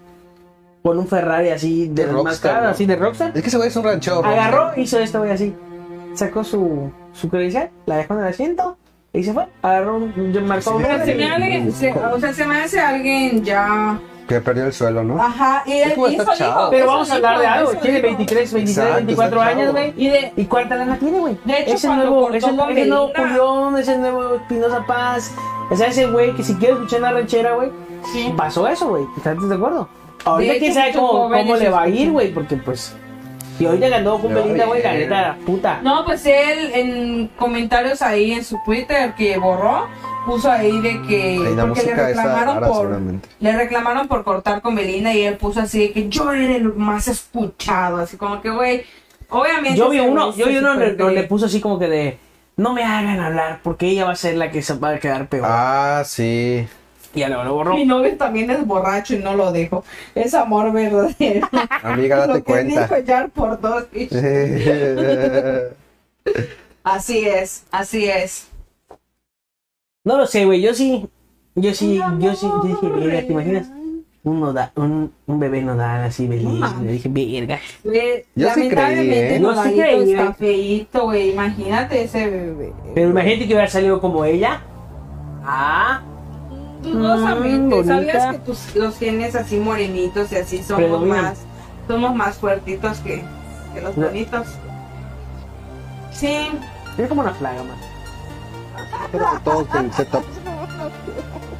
Speaker 3: con un Ferrari así de,
Speaker 1: De rockstar,
Speaker 3: rockstar,
Speaker 1: ¿no?
Speaker 3: así de rockstar.
Speaker 1: Es que ese güey es un ranchero. ¿no?
Speaker 3: Agarró, hizo esto, güey, así. Sacó su, su credencial, la dejó en el asiento y se fue. Agarró un marcó un
Speaker 2: Pero se me hace- se- o sea, se me hace alguien ya.
Speaker 1: Que perdió el suelo, ¿no?
Speaker 2: Ajá, y él
Speaker 1: Es como
Speaker 2: hizo,
Speaker 1: está chavo.
Speaker 2: dijo,
Speaker 3: Pero
Speaker 2: eso
Speaker 3: vamos a
Speaker 2: dijo,
Speaker 3: hablar de algo.
Speaker 2: eso
Speaker 3: Tiene
Speaker 2: dijo.
Speaker 3: 23, 23,
Speaker 1: Exacto,
Speaker 3: 24
Speaker 1: está
Speaker 3: años,
Speaker 1: chavo.
Speaker 3: güey.
Speaker 2: Y de,
Speaker 3: ¿Y cuánta lana tiene, güey?
Speaker 2: De hecho,
Speaker 3: ese
Speaker 2: cuando
Speaker 3: nuevo,
Speaker 2: cortó
Speaker 3: ese,
Speaker 2: con
Speaker 3: ese nuevo
Speaker 2: Belinda-
Speaker 3: Julión, ese nuevo Espinosa Paz. O sea, ese güey que si quiere escuchar una ranchera, güey,
Speaker 2: Sí.
Speaker 3: pasó eso, güey. ¿Estás de acuerdo? Ahorita
Speaker 2: hecho,
Speaker 3: quién sabe
Speaker 2: muchos
Speaker 3: cómo,
Speaker 2: jóvenes
Speaker 3: cómo le va a ir,
Speaker 2: escuchan.
Speaker 3: güey, porque pues. Y ahorita que anduvo con
Speaker 1: Le va
Speaker 3: Belinda, güey, la
Speaker 1: bien.
Speaker 3: neta, puta.
Speaker 2: No, pues él en comentarios ahí en su Twitter que borró, puso ahí de que
Speaker 1: Ahí la
Speaker 2: porque le
Speaker 1: música está
Speaker 2: reclamaron
Speaker 1: rara
Speaker 2: por
Speaker 1: seguramente.
Speaker 2: le reclamaron por cortar con Belinda y él puso así de que yo era el más escuchado, así como que güey, obviamente
Speaker 3: Yo vi
Speaker 2: ese
Speaker 3: uno,
Speaker 2: güey
Speaker 3: yo
Speaker 2: se
Speaker 3: vi uno donde
Speaker 2: super
Speaker 3: donde le
Speaker 2: cree.
Speaker 3: puso así como que de. No me hagan hablar porque ella va a ser la que se va a quedar peor.
Speaker 1: Ah, sí.
Speaker 3: Y ya luego lo borró.
Speaker 2: mi novio también es borracho y no lo dejo. Es amor verdadero.
Speaker 1: Amiga,
Speaker 2: Lo
Speaker 1: date
Speaker 2: que
Speaker 1: cuenta.
Speaker 2: dijo Jar por dos. Así es, así es.
Speaker 3: No lo sé, güey. Yo sí. Yo sí.
Speaker 2: Mi
Speaker 3: Yo sí. Yo dije,
Speaker 2: amor.
Speaker 3: verga, ¿te imaginas? Un, noda- un, un bebé nodal así,
Speaker 2: No
Speaker 3: Belinda.
Speaker 2: mames.
Speaker 3: Le dije, verga.
Speaker 2: Güey,
Speaker 1: Yo sí creí,
Speaker 2: lamentablemente
Speaker 1: ¿eh?
Speaker 2: no
Speaker 3: Yo sí creí,
Speaker 2: está
Speaker 3: ¿eh?
Speaker 2: feíto, güey. Imagínate ese bebé.
Speaker 3: Pero imagínate que hubiera salido como ella. Ah.
Speaker 2: dudosamente.
Speaker 3: Mm,
Speaker 2: ¿Sabías
Speaker 3: bonita.
Speaker 2: que tus, los genes así morenitos y así somos
Speaker 3: Predominan.
Speaker 2: más somos más fuertitos que, que los
Speaker 3: No.
Speaker 2: bonitos? Sí,
Speaker 3: Es como una plaga, man.
Speaker 1: Creo que todos con setup.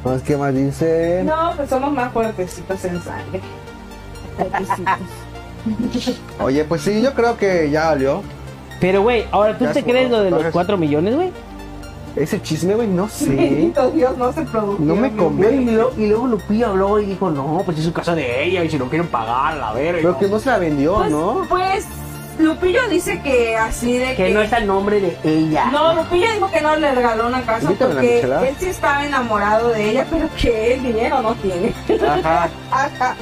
Speaker 1: Más que más dice.
Speaker 2: no, pues somos más fuertecitos en sangre.
Speaker 1: Oye, pues sí, yo creo que ya valió.
Speaker 3: Pero, güey, ahora tú
Speaker 1: Ya
Speaker 3: te
Speaker 1: se
Speaker 3: crees
Speaker 1: borró.
Speaker 3: lo de los
Speaker 1: Entonces-
Speaker 3: 4 millones, güey.
Speaker 1: Ese chisme, güey, no sé.
Speaker 2: Bendito Dios, no se produjo.
Speaker 1: No me
Speaker 3: Güey,
Speaker 1: convence.
Speaker 3: y, luego- y luego Lupillo habló y dijo, no, pues es su casa de ella y si no quieren pagar, la verga. y
Speaker 1: Pero que
Speaker 3: no-
Speaker 1: no se la vendió,
Speaker 2: Pues,
Speaker 1: ¿no?
Speaker 2: pues, Lupillo dice que así de que.
Speaker 3: que no está el nombre de ella.
Speaker 2: No, Lupillo dijo que no le regaló una casa
Speaker 1: Invítame a la
Speaker 2: porque
Speaker 1: michelada.
Speaker 2: él sí estaba enamorado de ella, pero que él dinero no tiene.
Speaker 1: Ajá.
Speaker 2: Ajá.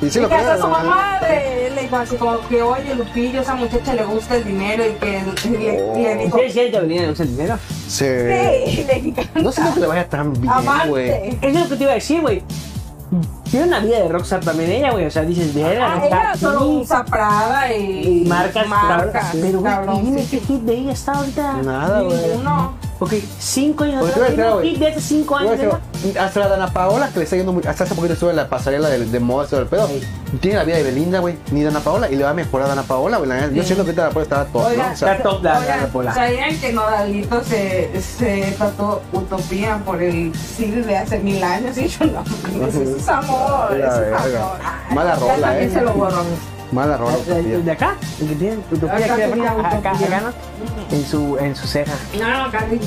Speaker 1: Y sí
Speaker 2: Y
Speaker 1: lo
Speaker 2: que hasta su
Speaker 1: creo, ¿no?
Speaker 2: mamá de- le dijo así como que, oye, Lupillo, esa muchacha le gusta el dinero y que le,
Speaker 1: Oh.
Speaker 2: le dijo,
Speaker 3: ¿Sí es cierto, venía de usar el dinero?
Speaker 1: Sí.
Speaker 2: sí, le dijo,
Speaker 1: No siento que le vaya tan bien, güey.
Speaker 2: amante.
Speaker 3: Eso es lo que te iba a decir, güey. Tiene una vida de rockstar también ella, güey. O sea, dices, verga,
Speaker 2: Ah,
Speaker 3: no está
Speaker 2: ella solo
Speaker 3: aquí.
Speaker 2: usa Prada y,
Speaker 3: Y marcas,
Speaker 2: marcas,
Speaker 3: cabronas. Pero, güey,
Speaker 2: cabrón,
Speaker 3: dime
Speaker 2: sí.
Speaker 3: qué hit de ella está ahorita.
Speaker 1: Nada, güey.
Speaker 2: Ninguno.
Speaker 3: Ok, cinco años
Speaker 1: Porque te voy a
Speaker 3: atrás.
Speaker 1: decir
Speaker 3: Tiene
Speaker 1: algo,
Speaker 3: un hit de hace cinco
Speaker 1: Te voy a
Speaker 3: años.
Speaker 1: decir
Speaker 3: ¿verdad?
Speaker 1: algo. mm, Hasta la Dana Paola, que le está yendo muy. Hasta hace poquito estuvo en la pasarela de, de moda, todo el pedo.
Speaker 3: Sí.
Speaker 1: Tiene la vida de Belinda, güey. Ni Dana Paola. Y le va a mejorar a Dana Paola, güey. La neta, Yo siento que ahorita Dana Paola estaba todo.
Speaker 2: Oiga,
Speaker 1: ¿no? O sea,
Speaker 3: Está top la- la- la
Speaker 2: Oigan,
Speaker 3: pola.
Speaker 2: ¿sabían que Nodalito se, se tatuó Utopía por el Cid de hace mil años? Y yo no, eso es amor,
Speaker 1: La
Speaker 2: eso es
Speaker 1: verga.
Speaker 2: amor.
Speaker 1: Mala rola,
Speaker 2: Ya también
Speaker 1: eh.
Speaker 2: se lo borró.
Speaker 1: mala rola.
Speaker 3: ¿El de acá? ¿El que tiene? ¿Utopía?
Speaker 2: Acá
Speaker 3: ¿qué le pone?
Speaker 2: tenía
Speaker 3: Acá, acá,
Speaker 2: Utopía.
Speaker 3: ¿no? En su, en su ceja.
Speaker 2: No, Carly.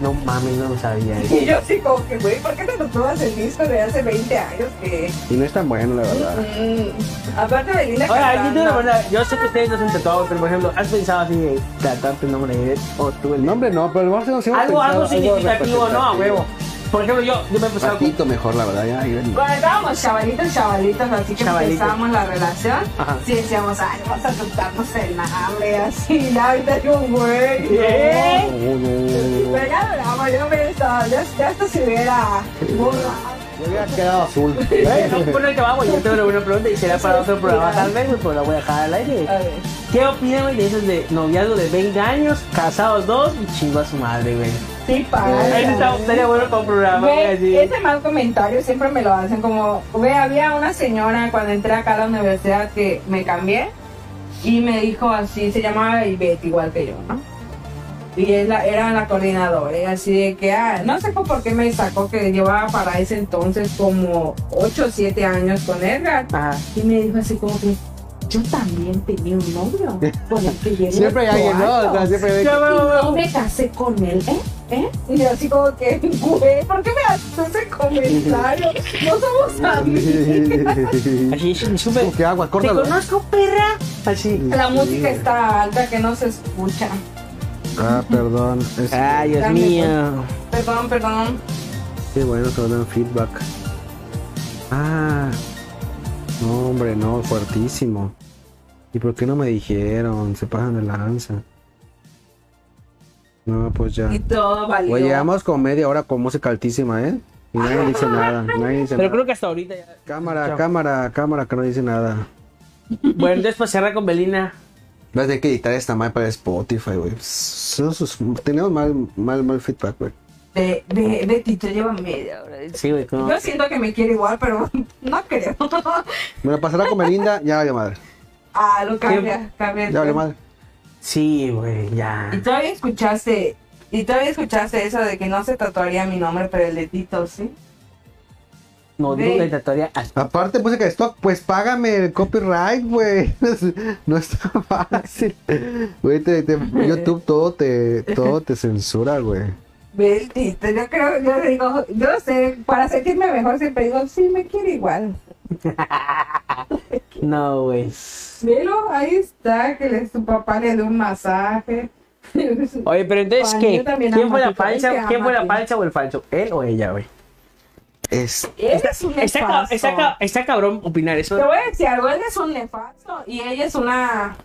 Speaker 3: No mames, no lo sabía.
Speaker 2: Y yo sí como que, güey, ¿por qué te tatuas el disco de hace 20 años? Que...
Speaker 1: Y no es tan bueno, la verdad.
Speaker 2: Mm, aparte de Linda
Speaker 3: Ahora, yo te digo la
Speaker 2: cantando.
Speaker 3: verdad, yo sé que ustedes no se han tatuado, pero por ejemplo, ¿has pensado así de tratarte el nombre de él o tú el
Speaker 1: El nombre no, pero vamos a hacer
Speaker 3: Algo, algo significativo, ¿no? A huevo. Por ejemplo, yo, yo me he empezado con...
Speaker 1: Patito mejor, la verdad. Ya, ya,
Speaker 2: Cuando estábamos chavalitos, chavalitas, así que
Speaker 3: Chavalitos.
Speaker 2: empezamos la relación,
Speaker 3: Ajá.
Speaker 2: sí decíamos, ay, vamos a tatuarnos el nombre, así, la ahorita yo, güey.
Speaker 3: ¿Qué?
Speaker 2: no.
Speaker 1: No, no.
Speaker 2: Pero ya hablamos, yo me estaba, ya, ya hasta se hubiera burlado.
Speaker 1: Yo hubiera quedado azul.
Speaker 3: Eh, no, Por el que vamos, yo tengo una buena pregunta y será para otro programa tal vez, pues la voy a dejar al aire.
Speaker 2: A ver.
Speaker 3: ¿Qué opinan, güey, de esos de noviazgo de 20 años, casados dos y chingo a su madre, güey?
Speaker 2: Sí,
Speaker 3: Eso
Speaker 2: para.
Speaker 3: está- estaría bueno para un programa, güey,
Speaker 2: Güey,
Speaker 3: así.
Speaker 2: ese mal comentario siempre me lo hacen como, güey, había una señora cuando entré acá a la universidad que me cambié y me dijo así, se llamaba Ivette igual que yo, ¿no? Y es la- era la coordinadora, y así de que, ah, no sé por qué me sacó que llevaba para ese entonces como 8 o 7 años con Edgar.
Speaker 3: Ajá.
Speaker 2: Y me dijo así como que, yo también tenía un novio con el que llegué
Speaker 1: Siempre hay alguien, ¿no?
Speaker 2: cuarto".
Speaker 1: O sea, siempre hay
Speaker 3: Ya,
Speaker 2: Y
Speaker 3: bueno,
Speaker 2: no
Speaker 3: bueno.
Speaker 2: me casé con él, ¿eh? ¿Eh? Y yo así como que, güey, ¿por qué me haces ese comentario? No somos amigos.
Speaker 3: Así, súper...
Speaker 1: Como que agua, córtalo.
Speaker 3: Te conozco, perra. Así.
Speaker 2: La música está alta que no se escucha.
Speaker 1: Ah, perdón. Es-
Speaker 3: Ay, Dios mío.
Speaker 2: pues. Perdón, perdón.
Speaker 1: Qué bueno que nos dan feedback. Ah, no, hombre, no, fuertísimo. ¿Y por qué no me dijeron? Se pasan de lanza. No, pues ya.
Speaker 2: Y todo válido.
Speaker 1: Oye, llevamos con media hora con música altísima, ¿eh? Y nadie dice nada, nadie dice
Speaker 3: Pero
Speaker 1: nada.
Speaker 3: creo que hasta ahorita ya...
Speaker 1: Cámara,
Speaker 3: Chao.
Speaker 1: cámara, cámara, que no dice nada.
Speaker 3: Bueno, entonces para cerrar con Belina.
Speaker 1: Vas a tener que editar esta madre para Spotify, güey. Son sus- Tenemos mal, mal, mal feedback, güey.
Speaker 2: Ve, ve, ve, Tito, lleva media hora.
Speaker 3: Sí, güey, como...
Speaker 2: Yo siento que me quiere igual, pero no creo.
Speaker 1: Me la pasará con Belinda, ya valió madre.
Speaker 2: Ah, lo cambia, cambia. el
Speaker 1: Ya valió
Speaker 2: tema.
Speaker 1: madre.
Speaker 3: Sí, güey, ya.
Speaker 2: Y todavía escuchaste, y todavía escuchaste eso de que no se tatuaría mi nombre, pero el de Tito, ¿sí?
Speaker 3: No,
Speaker 2: Güey.
Speaker 3: duda tatuaría a
Speaker 1: Aparte, música de stock, pues págame el copyright, güey. No está fácil. Güey, te- te- YouTube todo te, todo te censura, güey.
Speaker 2: Ve el Tito, yo creo, yo digo, yo sé, para sentirme mejor siempre digo, sí, me quiere igual.
Speaker 3: No, güey.
Speaker 2: Velo, ahí está, que le, su papá le dio un masaje.
Speaker 3: Oye, pero entonces,
Speaker 2: Juan,
Speaker 3: ¿qué?
Speaker 2: yo también
Speaker 3: ¿Quién
Speaker 2: amo
Speaker 3: fue
Speaker 2: a
Speaker 3: la
Speaker 2: ti, pero es que
Speaker 3: falsa? ¿Quién
Speaker 2: amo a
Speaker 3: fue la
Speaker 2: ti.
Speaker 3: falsa o el falso? ¿Él o ella, güey?
Speaker 1: Es,
Speaker 2: Eres un
Speaker 3: Está, ca-
Speaker 2: nefasto.
Speaker 3: está, ca- está cabrón opinar
Speaker 2: Te
Speaker 3: eso.
Speaker 2: voy a decir algo, él es un nefasto y ella es una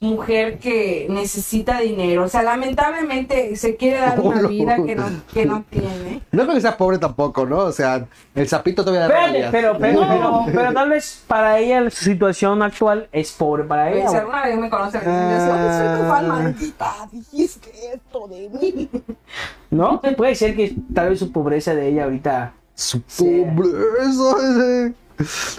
Speaker 2: mujer que necesita dinero. O sea, lamentablemente se quiere dar una
Speaker 1: Oh, no.
Speaker 2: vida que no, que no tiene.
Speaker 1: No creo que sea pobre tampoco, ¿no? O sea, el sapito todavía da
Speaker 3: Espérate,
Speaker 1: rabia.
Speaker 3: pero, pero, pero, pero tal vez para ella su situación actual es pobre para
Speaker 2: Si
Speaker 3: ella. güey.
Speaker 2: Pues, alguna vez me conoces, soy tu fan
Speaker 1: Ah.
Speaker 2: maldita. Dijiste esto de mí.
Speaker 3: ¿No? Puede ser que tal vez su pobreza de ella ahorita.
Speaker 1: Su pobreza. ese.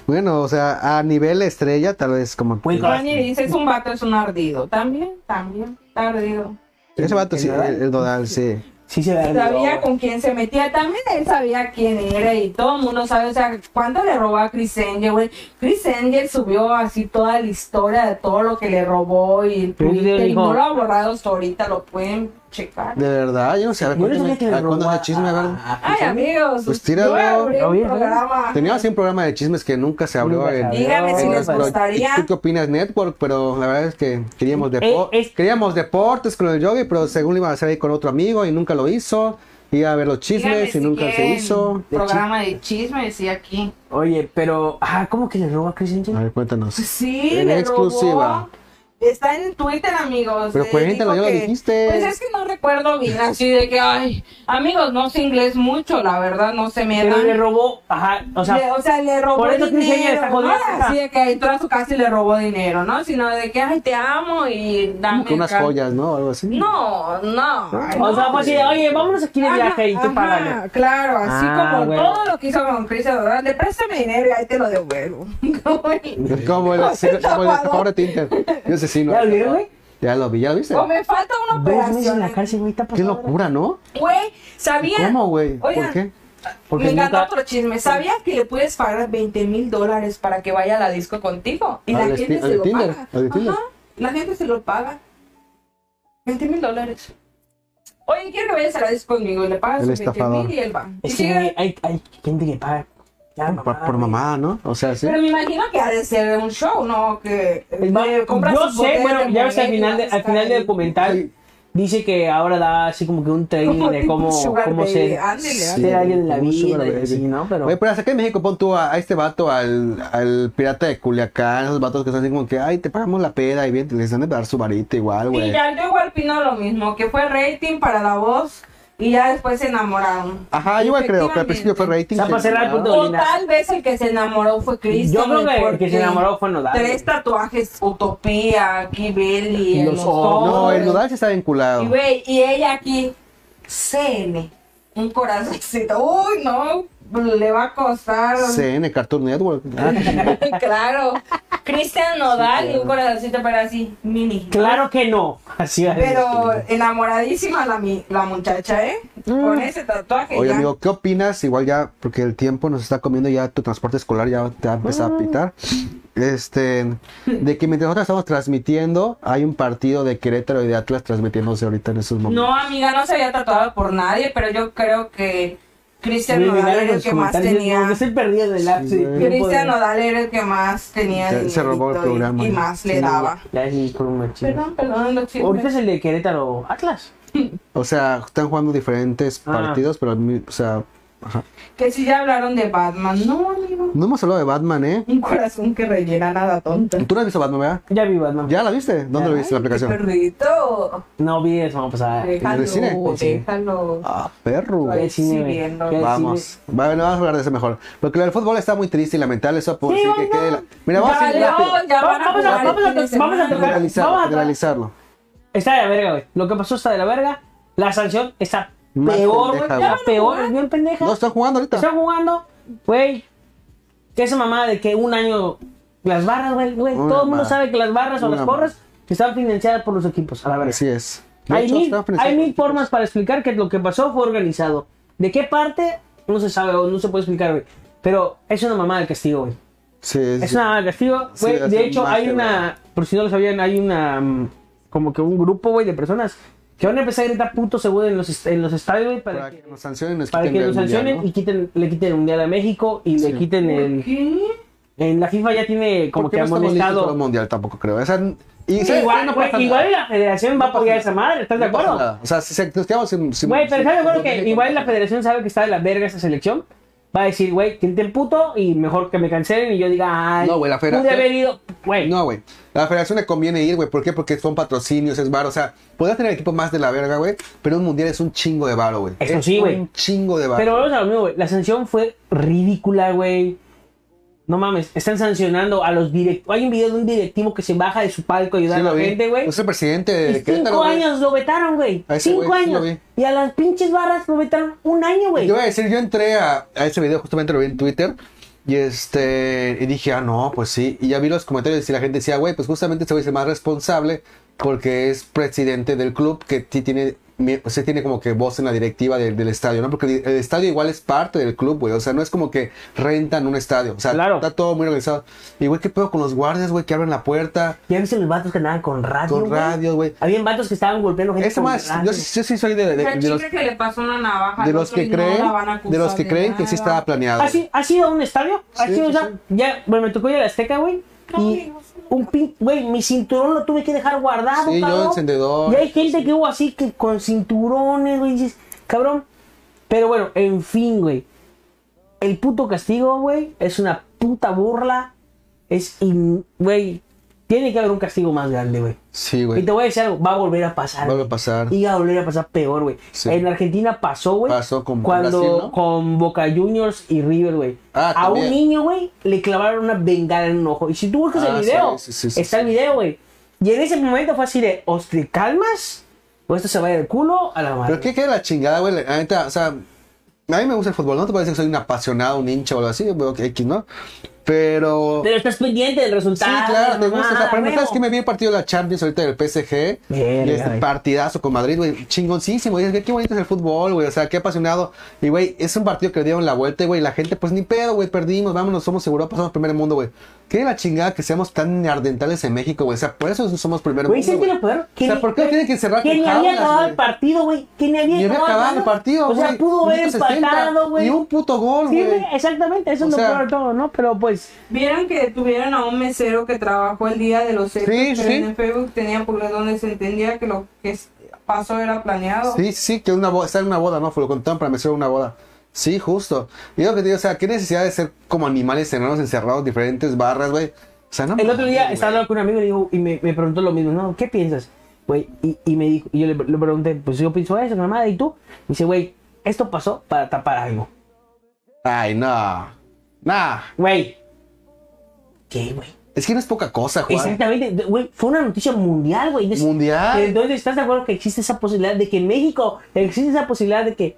Speaker 1: Bueno, o sea, a nivel estrella, tal vez como.
Speaker 3: Buen corazón.
Speaker 2: Tony dice: es un vato, es un ardido. También, también, está ardido.
Speaker 1: Ese vato,
Speaker 3: ¿El
Speaker 1: sí,
Speaker 3: Nodal?
Speaker 1: el, el Nodal, sí.
Speaker 3: Sí se ve.
Speaker 2: Sabía con quién se metía. También él sabía quién era y todo el mundo sabe. O sea, ¿cuánto le robó a Chris Angel, güey? Chris Angel subió así toda la historia de todo lo que le robó y el
Speaker 3: Pero él
Speaker 2: Twitter. Y
Speaker 3: dijo-
Speaker 2: no lo ha borrado hasta ahorita, lo pueden checar.
Speaker 1: De verdad, yo no sé. A ver,
Speaker 3: Yo no sabía
Speaker 1: cuéntame,
Speaker 3: que Ah, le
Speaker 1: a ver,
Speaker 3: robó
Speaker 1: cuéntame
Speaker 3: a-
Speaker 1: chisme, a ver.
Speaker 3: a-
Speaker 2: Ay, amigos,
Speaker 1: Pues tíralo.
Speaker 2: yo abrí
Speaker 3: Lo
Speaker 2: un
Speaker 3: vi, ¿no?
Speaker 2: programa.
Speaker 1: Tenía así un programa de chismes que nunca se abrió
Speaker 3: Nunca se
Speaker 1: en.
Speaker 3: abrió.
Speaker 2: Díganme si
Speaker 1: en
Speaker 2: les
Speaker 1: los-
Speaker 2: gustaría.
Speaker 1: ¿Tú qué opinas, Network? Pero la verdad es que queríamos, depo-
Speaker 3: Eh, es-
Speaker 1: queríamos deportes con el yogi, pero según lo iba a hacer ahí con otro amigo y nunca lo hizo. Iba a ver los
Speaker 2: Díganme
Speaker 1: chismes
Speaker 2: si
Speaker 1: y nunca se
Speaker 2: quieren
Speaker 1: hizo.
Speaker 2: Programa de chismes y aquí.
Speaker 3: Oye, pero. Ah, ¿cómo que le robó a Chris Angel?
Speaker 1: A ver, cuéntanos.
Speaker 2: Pues sí,
Speaker 1: En
Speaker 2: le
Speaker 1: exclusiva.
Speaker 2: robó. Está en Twitter, amigos.
Speaker 1: Pero
Speaker 2: Eh,
Speaker 1: cuéntalo,
Speaker 2: dijo
Speaker 1: ya lo
Speaker 2: que-
Speaker 1: dijiste.
Speaker 2: Pues es que no recuerdo bien, así de que, ay, amigos, no sé inglés mucho, la verdad, no se me da.
Speaker 3: Pero le robó. Ajá, o sea.
Speaker 2: Le- o sea, le robó
Speaker 3: por eso Chris Angel
Speaker 2: dinero,
Speaker 3: está
Speaker 2: no
Speaker 3: jodido.
Speaker 2: era así de que entró a su casa y le robó dinero, ¿no? Sino de que, ay, te amo y dame...
Speaker 1: Como que unas
Speaker 2: acá.
Speaker 1: joyas, ¿no? Algo así.
Speaker 2: No, no.
Speaker 1: Ay,
Speaker 3: o sea, pues sí, oye, vámonos aquí de
Speaker 2: Ajá,
Speaker 3: viaje y tú
Speaker 2: ajá,
Speaker 3: págame.
Speaker 2: Claro, así
Speaker 3: Ah,
Speaker 2: como
Speaker 3: bueno.
Speaker 2: todo lo que hizo con Chris Adorán, le préstame dinero y ahí te lo devuelvo.
Speaker 1: Como el, como el pobre Tinker. Yo sé, sí, ¿no?
Speaker 3: ¿Ya lo vieron, güey?
Speaker 1: Ya lo vi, ya lo viste.
Speaker 2: o me falta una
Speaker 3: Dos meses en la
Speaker 2: operación.
Speaker 3: cárcel, güey, está
Speaker 1: Qué
Speaker 3: pasando.
Speaker 1: locura, ¿no?
Speaker 2: Güey, sabía.
Speaker 1: ¿Cómo, güey?
Speaker 2: Oigan,
Speaker 1: ¿Por qué?
Speaker 3: Porque
Speaker 2: me encanta
Speaker 3: nunca-
Speaker 2: otro chisme. ¿Sabías que le puedes pagar 20 mil dólares para que vaya a la disco contigo?
Speaker 3: Ah,
Speaker 2: Y
Speaker 1: Al
Speaker 2: la
Speaker 1: de
Speaker 2: gente
Speaker 1: Ti- al
Speaker 2: se
Speaker 1: de
Speaker 2: lo
Speaker 1: Tinder,
Speaker 2: paga.
Speaker 1: al de Tinder.
Speaker 2: Ajá, la gente se lo paga. 20 mil dólares. Oye, quiero que vayas a la disco conmigo y le pagas
Speaker 1: El
Speaker 2: sus 20
Speaker 1: estafador.
Speaker 2: mil y él va. Y
Speaker 3: Es que
Speaker 2: llega-
Speaker 3: güey, hay, hay gente que paga. Ya,
Speaker 1: Por, por
Speaker 3: güey.
Speaker 1: mamá, ¿no? O sea, sí.
Speaker 2: Ah, Pero me imagino que ha de ser un show, ¿no? Que
Speaker 3: Es más,
Speaker 2: le compras
Speaker 3: yo
Speaker 2: sus
Speaker 3: sé,
Speaker 2: botellas
Speaker 3: bueno,
Speaker 2: de
Speaker 3: ya ves
Speaker 2: Modesto
Speaker 3: al
Speaker 2: y
Speaker 3: final, de-
Speaker 2: vas a
Speaker 3: al final
Speaker 2: estar
Speaker 3: del
Speaker 2: ahí.
Speaker 3: documental dice que ahora da así como que un
Speaker 2: Como
Speaker 3: trailer de
Speaker 2: tipo
Speaker 3: cómo,
Speaker 2: Sugar
Speaker 3: cómo
Speaker 2: Baby,
Speaker 3: ser,
Speaker 2: ándele,
Speaker 1: Sí,
Speaker 3: ser alguien en la
Speaker 1: como Sugar
Speaker 3: vida y
Speaker 1: Baby.
Speaker 3: así, ¿no? Pero
Speaker 1: Oye, pero hasta acá en México pon tú a, a este vato, al, al pirata de Culiacán, esos vatos que están así como que, ay, te pagamos la peda y bien, les dan de dar su varita igual,
Speaker 2: Y
Speaker 1: güey.
Speaker 2: ya yo igual opino lo mismo, que fue rating para la voz y ya después se enamoraron.
Speaker 1: Ajá, yo igual creo que al principio fue rating.
Speaker 3: O sea, para cerrar pues, el punto
Speaker 2: O
Speaker 3: Dolina.
Speaker 2: tal vez el que se enamoró fue Cristo.
Speaker 3: yo creo que el que se enamoró fue Nodal.
Speaker 2: Tres tatuajes, Utopía, aquí Belly, en
Speaker 3: Los
Speaker 2: los,
Speaker 3: ojos.
Speaker 1: No, el
Speaker 2: ojos.
Speaker 1: Nodal sí está vinculado.
Speaker 2: Y, güey, y ella aquí, CN, un corazoncito. Uy, no, le va a costar.
Speaker 1: CN, Cartoon Network. Ah,
Speaker 2: claro. Cristian Nodal y un corazoncito pero así, mini.
Speaker 1: pues,
Speaker 3: Claro que no. Así va.
Speaker 2: Pero enamoradísima la, mi- la muchacha, ¿eh? Con ese tatuaje.
Speaker 1: Mm. Oye,
Speaker 2: ya.
Speaker 1: amigo, ¿qué opinas? Igual ya, porque el tiempo nos está comiendo, ya tu transporte escolar ya te va a empezar
Speaker 3: Ah.
Speaker 1: a pitar. Este, de que mientras nosotros estamos transmitiendo, hay un partido de Querétaro y de Atlas transmitiéndose ahorita en esos momentos.
Speaker 2: No, amiga, no se había tatuado por nadie, pero yo creo que Cristian
Speaker 3: Güey,
Speaker 2: Nodal
Speaker 3: miraron
Speaker 2: era el
Speaker 3: los
Speaker 2: que más
Speaker 3: comentarios,
Speaker 2: tenía.
Speaker 3: No, no se perdía del lapso.
Speaker 1: Sí, güey.
Speaker 2: Cristian Nodal era el que más tenía.
Speaker 1: Se- se robó el
Speaker 2: dinerito y-
Speaker 1: programa,
Speaker 2: Y,
Speaker 1: ¿no?
Speaker 2: más le daba.
Speaker 3: Ya es por un machín.
Speaker 2: Perdón, perdón, lo chismes.
Speaker 3: Ahorita es el de Querétaro Atlas.
Speaker 1: O sea, están jugando diferentes
Speaker 3: Ah.
Speaker 1: partidos, pero, al mi- o sea, ajá.
Speaker 2: Que si ya hablaron de Batman. No, amigo.
Speaker 1: no hemos hablado de Batman, ¿eh?
Speaker 2: Un corazón que rellena nada tonta.
Speaker 1: Tú no has visto Batman, ¿verdad?
Speaker 3: Ya vi Batman.
Speaker 1: ¿Ya la viste? ¿Dónde lo viste la
Speaker 2: Ay,
Speaker 1: aplicación?
Speaker 2: Perrito.
Speaker 3: No vi eso, vamos a ver.
Speaker 1: ¿En
Speaker 2: Déjalo,
Speaker 1: Ah, el cine? En el
Speaker 3: cine.
Speaker 2: déjalo.
Speaker 1: Ah, perro.
Speaker 2: Ay, sí,
Speaker 3: cine, güey.
Speaker 2: viendo.
Speaker 3: Qué
Speaker 1: Vamos. Bueno, vamos a hablar de eso mejor. Porque lo del fútbol está muy triste y lamentable. Eso por
Speaker 3: Sí,
Speaker 1: sí que
Speaker 3: vamos.
Speaker 1: quede la- Mira, vamos a
Speaker 2: Dale,
Speaker 1: ir
Speaker 2: no,
Speaker 1: rápido.
Speaker 2: ya van a
Speaker 3: Vamos a-
Speaker 2: jugar el
Speaker 3: vamos a
Speaker 2: fin de
Speaker 3: to- vamos a
Speaker 2: semana.
Speaker 3: tocar-
Speaker 1: Generalizarlo,
Speaker 3: Vamos a-
Speaker 1: generalizarlo.
Speaker 3: Está de la verga, güey. Lo que pasó está de la verga. La sanción está
Speaker 1: Más
Speaker 3: peor, güey.
Speaker 1: pendeja,
Speaker 3: Está
Speaker 1: güey.
Speaker 3: peor, es bien pendeja.
Speaker 1: No, están jugando
Speaker 3: Están
Speaker 1: ahorita.
Speaker 3: jugando, güey. Que esa mamá de que un año. Las barras, güey, güey.
Speaker 1: Una
Speaker 3: Todo el mundo
Speaker 1: más.
Speaker 3: sabe que las barras o
Speaker 1: Una
Speaker 3: las
Speaker 1: más.
Speaker 3: porras están financiadas por los equipos, a la verga.
Speaker 1: Así es. De
Speaker 3: hay
Speaker 1: hecho,
Speaker 3: mil,
Speaker 1: están
Speaker 3: hay
Speaker 1: ofreciendo-
Speaker 3: mil formas para explicar que lo que pasó fue organizado. ¿De qué parte? No se sabe o no se puede explicar, güey. Pero es una mamá del castigo, güey.
Speaker 1: Sí, sí.
Speaker 3: Es una mamá del castigo, güey.
Speaker 1: Sí, es
Speaker 3: de hecho,
Speaker 1: más
Speaker 3: hay
Speaker 1: que
Speaker 3: una. Por si no lo sabían, hay una. mm, Como que un grupo, güey, de personas que van a empezar a gritar puto seguro en los, est- en los estadios, güey, para,
Speaker 1: Para
Speaker 3: que,
Speaker 1: que nos sancionen y nos
Speaker 3: para
Speaker 1: quiten
Speaker 3: que
Speaker 1: el
Speaker 3: los
Speaker 1: mundial,
Speaker 3: sancionen
Speaker 1: ¿no?
Speaker 3: y quiten, le quiten el mundial a México y le
Speaker 1: Sí.
Speaker 3: quiten
Speaker 2: ¿Por
Speaker 3: el.
Speaker 2: qué?
Speaker 3: En la FIFA ya tiene como
Speaker 1: Porque
Speaker 3: que
Speaker 1: no estamos listos para un
Speaker 3: amonestado.
Speaker 1: mundial tampoco, creo. Esa- y, ¿sabes?
Speaker 3: Igual,
Speaker 1: No
Speaker 3: güey,
Speaker 1: pasa
Speaker 3: igual
Speaker 1: nada.
Speaker 3: la federación va a apoyar esa madre, ¿estás de
Speaker 1: No pasa
Speaker 3: acuerdo?
Speaker 1: nada. O sea, si se- nos quedamos sin... sin-
Speaker 3: Güey, pero
Speaker 1: sin-
Speaker 3: ¿estás de acuerdo
Speaker 1: sin-
Speaker 3: que igual la federación sabe que está de la verga esa selección? Va a decir, güey, quien te puto y mejor que me cancelen y yo diga, ay,
Speaker 1: No, güey, la
Speaker 3: pude
Speaker 1: federación-
Speaker 3: haber ido, Güey,
Speaker 1: No, güey. La federación le conviene ir, güey. ¿Por qué? Porque son patrocinios, es varo. O sea, podrías tener el equipo más de la verga, güey. Pero un mundial es un chingo de varo, güey.
Speaker 3: Eso
Speaker 1: Es
Speaker 3: sí, güey.
Speaker 1: Un chingo de varo.
Speaker 3: Pero vamos a lo mismo, güey. La sanción fue ridícula, güey. No mames, están sancionando a los directivos. Hay un video de un directivo que se baja de su palco a
Speaker 1: Sí,
Speaker 3: ayudar a
Speaker 1: lo
Speaker 3: la
Speaker 1: vi.
Speaker 3: gente, güey.
Speaker 1: Es el presidente
Speaker 3: Y
Speaker 1: de Querétaro,
Speaker 3: cinco
Speaker 1: güey.
Speaker 3: años lo vetaron, güey.
Speaker 1: A ese
Speaker 3: Cinco
Speaker 1: güey, sí lo
Speaker 3: años. y a las pinches barras lo vetaron un año, güey.
Speaker 1: Yo voy a decir, yo entré a, a ese video, justamente lo vi en Twitter. Y este, y dije, ah, no, pues sí. Y ya vi los comentarios y la gente decía, güey, pues justamente este güey es el más responsable porque es presidente del club que sí tiene, mi- o sea, tiene como que voz en la directiva del, del estadio, ¿no? Porque el, el estadio igual es parte del club, güey. O sea, no es como que rentan un estadio. O sea,
Speaker 3: Claro.
Speaker 1: está todo muy organizado. Y, güey, ¿qué pedo con los guardias, güey, que abren la puerta?
Speaker 3: Ya viste los vatos que andaban con radio.
Speaker 1: Con
Speaker 3: güey?
Speaker 1: radio, güey.
Speaker 3: Habían vatos que estaban golpeando gente.
Speaker 1: Este
Speaker 3: con
Speaker 1: más,
Speaker 3: radio.
Speaker 1: yo, sí- yo sí soy de, de-
Speaker 2: La
Speaker 1: de
Speaker 2: chica
Speaker 1: los,
Speaker 2: que le pasó una navaja.
Speaker 1: de
Speaker 2: al
Speaker 1: los
Speaker 2: otro y
Speaker 1: que
Speaker 2: no
Speaker 1: creen,
Speaker 2: la van a
Speaker 1: de los
Speaker 2: acusar
Speaker 1: que
Speaker 2: de
Speaker 1: creen que sí
Speaker 2: nada. Ah,
Speaker 1: estaba planeado.
Speaker 3: ¿Has, i- has ido a un estadio? ¿Has
Speaker 1: Sí,
Speaker 3: ido,
Speaker 1: sí,
Speaker 3: o sea,
Speaker 1: sí.
Speaker 3: ya, bueno, me tocó ir a la Azteca, güey. Y un pin, güey, mi cinturón lo tuve que dejar guardado,
Speaker 1: Sí, yo
Speaker 3: cabrón.
Speaker 1: encendedor.
Speaker 3: Ah, Y hay gente que hubo así que con cinturones, güey, dices, cabrón. Pero bueno, en fin, güey. El puto castigo, güey, es una puta burla. Es, in- güey, tiene que haber un castigo más grande, güey.
Speaker 1: Sí, güey.
Speaker 3: Y te voy a decir algo, va a volver a pasar.
Speaker 1: Va
Speaker 3: güey.
Speaker 1: a pasar.
Speaker 3: Y va a volver a pasar peor, güey.
Speaker 1: Sí.
Speaker 3: En Argentina pasó, güey.
Speaker 1: Pasó con
Speaker 3: cuando
Speaker 1: Brasil, ¿no?
Speaker 3: con Boca Juniors y River, güey.
Speaker 1: Ah,
Speaker 3: a un
Speaker 1: también.
Speaker 3: niño, güey, le clavaron una bengala en un ojo. Y si tú buscas
Speaker 1: Ah,
Speaker 3: el video,
Speaker 1: sí, sí, sí, sí,
Speaker 3: está el
Speaker 1: sí.
Speaker 3: video, güey. Y en ese momento fue así de, "Os te calmas o esto se va a ir del culo a la madre."
Speaker 1: Pero qué queda la chingada, güey. La neta, o sea, a mí me gusta el fútbol. No te parece que soy un apasionado, un hincha o algo así, güey, ok, X, ¿no? Pero.
Speaker 3: Pero estás pendiente del
Speaker 1: Sí,
Speaker 3: resultado.
Speaker 1: claro, me gusta. O sea,
Speaker 3: mamá,
Speaker 1: por ejemplo, ¿sabes
Speaker 3: huevo.
Speaker 1: que me vi el partido de la Champions ahorita del PSG?
Speaker 3: Verga,
Speaker 1: y este
Speaker 3: güey.
Speaker 1: partidazo con Madrid, güey. Chingoncísimo. Y es que qué bonito es el fútbol, güey. O sea, qué apasionado. Y, güey, es un partido que le dieron la vuelta, güey. La gente, pues ni pedo, güey. Perdimos, vámonos, somos Europa, somos primer mundo, güey. Qué de la chingada que seamos tan ardentales en México, güey. O sea, por eso somos primer
Speaker 3: Güey,
Speaker 1: mundo.
Speaker 3: ¿sabes qué es lo peor?
Speaker 1: O sea,
Speaker 3: ni-
Speaker 1: ¿por qué tienen que cerrar
Speaker 3: Que
Speaker 1: con
Speaker 3: ni había
Speaker 1: jaulas,
Speaker 3: acabado
Speaker 1: güey?
Speaker 3: el partido, güey. Que ni había
Speaker 1: Y había acabado el partido,
Speaker 3: O sea,
Speaker 1: güey.
Speaker 3: pudo haber
Speaker 1: Minuto 60,
Speaker 3: empatado, güey.
Speaker 1: Ni un puto gol,
Speaker 3: Sí,
Speaker 1: güey.
Speaker 3: güey, exactamente, eso
Speaker 1: O
Speaker 3: es lo
Speaker 1: sea-
Speaker 3: peor de todo, ¿no? Pero pues,
Speaker 2: Vieron que detuvieron a un mesero que trabajó el día de los hechos,
Speaker 1: Sí,
Speaker 2: pero
Speaker 1: sí.
Speaker 2: en el Facebook tenía por donde se entendía que lo que es- pasó era planeado.
Speaker 1: Sí, sí, que una boda, está en una boda, ¿no? Lo contaron para mencionar una boda. Sí, justo. Y lo que te digo, o sea, qué necesidad de ser como animales enanos encerrados, diferentes barras, güey. O sea, no.
Speaker 3: el otro día
Speaker 1: mames,
Speaker 3: estaba hablando con un amigo y, dijo- y me, me preguntó lo mismo, ¿no? ¿Qué piensas? Güey, y, y me dijo, y yo le, le pregunté, pues yo pienso eso, mamá, ¿y tú? Me dice, güey, esto pasó para tapar algo.
Speaker 1: güey. Ay, no. Nah.
Speaker 3: Güey. ¿Qué, güey?
Speaker 1: Es que no es poca cosa, Juan.
Speaker 3: Exactamente, de- güey, fue una noticia mundial, güey. Entonces-
Speaker 1: Mundial.
Speaker 3: Entonces, ¿estás de acuerdo que existe esa posibilidad de que en México existe esa posibilidad de que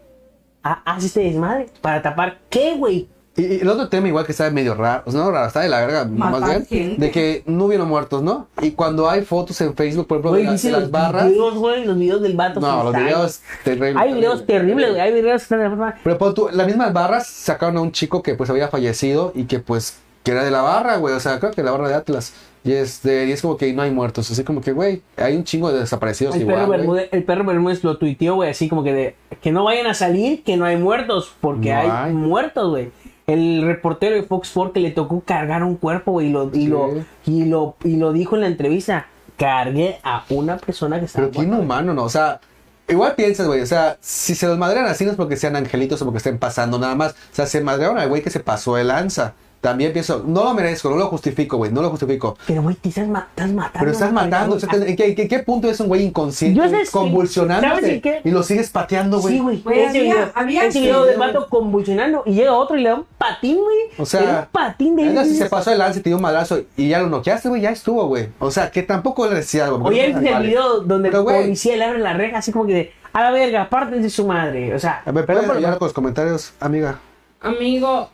Speaker 3: ha- hace este desmadre para tapar qué, güey?
Speaker 1: Y, y el otro tema, igual que está medio raro, o sea, no raro, está de la verga,
Speaker 2: Matar
Speaker 1: más bien,
Speaker 2: gente.
Speaker 1: de que no hubieron muertos, ¿no? Y cuando hay fotos en Facebook, por ejemplo,
Speaker 3: Güey,
Speaker 1: de, la-
Speaker 3: dice
Speaker 1: de las
Speaker 3: los
Speaker 1: barras.
Speaker 3: videos, güey, los videos del vato.
Speaker 1: No, los
Speaker 3: están-
Speaker 1: videos terribles.
Speaker 3: Hay videos terribles, güey. Hay videos que están de la forma-
Speaker 1: Pero pon tú, las mismas barras sacaron a un chico que pues había fallecido y que pues que era de la barra, güey. O sea, creo que la barra de Atlas. Y, este, y es como que no hay muertos. Así como que, güey, hay un chingo de desaparecidos
Speaker 3: El perro,
Speaker 1: igual. güey.
Speaker 3: Bermúdez, el perro Bermúdez lo tuiteó, güey, así como que de que no vayan a salir, que no hay muertos, porque
Speaker 1: No
Speaker 3: hay,
Speaker 1: hay.
Speaker 3: muertos, güey. El reportero de Fox Sports que le tocó cargar un cuerpo, güey, y lo, y, lo,
Speaker 1: Sí.
Speaker 3: y, lo, y lo dijo en la entrevista. Cargué a una persona que estaba
Speaker 1: Pero qué inhumano, ¿no? O sea, igual piensas, güey. O sea, si se los madrean así no es porque sean angelitos o porque estén pasando nada más. O sea, se madrearon al güey que se pasó de lanza. También pienso, no lo merezco, no lo justifico, güey, no lo justifico.
Speaker 3: Pero, güey, te estás, ma- estás matando.
Speaker 1: Pero estás
Speaker 3: a una
Speaker 1: matando. o sea,
Speaker 3: persona.
Speaker 1: ¿En qué, en qué- en qué punto es un güey inconsciente,
Speaker 3: Yo sé- ¿sabes en qué?
Speaker 1: convulsionante? Y lo sigues pateando, güey.
Speaker 3: Sí, güey.
Speaker 2: Güey,
Speaker 3: ese
Speaker 2: había-
Speaker 3: video,
Speaker 2: había
Speaker 3: ese video del
Speaker 1: video,
Speaker 3: vato convulsionando y llega otro y le da un patín, güey.
Speaker 1: O sea,
Speaker 3: Le da un patín de
Speaker 1: Venga,
Speaker 3: él.
Speaker 1: si se pasó el lance y te dio un madrazo y ya lo noqueaste, güey, ya estuvo, güey. O sea, que tampoco le decía algo.
Speaker 3: Oye,
Speaker 1: no
Speaker 3: ¿viste el
Speaker 1: vale.
Speaker 3: video donde
Speaker 1: Pero,
Speaker 3: el
Speaker 1: güey,
Speaker 3: policía le abre la reja así como que de, a la verga, aparte de su madre? O sea,
Speaker 1: A ver,
Speaker 3: pero,
Speaker 1: ¿puedes
Speaker 3: pero-
Speaker 1: ayudar con los comentarios, amiga?
Speaker 2: Amigo,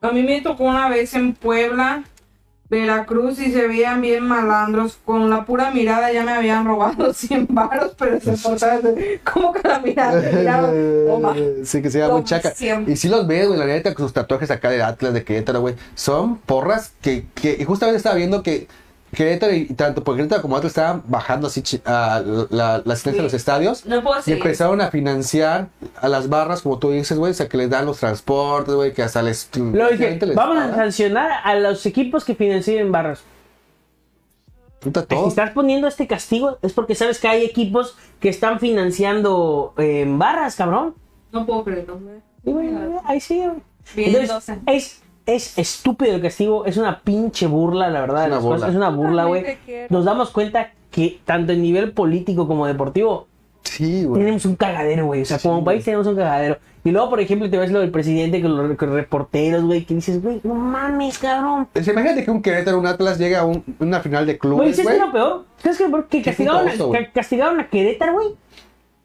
Speaker 2: a mí me tocó una vez en Puebla, Veracruz, y se veían bien malandros. Con la pura mirada ya me habían robado 100 varos, pero se portaban como que la mirada Oh, miraron, Ah, toma.
Speaker 1: sí, que se llama muy
Speaker 2: Toma,
Speaker 1: chaca.
Speaker 2: siempre.
Speaker 1: Y si los ves, güey, la neta, con sus tatuajes acá de Atlas, de Querétaro, güey. Son porras que, que y justamente estaba viendo que Querétaro, y tanto por Querétaro como Atlas, estaban bajando así chi- a la, la asistencia
Speaker 2: Sí.
Speaker 1: de los estadios.
Speaker 2: No puedo
Speaker 1: Y
Speaker 2: seguir.
Speaker 1: empezaron a financiar a las barras, como tú dices, güey, o sea, que les dan los transportes, güey, que hasta les...
Speaker 3: Luego dije,
Speaker 1: les
Speaker 3: vamos a
Speaker 1: pagan.
Speaker 3: sancionar a los equipos que financien barras.
Speaker 1: Puta,
Speaker 3: Si
Speaker 1: todo.
Speaker 3: estás poniendo este castigo es porque sabes que hay equipos que están financiando eh, barras, cabrón.
Speaker 2: No puedo creerlo. güey.
Speaker 3: Y bueno, ahí sí. güey.
Speaker 2: Bien,
Speaker 3: Entonces,
Speaker 2: doce.
Speaker 3: es Es estúpido el castigo, es una pinche burla, la verdad. de
Speaker 1: Es una
Speaker 3: las cosas,
Speaker 1: burla.
Speaker 3: Es una burla, güey.
Speaker 2: Totalmente quiero.
Speaker 3: Nos damos cuenta que tanto en nivel político como deportivo
Speaker 1: Sí, güey.
Speaker 3: tenemos un cagadero, güey. O sea,
Speaker 1: Sí,
Speaker 3: como país
Speaker 1: güey.
Speaker 3: tenemos un cagadero. Y luego, por ejemplo, te ves lo del presidente con los con los reporteros, güey, que dices, güey, no mames, cabrón.
Speaker 1: Es- Imagínate que un Querétaro, un Atlas llega a un- una final de
Speaker 3: Güey,
Speaker 1: clubes,
Speaker 3: ¿sabes qué
Speaker 1: güey.
Speaker 3: es lo peor? ¿Sabes qué es lo peor? Que
Speaker 1: Qué
Speaker 3: castigaron,
Speaker 1: puto oso,
Speaker 3: a,
Speaker 1: güey.
Speaker 3: ca- castigaron a Querétaro, güey.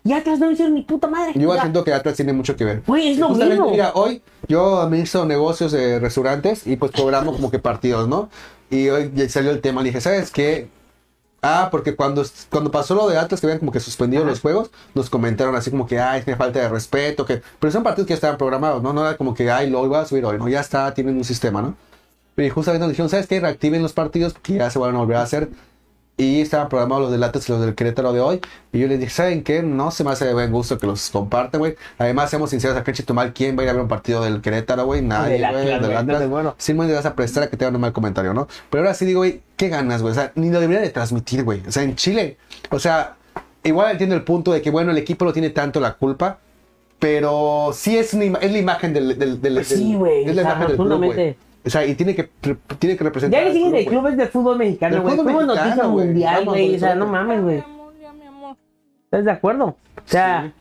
Speaker 3: Y Atlas no hicieron ni puta madre.
Speaker 1: Yo
Speaker 3: Ya.
Speaker 1: siento que Atlas tiene mucho que ver.
Speaker 3: Güey, es lo
Speaker 1: Justamente,
Speaker 3: mismo.
Speaker 1: Mira, hoy yo administro negocios de restaurantes y pues programo como que partidos, ¿no? Y hoy ya salió el tema, le dije, ¿sabes qué? Ah, porque cuando, cuando pasó lo de Atlas, que habían como que suspendido los juegos, nos comentaron así como que, ay, es que falta de respeto, que... Pero son partidos que ya estaban programados, ¿no? No era como que, ay, lo iba a subir hoy, ¿no? Ya está, tienen un sistema, ¿no? Y justamente nos dijeron, ¿sabes qué? Reactiven los partidos porque ya se van a volver a hacer. Y estaban programados los del Atlas y los del Querétaro de hoy. Y yo les dije, ¿saben qué? No se me hace de buen gusto que los compartan, güey. Además, seamos sinceros, acá en Chitumal, ¿quién va a ir a ver un partido del Querétaro, güey? Nadie,
Speaker 3: Del
Speaker 1: güey.
Speaker 3: Atlas,
Speaker 1: Del
Speaker 3: güey,
Speaker 1: Atlas.
Speaker 3: entonces, bueno.
Speaker 1: Sí, muy le vas a prestar a que te hagan un mal comentario, ¿no? Pero ahora sí digo, güey, ¿qué ganas, güey? O sea, ni lo debería de transmitir, güey. O sea, en Chile. O sea, igual entiendo el punto de que, bueno, el equipo no tiene tanto la culpa. Pero sí es, una ima- es la imagen del... del, del-
Speaker 3: Pues
Speaker 1: del-
Speaker 3: sí, güey,
Speaker 1: Es la
Speaker 3: o sea,
Speaker 1: imagen del club, güey.
Speaker 3: rotundamente.
Speaker 1: O sea, y tiene que, tiene que representar
Speaker 3: Ya que
Speaker 1: al
Speaker 3: siguen
Speaker 1: club,
Speaker 3: de
Speaker 1: güey.
Speaker 3: clubes de fútbol mexicano,
Speaker 1: Del
Speaker 3: güey.
Speaker 1: fútbol
Speaker 3: Fuimos
Speaker 1: mexicano,
Speaker 3: noticia
Speaker 1: güey.
Speaker 3: mundial,
Speaker 1: Vamos,
Speaker 3: güey. O sea,
Speaker 1: güey.
Speaker 3: no mames, güey.
Speaker 2: Ya, mi amor.
Speaker 3: ¿Estás de acuerdo? O sea,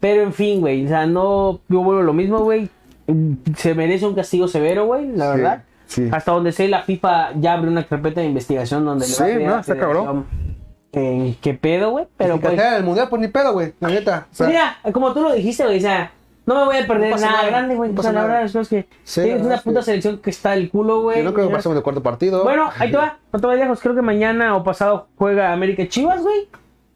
Speaker 3: pero en fin, güey. O sea, no. Yo vuelvo a lo mismo, güey. Mm, Se merece un castigo severo, güey, la
Speaker 1: Sí,
Speaker 3: verdad.
Speaker 1: sí.
Speaker 3: Hasta donde sé, la FIFA ya abrió una carpeta de investigación donde
Speaker 1: Sí,
Speaker 3: pedir a
Speaker 1: no,
Speaker 3: la
Speaker 1: está cabrón.
Speaker 3: federación, eh, ¿Qué pedo, güey? Pero
Speaker 1: Pero
Speaker 3: pues.
Speaker 1: el mundial, pues ni pedo, güey. La neta. O sea,
Speaker 3: Mira, como tú lo dijiste, güey, o sea, no me voy a perder
Speaker 1: No pasa
Speaker 3: nada,
Speaker 1: nada,
Speaker 3: grande, güey.
Speaker 1: no
Speaker 3: o sea,
Speaker 1: pasa
Speaker 3: la
Speaker 1: nada.
Speaker 3: verdad es que
Speaker 1: Sí, la
Speaker 3: tienes
Speaker 1: verdad,
Speaker 3: una puta
Speaker 1: sí.
Speaker 3: selección que está del culo, güey.
Speaker 1: yo no creo que
Speaker 3: Ya-
Speaker 1: pasemos el cuarto partido.
Speaker 3: bueno, ahí te va. No te vayas lejos. Creo que mañana o pasado juega América Chivas, güey.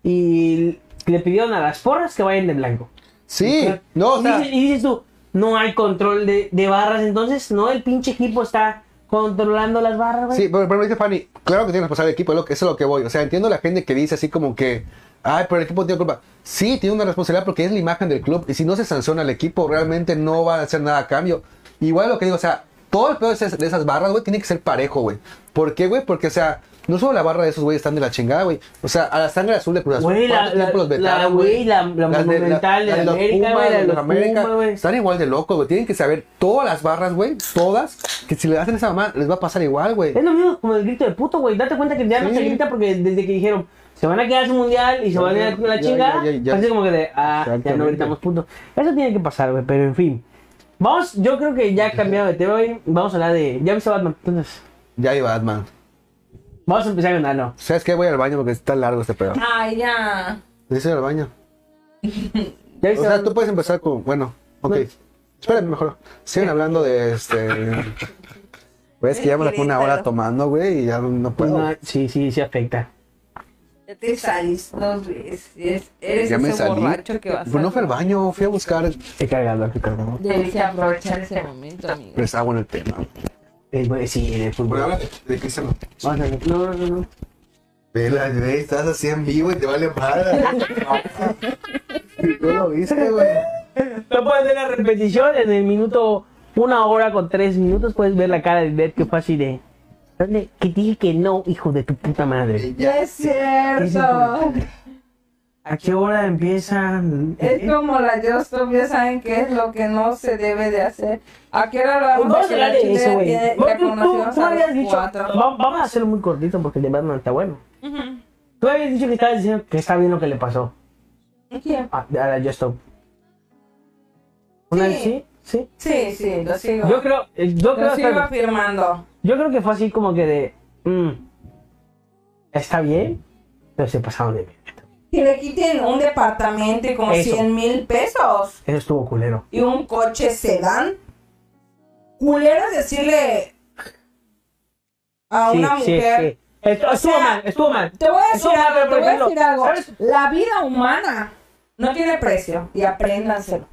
Speaker 3: Y le pidieron a las porras que vayan de blanco.
Speaker 1: Sí, no,
Speaker 3: y,
Speaker 1: o sea,
Speaker 3: dices, y dices tú, no hay control de, de barras. Entonces, no, el pinche equipo está controlando las barras, güey.
Speaker 1: Sí, pero, pero me dice Fanny, claro que tiene que pasar el equipo, es lo que- eso es lo que voy. O sea, entiendo la gente que dice así como que, ay, pero el equipo tiene culpa. Sí, tiene una responsabilidad porque es la imagen del club y si no se sanciona al equipo, realmente no va a hacer nada a cambio. Igual lo que digo, o sea, todo el pedo de esas, de esas barras, güey, tiene que ser parejo, güey. ¿Por qué, güey? Porque, o sea, no solo la barra de esos güeyes están de la chingada, güey. O sea, a la sangre azul de Cruz Azul.
Speaker 3: Güey, la-
Speaker 1: ¿cuánto tiempo
Speaker 3: la-
Speaker 1: los vetaron,
Speaker 3: la- güey, la- la
Speaker 1: Las de-
Speaker 3: Monumental, la
Speaker 1: las
Speaker 3: de
Speaker 1: los
Speaker 3: América,
Speaker 1: Pumas,
Speaker 3: güey, la de
Speaker 1: los
Speaker 3: los
Speaker 1: América,
Speaker 3: Pumas, güey.
Speaker 1: están igual de locos, güey. Tienen que saber todas las barras, güey. Todas. Que si le hacen esa mamá, les va a pasar igual, güey.
Speaker 3: Es lo mismo como el grito de puto, güey. Date cuenta que ya no
Speaker 1: Sí.
Speaker 3: se grita porque desde que dijeron se van a quedar sin mundial y se
Speaker 1: Ya,
Speaker 3: van a ir
Speaker 1: ya,
Speaker 3: a la
Speaker 1: ya,
Speaker 3: chingada,
Speaker 1: ya, ya, ya.
Speaker 3: así como que de, ah, ya no
Speaker 1: Exactamente.
Speaker 3: gritamos puto. Eso tiene que pasar, güey, pero en fin. Vamos, yo creo que ya cambiado de tema, güey. Vamos a hablar de. Ya viste Batman, entonces.
Speaker 1: Ya iba Batman.
Speaker 3: Vamos a empezar con ah, ganarlo.
Speaker 1: ¿Sabes qué? Voy al baño porque está largo este pedo.
Speaker 2: Ay, ya.
Speaker 1: Dice al baño. O
Speaker 3: Ya viste
Speaker 1: sea,
Speaker 3: Batman?
Speaker 1: tú puedes empezar con. Bueno, ok. Espérame, mejor. Siguen hablando de este. Güey, es que llevamos una hora tomando, güey, y ya no puedo.
Speaker 3: Pues, No, sí, sí, sí afecta.
Speaker 2: Ya te salís dos veces. Eres
Speaker 1: ya me
Speaker 2: ese
Speaker 1: salí.
Speaker 2: borracho que vas
Speaker 1: Pues no fue al baño, fui a buscar
Speaker 3: He cargado, he cargado.
Speaker 2: Debes aprovechar ese momento, amigo.
Speaker 1: pues, agua en el tema.
Speaker 3: Eh, güey, sí, en el fútbol.
Speaker 1: habla de qué se
Speaker 3: Vamos a ver. No, no, no.
Speaker 1: Vela, güey, estás así en vivo y te vale madre. ¿Tú lo viste, güey?
Speaker 3: No puedes ver la repetición en el minuto, una hora con tres minutos, puedes ver la cara de Beth que fue así de. ¿Dónde? Que dije que no, hijo de tu puta madre.
Speaker 2: Ya es cierto.
Speaker 3: ¿A qué hora empiezan?
Speaker 2: Es como la Justop, ya saben qué es lo que no se debe de hacer. ¿A qué hora lo vamos Porque
Speaker 3: Pues Vamos a
Speaker 2: la
Speaker 3: hablar de
Speaker 2: chile
Speaker 3: eso, güey.
Speaker 2: tiene-
Speaker 3: Vos-
Speaker 2: La
Speaker 3: Tú, tú,
Speaker 2: conocimos
Speaker 3: tú
Speaker 2: a
Speaker 3: habías
Speaker 2: las
Speaker 3: dicho.
Speaker 2: cuatro.
Speaker 3: va- Vamos a hacerlo muy cortito porque el de Batman está bueno. Tú habías dicho que estabas diciendo que está bien lo que le pasó
Speaker 2: ¿Quién?
Speaker 3: a, a la Just Stop. ¿Una
Speaker 2: Sí.
Speaker 3: vez sí? Sí.
Speaker 2: Sí, sí, lo sigo.
Speaker 3: Yo creo, eh, yo creo
Speaker 2: Lo sigo
Speaker 3: que-
Speaker 2: afirmando.
Speaker 3: Yo creo que fue así como que de. mm, está bien, pero se pasaron de mí.
Speaker 2: Si le quiten un departamento y como
Speaker 3: Eso.
Speaker 2: 100 mil pesos.
Speaker 3: Eso estuvo culero.
Speaker 2: y un coche sedán. Culero es decirle a
Speaker 3: sí,
Speaker 2: una
Speaker 3: sí,
Speaker 2: mujer.
Speaker 3: sí. Estu-
Speaker 2: O
Speaker 3: Estuvo
Speaker 2: sea,
Speaker 3: mal, estuvo mal.
Speaker 2: Te voy a decir
Speaker 3: Estuvo mal,
Speaker 2: algo,
Speaker 3: pero
Speaker 2: te
Speaker 3: por
Speaker 2: voy a
Speaker 3: ejemplo,
Speaker 2: decir algo.
Speaker 3: ¿sabes?
Speaker 2: La vida humana no tiene precio y apréndanselo.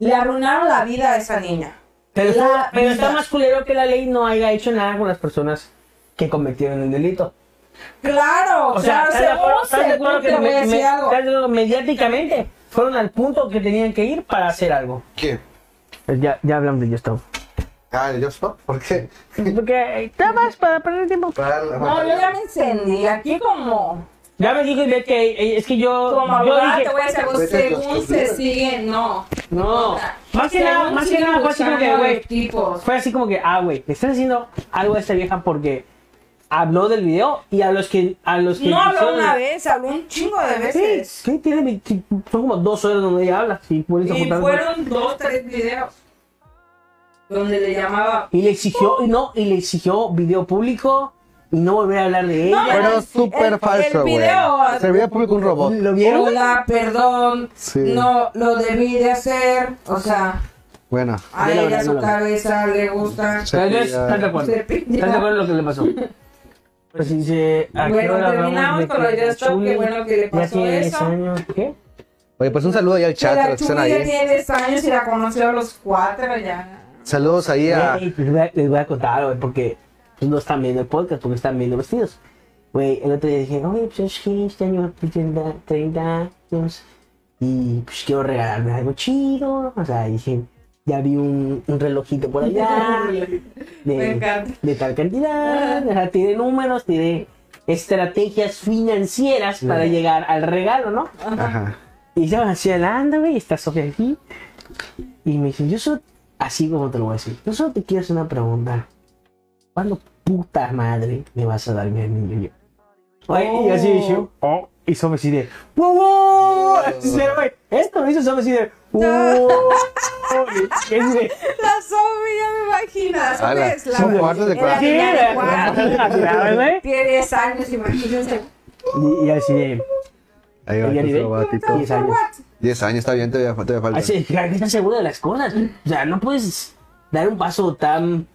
Speaker 2: Le arruinaron la vida a esa niña.
Speaker 3: Pero,
Speaker 2: La
Speaker 3: estuvo- pero
Speaker 2: vida.
Speaker 3: está más culero que la ley no haya hecho nada con las personas que cometieron el delito.
Speaker 2: Claro, claro,
Speaker 3: ¿estás de
Speaker 2: seguro,
Speaker 3: acuerdo- estás de
Speaker 2: seguro
Speaker 3: acuerdo
Speaker 2: te voy a
Speaker 3: me-
Speaker 2: decir
Speaker 3: me-
Speaker 2: algo.
Speaker 3: estás de acuerdo? mediáticamente fueron al punto que tenían que ir para hacer algo.
Speaker 1: ¿Qué?
Speaker 3: Pues ya, ya hablamos de esto.
Speaker 1: Ah, yo stop. ¿Por qué?
Speaker 3: Porque está más eh, para perder tiempo.
Speaker 1: Para la-
Speaker 2: No, yo ya me encendí. Aquí como
Speaker 3: Ya me dijo y ve que eh, es que yo.
Speaker 2: Como
Speaker 3: yo
Speaker 2: ahora
Speaker 3: dije-
Speaker 2: te voy a decir,
Speaker 7: Vete a
Speaker 2: según se
Speaker 7: construir.
Speaker 2: sigue, no.
Speaker 3: No.
Speaker 2: Otra.
Speaker 3: Más que nada,
Speaker 2: Según
Speaker 3: más que
Speaker 2: siguen
Speaker 3: nada fue así como que,
Speaker 2: buscando
Speaker 3: güey.
Speaker 2: los tipos.
Speaker 3: Fue así como que, ah, güey, le están haciendo algo a esta vieja porque habló del video y a los que. A los que
Speaker 2: No habló
Speaker 3: hicieron-
Speaker 2: una vez, habló un chingo de
Speaker 3: Sí,
Speaker 2: veces.
Speaker 3: sí, tiene, veinti- son como dos horas donde ella habla. Sí, por eso
Speaker 2: Y
Speaker 3: contaron-
Speaker 2: fueron dos, tres videos donde le llamaba.
Speaker 3: Y le exigió, y no, y le exigió video público y no volver a hablar de ella.
Speaker 1: Pero
Speaker 2: el-
Speaker 1: súper
Speaker 2: el
Speaker 1: falso, güey.
Speaker 2: video- ah,
Speaker 1: Se veía público un robot.
Speaker 3: ¿Lo vieron?
Speaker 2: Hola, perdón,
Speaker 1: Sí.
Speaker 2: no lo debí de hacer. O sea,
Speaker 1: Bueno.
Speaker 2: a
Speaker 3: Yo la
Speaker 2: ella
Speaker 3: verdad no
Speaker 2: su
Speaker 3: la vi.
Speaker 2: cabeza le gusta.
Speaker 1: se
Speaker 3: Pero no es-
Speaker 1: veía-
Speaker 3: ¿Estás de acuerdo?
Speaker 2: Se
Speaker 3: ¿Estás
Speaker 2: pilla.
Speaker 3: de acuerdo en lo que le pasó? Pues dice, ¿a qué
Speaker 2: Bueno,
Speaker 3: hora hablamos
Speaker 2: terminamos
Speaker 3: de
Speaker 2: con lo de Just Stop,
Speaker 3: Chuli
Speaker 2: qué bueno que le
Speaker 3: ya
Speaker 2: pasó
Speaker 3: tiene
Speaker 2: eso.
Speaker 3: 10 años? ¿Qué?
Speaker 1: Oye, pues un saludo ahí al chat, a
Speaker 2: la
Speaker 1: los que están
Speaker 2: Chumi ya
Speaker 1: ahí.
Speaker 2: tiene 10 años y la conoció a los cuatro ya.
Speaker 1: Saludos ahí a.
Speaker 3: Güey, les, voy a, les voy a contar, güey, porque pues, no están viendo el podcast, porque están viendo vestidos. Güey, el otro día dije, oye, pues es que este año pues, 30, 30 años y pues quiero regalarme algo chido. O sea, dije, ya vi un, un relojito por allá
Speaker 2: Me
Speaker 3: de,
Speaker 2: encanta.
Speaker 3: de tal cantidad. O sea, tiré números, tiré estrategias financieras para llegar al regalo, ¿no?
Speaker 1: Ajá.
Speaker 3: Y ya hacia el anda, güey, y está Sofía aquí. Y me dice, yo solo, así como te lo voy a decir, yo solo te quiero hacer una pregunta. ¿Cuándo puta madre me vas a dar mi anillo yo? Oye, Y así dije, oh, y Sofía así de, wow, wow, así de, güey, esto lo hizo Sofía así de, wow, y es de,
Speaker 2: La Sofi ya me imaginas.
Speaker 1: Ala,
Speaker 2: es la
Speaker 1: son cuartos de
Speaker 2: era
Speaker 1: cuarto.
Speaker 3: sí,
Speaker 2: niña de cuarto.
Speaker 3: güey.
Speaker 2: Tiene 10 años, imagínense.
Speaker 3: Y- Y así de,
Speaker 1: Ahí va,
Speaker 3: Oye,
Speaker 1: tu
Speaker 3: Aribel.
Speaker 1: robatito.
Speaker 3: 10 años. Ah,
Speaker 1: 10 años, está bien, todavía fa- todavía falta.
Speaker 3: Así, hay que estar seguro de las cosas. O sea, no puedes dar un paso tan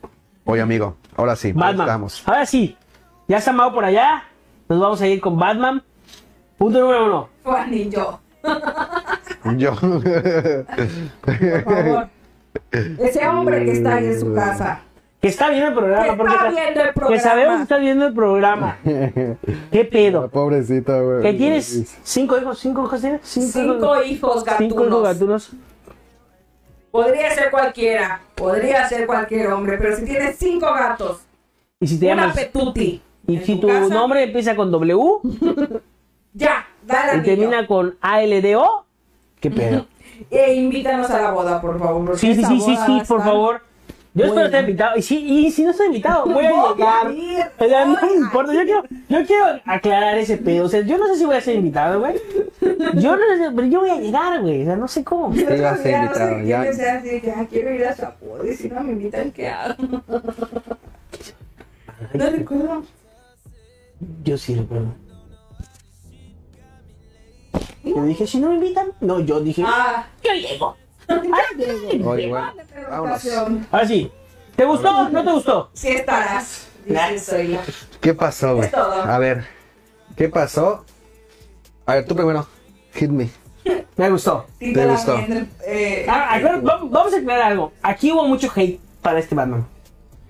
Speaker 1: Oye, amigo, ahora sí, pues,
Speaker 3: Batman.
Speaker 1: estamos.
Speaker 3: Ahora sí, ya está Mao por allá. Nos vamos a ir con Batman. Punto número uno.
Speaker 2: Juan y yo.
Speaker 1: Yo.
Speaker 2: Por favor. Ese hombre que está ahí en su casa.
Speaker 3: Que está viendo el
Speaker 2: Que
Speaker 3: programa. porque
Speaker 2: está viendo el programa.
Speaker 3: Que sabemos que está viendo el programa. ¿Qué pedo?
Speaker 1: Pobrecita, güey.
Speaker 3: ¿Que tienes cinco hijos? ¿Cinco hijos tienes?
Speaker 2: Cinco hijos
Speaker 3: Cinco hijos
Speaker 2: gatunos.
Speaker 3: gatunos.
Speaker 2: Podría ser cualquiera. Podría ser cualquier hombre. Pero si tienes cinco gatos,
Speaker 3: Y si te
Speaker 2: una
Speaker 3: llamas.
Speaker 2: petuti.
Speaker 3: Y
Speaker 2: en
Speaker 3: si tu
Speaker 2: casa,
Speaker 3: nombre empieza con W
Speaker 2: Ya,
Speaker 3: y
Speaker 2: dale anillo.
Speaker 3: termina con ALDO, ¿qué pedo?
Speaker 2: E invítanos a la boda, por favor. porque
Speaker 3: Sí, sí,
Speaker 2: esa
Speaker 3: sí, sí,
Speaker 2: boda va
Speaker 3: sí,
Speaker 2: a
Speaker 3: por
Speaker 2: estar-
Speaker 3: favor. Yo espero estar invitado. Y si, y si no estoy invitado, voy a
Speaker 2: Voy a
Speaker 3: llegar.
Speaker 2: ir,
Speaker 3: O sea, no
Speaker 2: voy
Speaker 3: me
Speaker 2: a
Speaker 3: importa. Yo quiero, yo quiero aclarar ese pedo. O sea, yo no sé si voy a ser invitado, güey. Yo no sé, pero yo voy a llegar, güey. O sea, no sé cómo.
Speaker 2: Yo
Speaker 1: Sí, va a ser invitado,
Speaker 2: todavía no sé
Speaker 1: ya.
Speaker 2: quién sea, así de que, "Ah, quiero ir a esa boda y si no me invitan, ¿qué hago? No recuerdo.
Speaker 3: Yo sí recuerdo. Yo dije, si no me invitan. No, yo dije,
Speaker 2: Ah,
Speaker 3: yo llego.
Speaker 1: Oye, bueno,
Speaker 2: la
Speaker 1: vámonos.
Speaker 2: preguntación.
Speaker 3: Ahora sí. ¿Te gustó? ¿No te gustó?
Speaker 2: Sí estarás. Dice Zoila.
Speaker 1: ¿Qué pasó, güey?
Speaker 2: Es todo.
Speaker 1: A ver, ¿qué pasó? A ver, tú primero. Hit me.
Speaker 3: Me gustó.
Speaker 2: Tita
Speaker 1: ¿Te
Speaker 2: la
Speaker 1: gustó?
Speaker 2: viendo, eh,
Speaker 3: Ah, ah, pero vamos vamos a aclarar algo. Aquí hubo mucho hate para este Batman.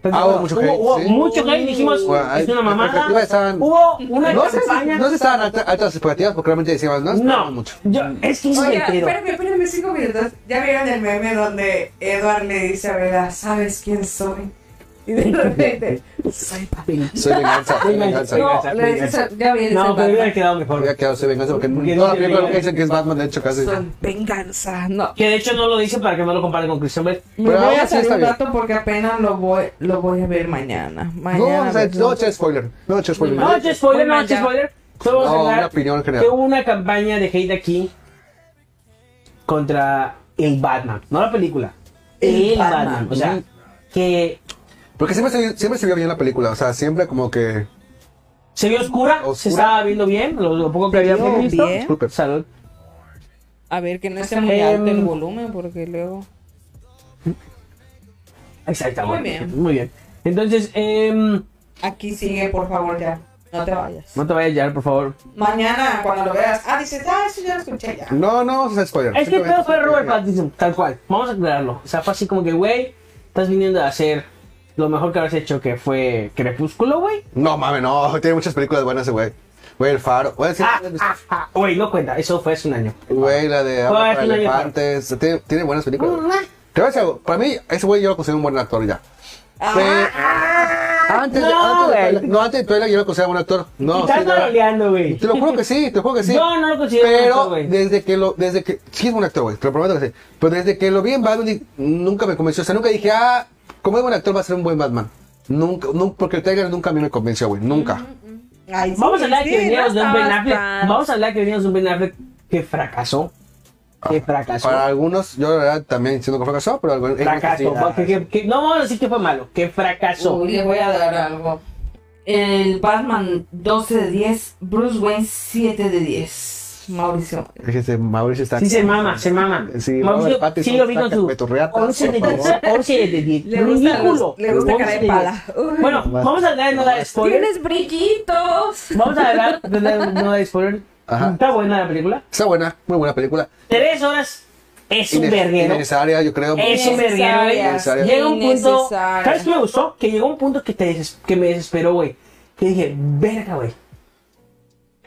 Speaker 1: Ah, hubo mucho hate,
Speaker 3: Hubo
Speaker 1: sí.
Speaker 3: mucho hate, dijimos,
Speaker 1: Bueno, hay-
Speaker 3: es una
Speaker 1: las
Speaker 3: mamada.
Speaker 1: expectativas estaban-
Speaker 3: Hubo una
Speaker 1: No sé, si,
Speaker 3: campaña.
Speaker 1: no se estaban alta- altas expectativas porque realmente decíamos, no,
Speaker 3: no,
Speaker 1: esperamos mucho.
Speaker 3: Yo, es que ese es el
Speaker 2: Oiga,
Speaker 3: pedo.
Speaker 2: espérame, espérame cinco minutos. ¿Ya vieron el meme donde Edward le dice a Vela, ¿sabes quién soy? Y de repente, soy papi.
Speaker 1: Soy venganza, soy venganza.
Speaker 2: No,
Speaker 3: Venganza,
Speaker 2: le dice, ya vi,
Speaker 3: No, pero hubiera
Speaker 2: venganza.
Speaker 3: quedado mejor.
Speaker 1: Había quedado soy venganza porque
Speaker 3: Porque
Speaker 1: toda la
Speaker 3: dice
Speaker 1: película lo que
Speaker 3: venganza.
Speaker 1: dicen que es Batman, de hecho, casi.
Speaker 2: Soy venganza. No.
Speaker 3: Que de hecho no lo dice para que no lo compare con Christian Bale.
Speaker 2: Me
Speaker 1: Pero
Speaker 2: voy
Speaker 1: aún
Speaker 2: a
Speaker 1: así
Speaker 2: hacer
Speaker 1: está
Speaker 2: un
Speaker 1: bien.
Speaker 2: rato porque apenas lo voy, lo voy a ver mañana.
Speaker 1: No,
Speaker 2: Mañana.
Speaker 1: o sea,
Speaker 2: verlo.
Speaker 1: no, che, spoiler. No, che, spoiler.
Speaker 3: No, che, spoiler,
Speaker 2: Muy
Speaker 3: no,
Speaker 2: mal
Speaker 3: che,
Speaker 2: pues, ya.
Speaker 3: spoiler. Solo vamos a
Speaker 1: No,
Speaker 3: aclarar
Speaker 1: una opinión general.
Speaker 3: Que hubo una campaña de hate aquí contra el Batman. No la película. El,
Speaker 2: El
Speaker 3: Batman.
Speaker 2: Batman.
Speaker 3: O sea,
Speaker 1: Ujú.
Speaker 3: que
Speaker 1: Porque siempre se, vio- siempre se vio bien la película, o sea, siempre como que...
Speaker 3: se vio oscura, se
Speaker 1: Oscura.
Speaker 3: estaba viendo bien, lo, lo poco que habíamos
Speaker 2: vio
Speaker 3: visto.
Speaker 2: bien.
Speaker 1: Disculpe.
Speaker 3: Salud.
Speaker 2: A ver, que no esté muy
Speaker 3: Em,
Speaker 2: alto el volumen porque luego.
Speaker 3: Exactamente.
Speaker 2: Muy bien.
Speaker 3: Muy bien. Entonces, em,
Speaker 2: Aquí sigue, por favor, ya. No te vayas.
Speaker 3: no te vayas a llevar, por favor.
Speaker 2: Mañana, cuando lo veas. Ah, dices, ah, eso ya lo escuché ya.
Speaker 1: No, no, o sea, spoiler.
Speaker 3: Es que el pedo
Speaker 1: Simplemente-
Speaker 3: fue Robert Pattinson, tal cual. Vamos a aclararlo. O sea, fue así como que, güey, estás viniendo a hacer lo mejor que habrás hecho, que fue Crepúsculo, güey.
Speaker 1: No, mames, no, tiene muchas películas buenas ese güey. Güey, El Faro. Güey, sí,
Speaker 3: Ah, ah, ah, Güey, no cuenta, eso fue hace un año.
Speaker 1: Güey, la de Agua
Speaker 3: Güey,
Speaker 1: para
Speaker 3: sí, la vi,
Speaker 1: Elefantes. Tiene, tiene buenas películas. Te voy a decir algo, Para mí, ese güey yo lo considero un buen actor ya. Pero- Antes, de,
Speaker 3: Ah. no,
Speaker 1: antes de-
Speaker 3: güey.
Speaker 1: no, antes de Twilight yo lo consideraba un actor. No,
Speaker 3: Estás
Speaker 1: sí, no.
Speaker 3: maroleando, güey.
Speaker 1: Te lo juro que sí, te lo juro que sí.
Speaker 3: No, no lo considero un actor,
Speaker 1: Pero
Speaker 3: güey.
Speaker 1: desde que lo, desde que, sí es un actor, güey, te lo prometo que sí. Pero desde que lo vi en Batman, di- nunca me convenció. O sea, nunca dije, ah, como es buen actor va a ser un buen Batman. Nunca, nunca porque el Tiger nunca a mí me convenció, güey, nunca.
Speaker 3: Mm,
Speaker 2: Ay, sí,
Speaker 3: Vamos a hablar
Speaker 2: sí,
Speaker 3: que veníamos
Speaker 2: no
Speaker 3: de un Ben
Speaker 2: estabas
Speaker 3: Affleck.
Speaker 2: tan-
Speaker 3: Vamos a hablar que veníamos de un Ben Affleck que fracasó. Que fracasó.
Speaker 1: Ah, Para algunos, yo la verdad también siento que fracasó, pero algunos.
Speaker 3: Fracasó.
Speaker 1: ellos sí,
Speaker 3: que- que- que- no vamos a decir que fue malo, que fracasó.
Speaker 2: Uy, le voy a dar algo. El Batman 12 de 10, Bruce Wayne 7 de 10. Mauricio.
Speaker 1: Fíjense, Mauricio está.
Speaker 3: Sí, se mama, se mama.
Speaker 1: Sí,
Speaker 3: Mauricio,
Speaker 1: Robert Pattinson
Speaker 3: sí lo vi con
Speaker 1: saca
Speaker 3: su
Speaker 1: petorreatas,
Speaker 3: 11 de
Speaker 1: por
Speaker 3: 10.
Speaker 1: favor.
Speaker 3: 11 de 10.
Speaker 2: Le gusta-
Speaker 3: Ridículo.
Speaker 2: le gusta cara de
Speaker 3: 11 10.
Speaker 2: pala. Uy.
Speaker 3: Bueno, vamos a hablar de no dar spoilers.
Speaker 2: ¡Tienes brillitos!
Speaker 3: Vamos a hablar de no- no dar spoilers.
Speaker 1: Ajá.
Speaker 3: Está buena la película.
Speaker 1: Está buena, muy buena película.
Speaker 3: Tres horas es un
Speaker 1: Ine-
Speaker 3: verguero.
Speaker 1: Innecesaria, yo creo. Este,
Speaker 3: Es un verguero, güey.
Speaker 1: Innecesaria.
Speaker 3: Llega un punto.
Speaker 2: Innecesaria.
Speaker 3: ¿Sabes qué me gustó? Que llegó un punto que, te deses- que me desesperó, güey. Que dije, verga, güey.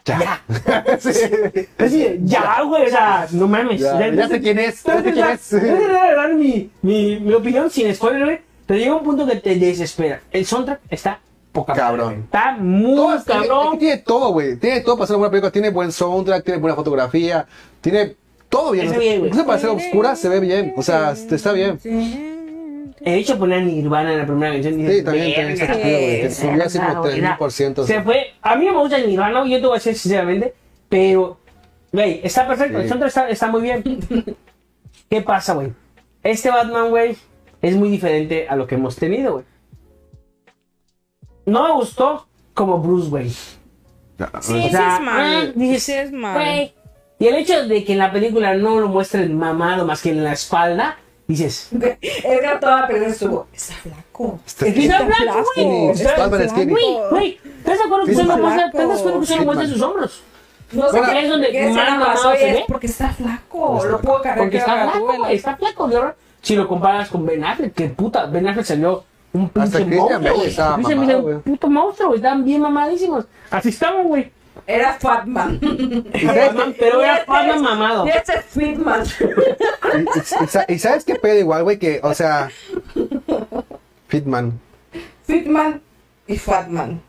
Speaker 1: Ya. Sí.
Speaker 3: Es decir, Pues ya, güey, o sea, no mames.
Speaker 1: Ya, ya sé quién es, ya sé quién es.
Speaker 3: Esa es la verdad, mi, mi, mi opinión sin spoiler, güey. Pero llega un punto que te desespera. El soundtrack está poca madre,
Speaker 1: Cabrón.
Speaker 3: güey. Está muy
Speaker 1: Todas- tiene- es que
Speaker 3: cabrón.
Speaker 1: Tiene todo, güey. Tiene todo para ser una buena película. Tiene buen soundtrack, tiene buena fotografía, tiene todo bien.
Speaker 3: Se ve bien, güey.
Speaker 1: Incluso para ser oscura se ve bien. O sea, este, está bien. Sí,
Speaker 3: He hecho poner Nirvana en la primera canción. y dices,
Speaker 1: también también está
Speaker 3: "Verga".
Speaker 1: chido, güey. Que
Speaker 2: Sí,
Speaker 1: subió así
Speaker 3: Ah,
Speaker 1: como
Speaker 3: güey, era-
Speaker 1: 3000%.
Speaker 3: Se fue. A mí me gusta el Nirvana, yo te voy a decir sinceramente. Pero, güey, está perfecto.
Speaker 1: Sí.
Speaker 3: El soundtrack está, está muy bien. ¿Qué pasa, güey? Este Batman, güey, es muy diferente a lo que hemos tenido, güey. No me gustó como Bruce Wayne.
Speaker 2: Sí,
Speaker 3: O sea,
Speaker 2: sí es malo.
Speaker 3: ah, dices,
Speaker 2: sí es malo.
Speaker 3: Güey. Y el hecho de que en la película no lo muestren mamado más que en la espalda, dices,
Speaker 2: Edgar toda perder su. Está flaco.
Speaker 1: Está-
Speaker 3: "Es que está
Speaker 2: Está
Speaker 3: blanco,
Speaker 2: flaco,
Speaker 3: güey". O sea,
Speaker 1: está Batman skinny.
Speaker 3: Güey, güey, ¿estás de acuerdo que
Speaker 1: Está
Speaker 3: solo muestra- estás de
Speaker 2: flaco.
Speaker 3: acuerdo que solo muestra
Speaker 1: Hitman.
Speaker 3: sus hombros?
Speaker 2: No sé
Speaker 1: Bueno,
Speaker 2: qué
Speaker 3: es donde
Speaker 2: qué escena
Speaker 3: más
Speaker 2: pasó
Speaker 3: mamado se
Speaker 2: y es
Speaker 3: ve.
Speaker 2: porque está flaco. Lo puedo cargar.
Speaker 3: Porque
Speaker 2: que
Speaker 3: está
Speaker 2: haga
Speaker 3: flaco,
Speaker 2: duelo.
Speaker 3: güey, está flaco, la verdad. Si lo comparas con Ben Affleck, que puta, Ben Affleck salió un
Speaker 1: Hasta
Speaker 3: pinche
Speaker 1: Christian Bale
Speaker 3: monstruo, güey.
Speaker 1: estaba
Speaker 3: Christian
Speaker 1: mamado,
Speaker 3: Bale era
Speaker 1: güey.
Speaker 3: un puto monstruo, güey. Estaban bien mamadísimos. Así estaban, güey.
Speaker 2: Era Fatman.
Speaker 3: Batman, Pero era Batman mamado.
Speaker 2: Y este es Fitman.
Speaker 1: Y- y- y sa- Y sabes qué pedo igual, güey, que, o sea. Fitman.
Speaker 2: Fitman y Fatman.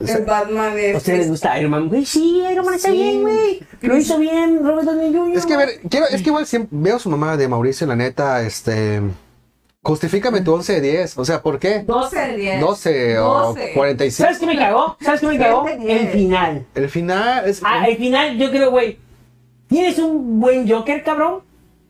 Speaker 2: El Batman
Speaker 3: ¿A
Speaker 2: es.
Speaker 3: ustedes les gusta Iron Man, güey? Sí, Iron Man está
Speaker 2: Sí.
Speaker 3: bien, güey. Lo hizo bien Robert Downey Jr.
Speaker 1: Es que, a ver, quiero, es que igual siempre veo su mamá de Mauricio, la neta, este. Justifícame tu 11 de 10. O sea, ¿por qué?
Speaker 2: 12 del 10.
Speaker 1: 12 o
Speaker 2: 12.
Speaker 1: 45.
Speaker 3: ¿Sabes qué me cagó? ¿Sabes qué me cagó? El final.
Speaker 1: El final es.
Speaker 3: Ah, el final, yo creo, güey. ¿Tienes un buen Joker, cabrón?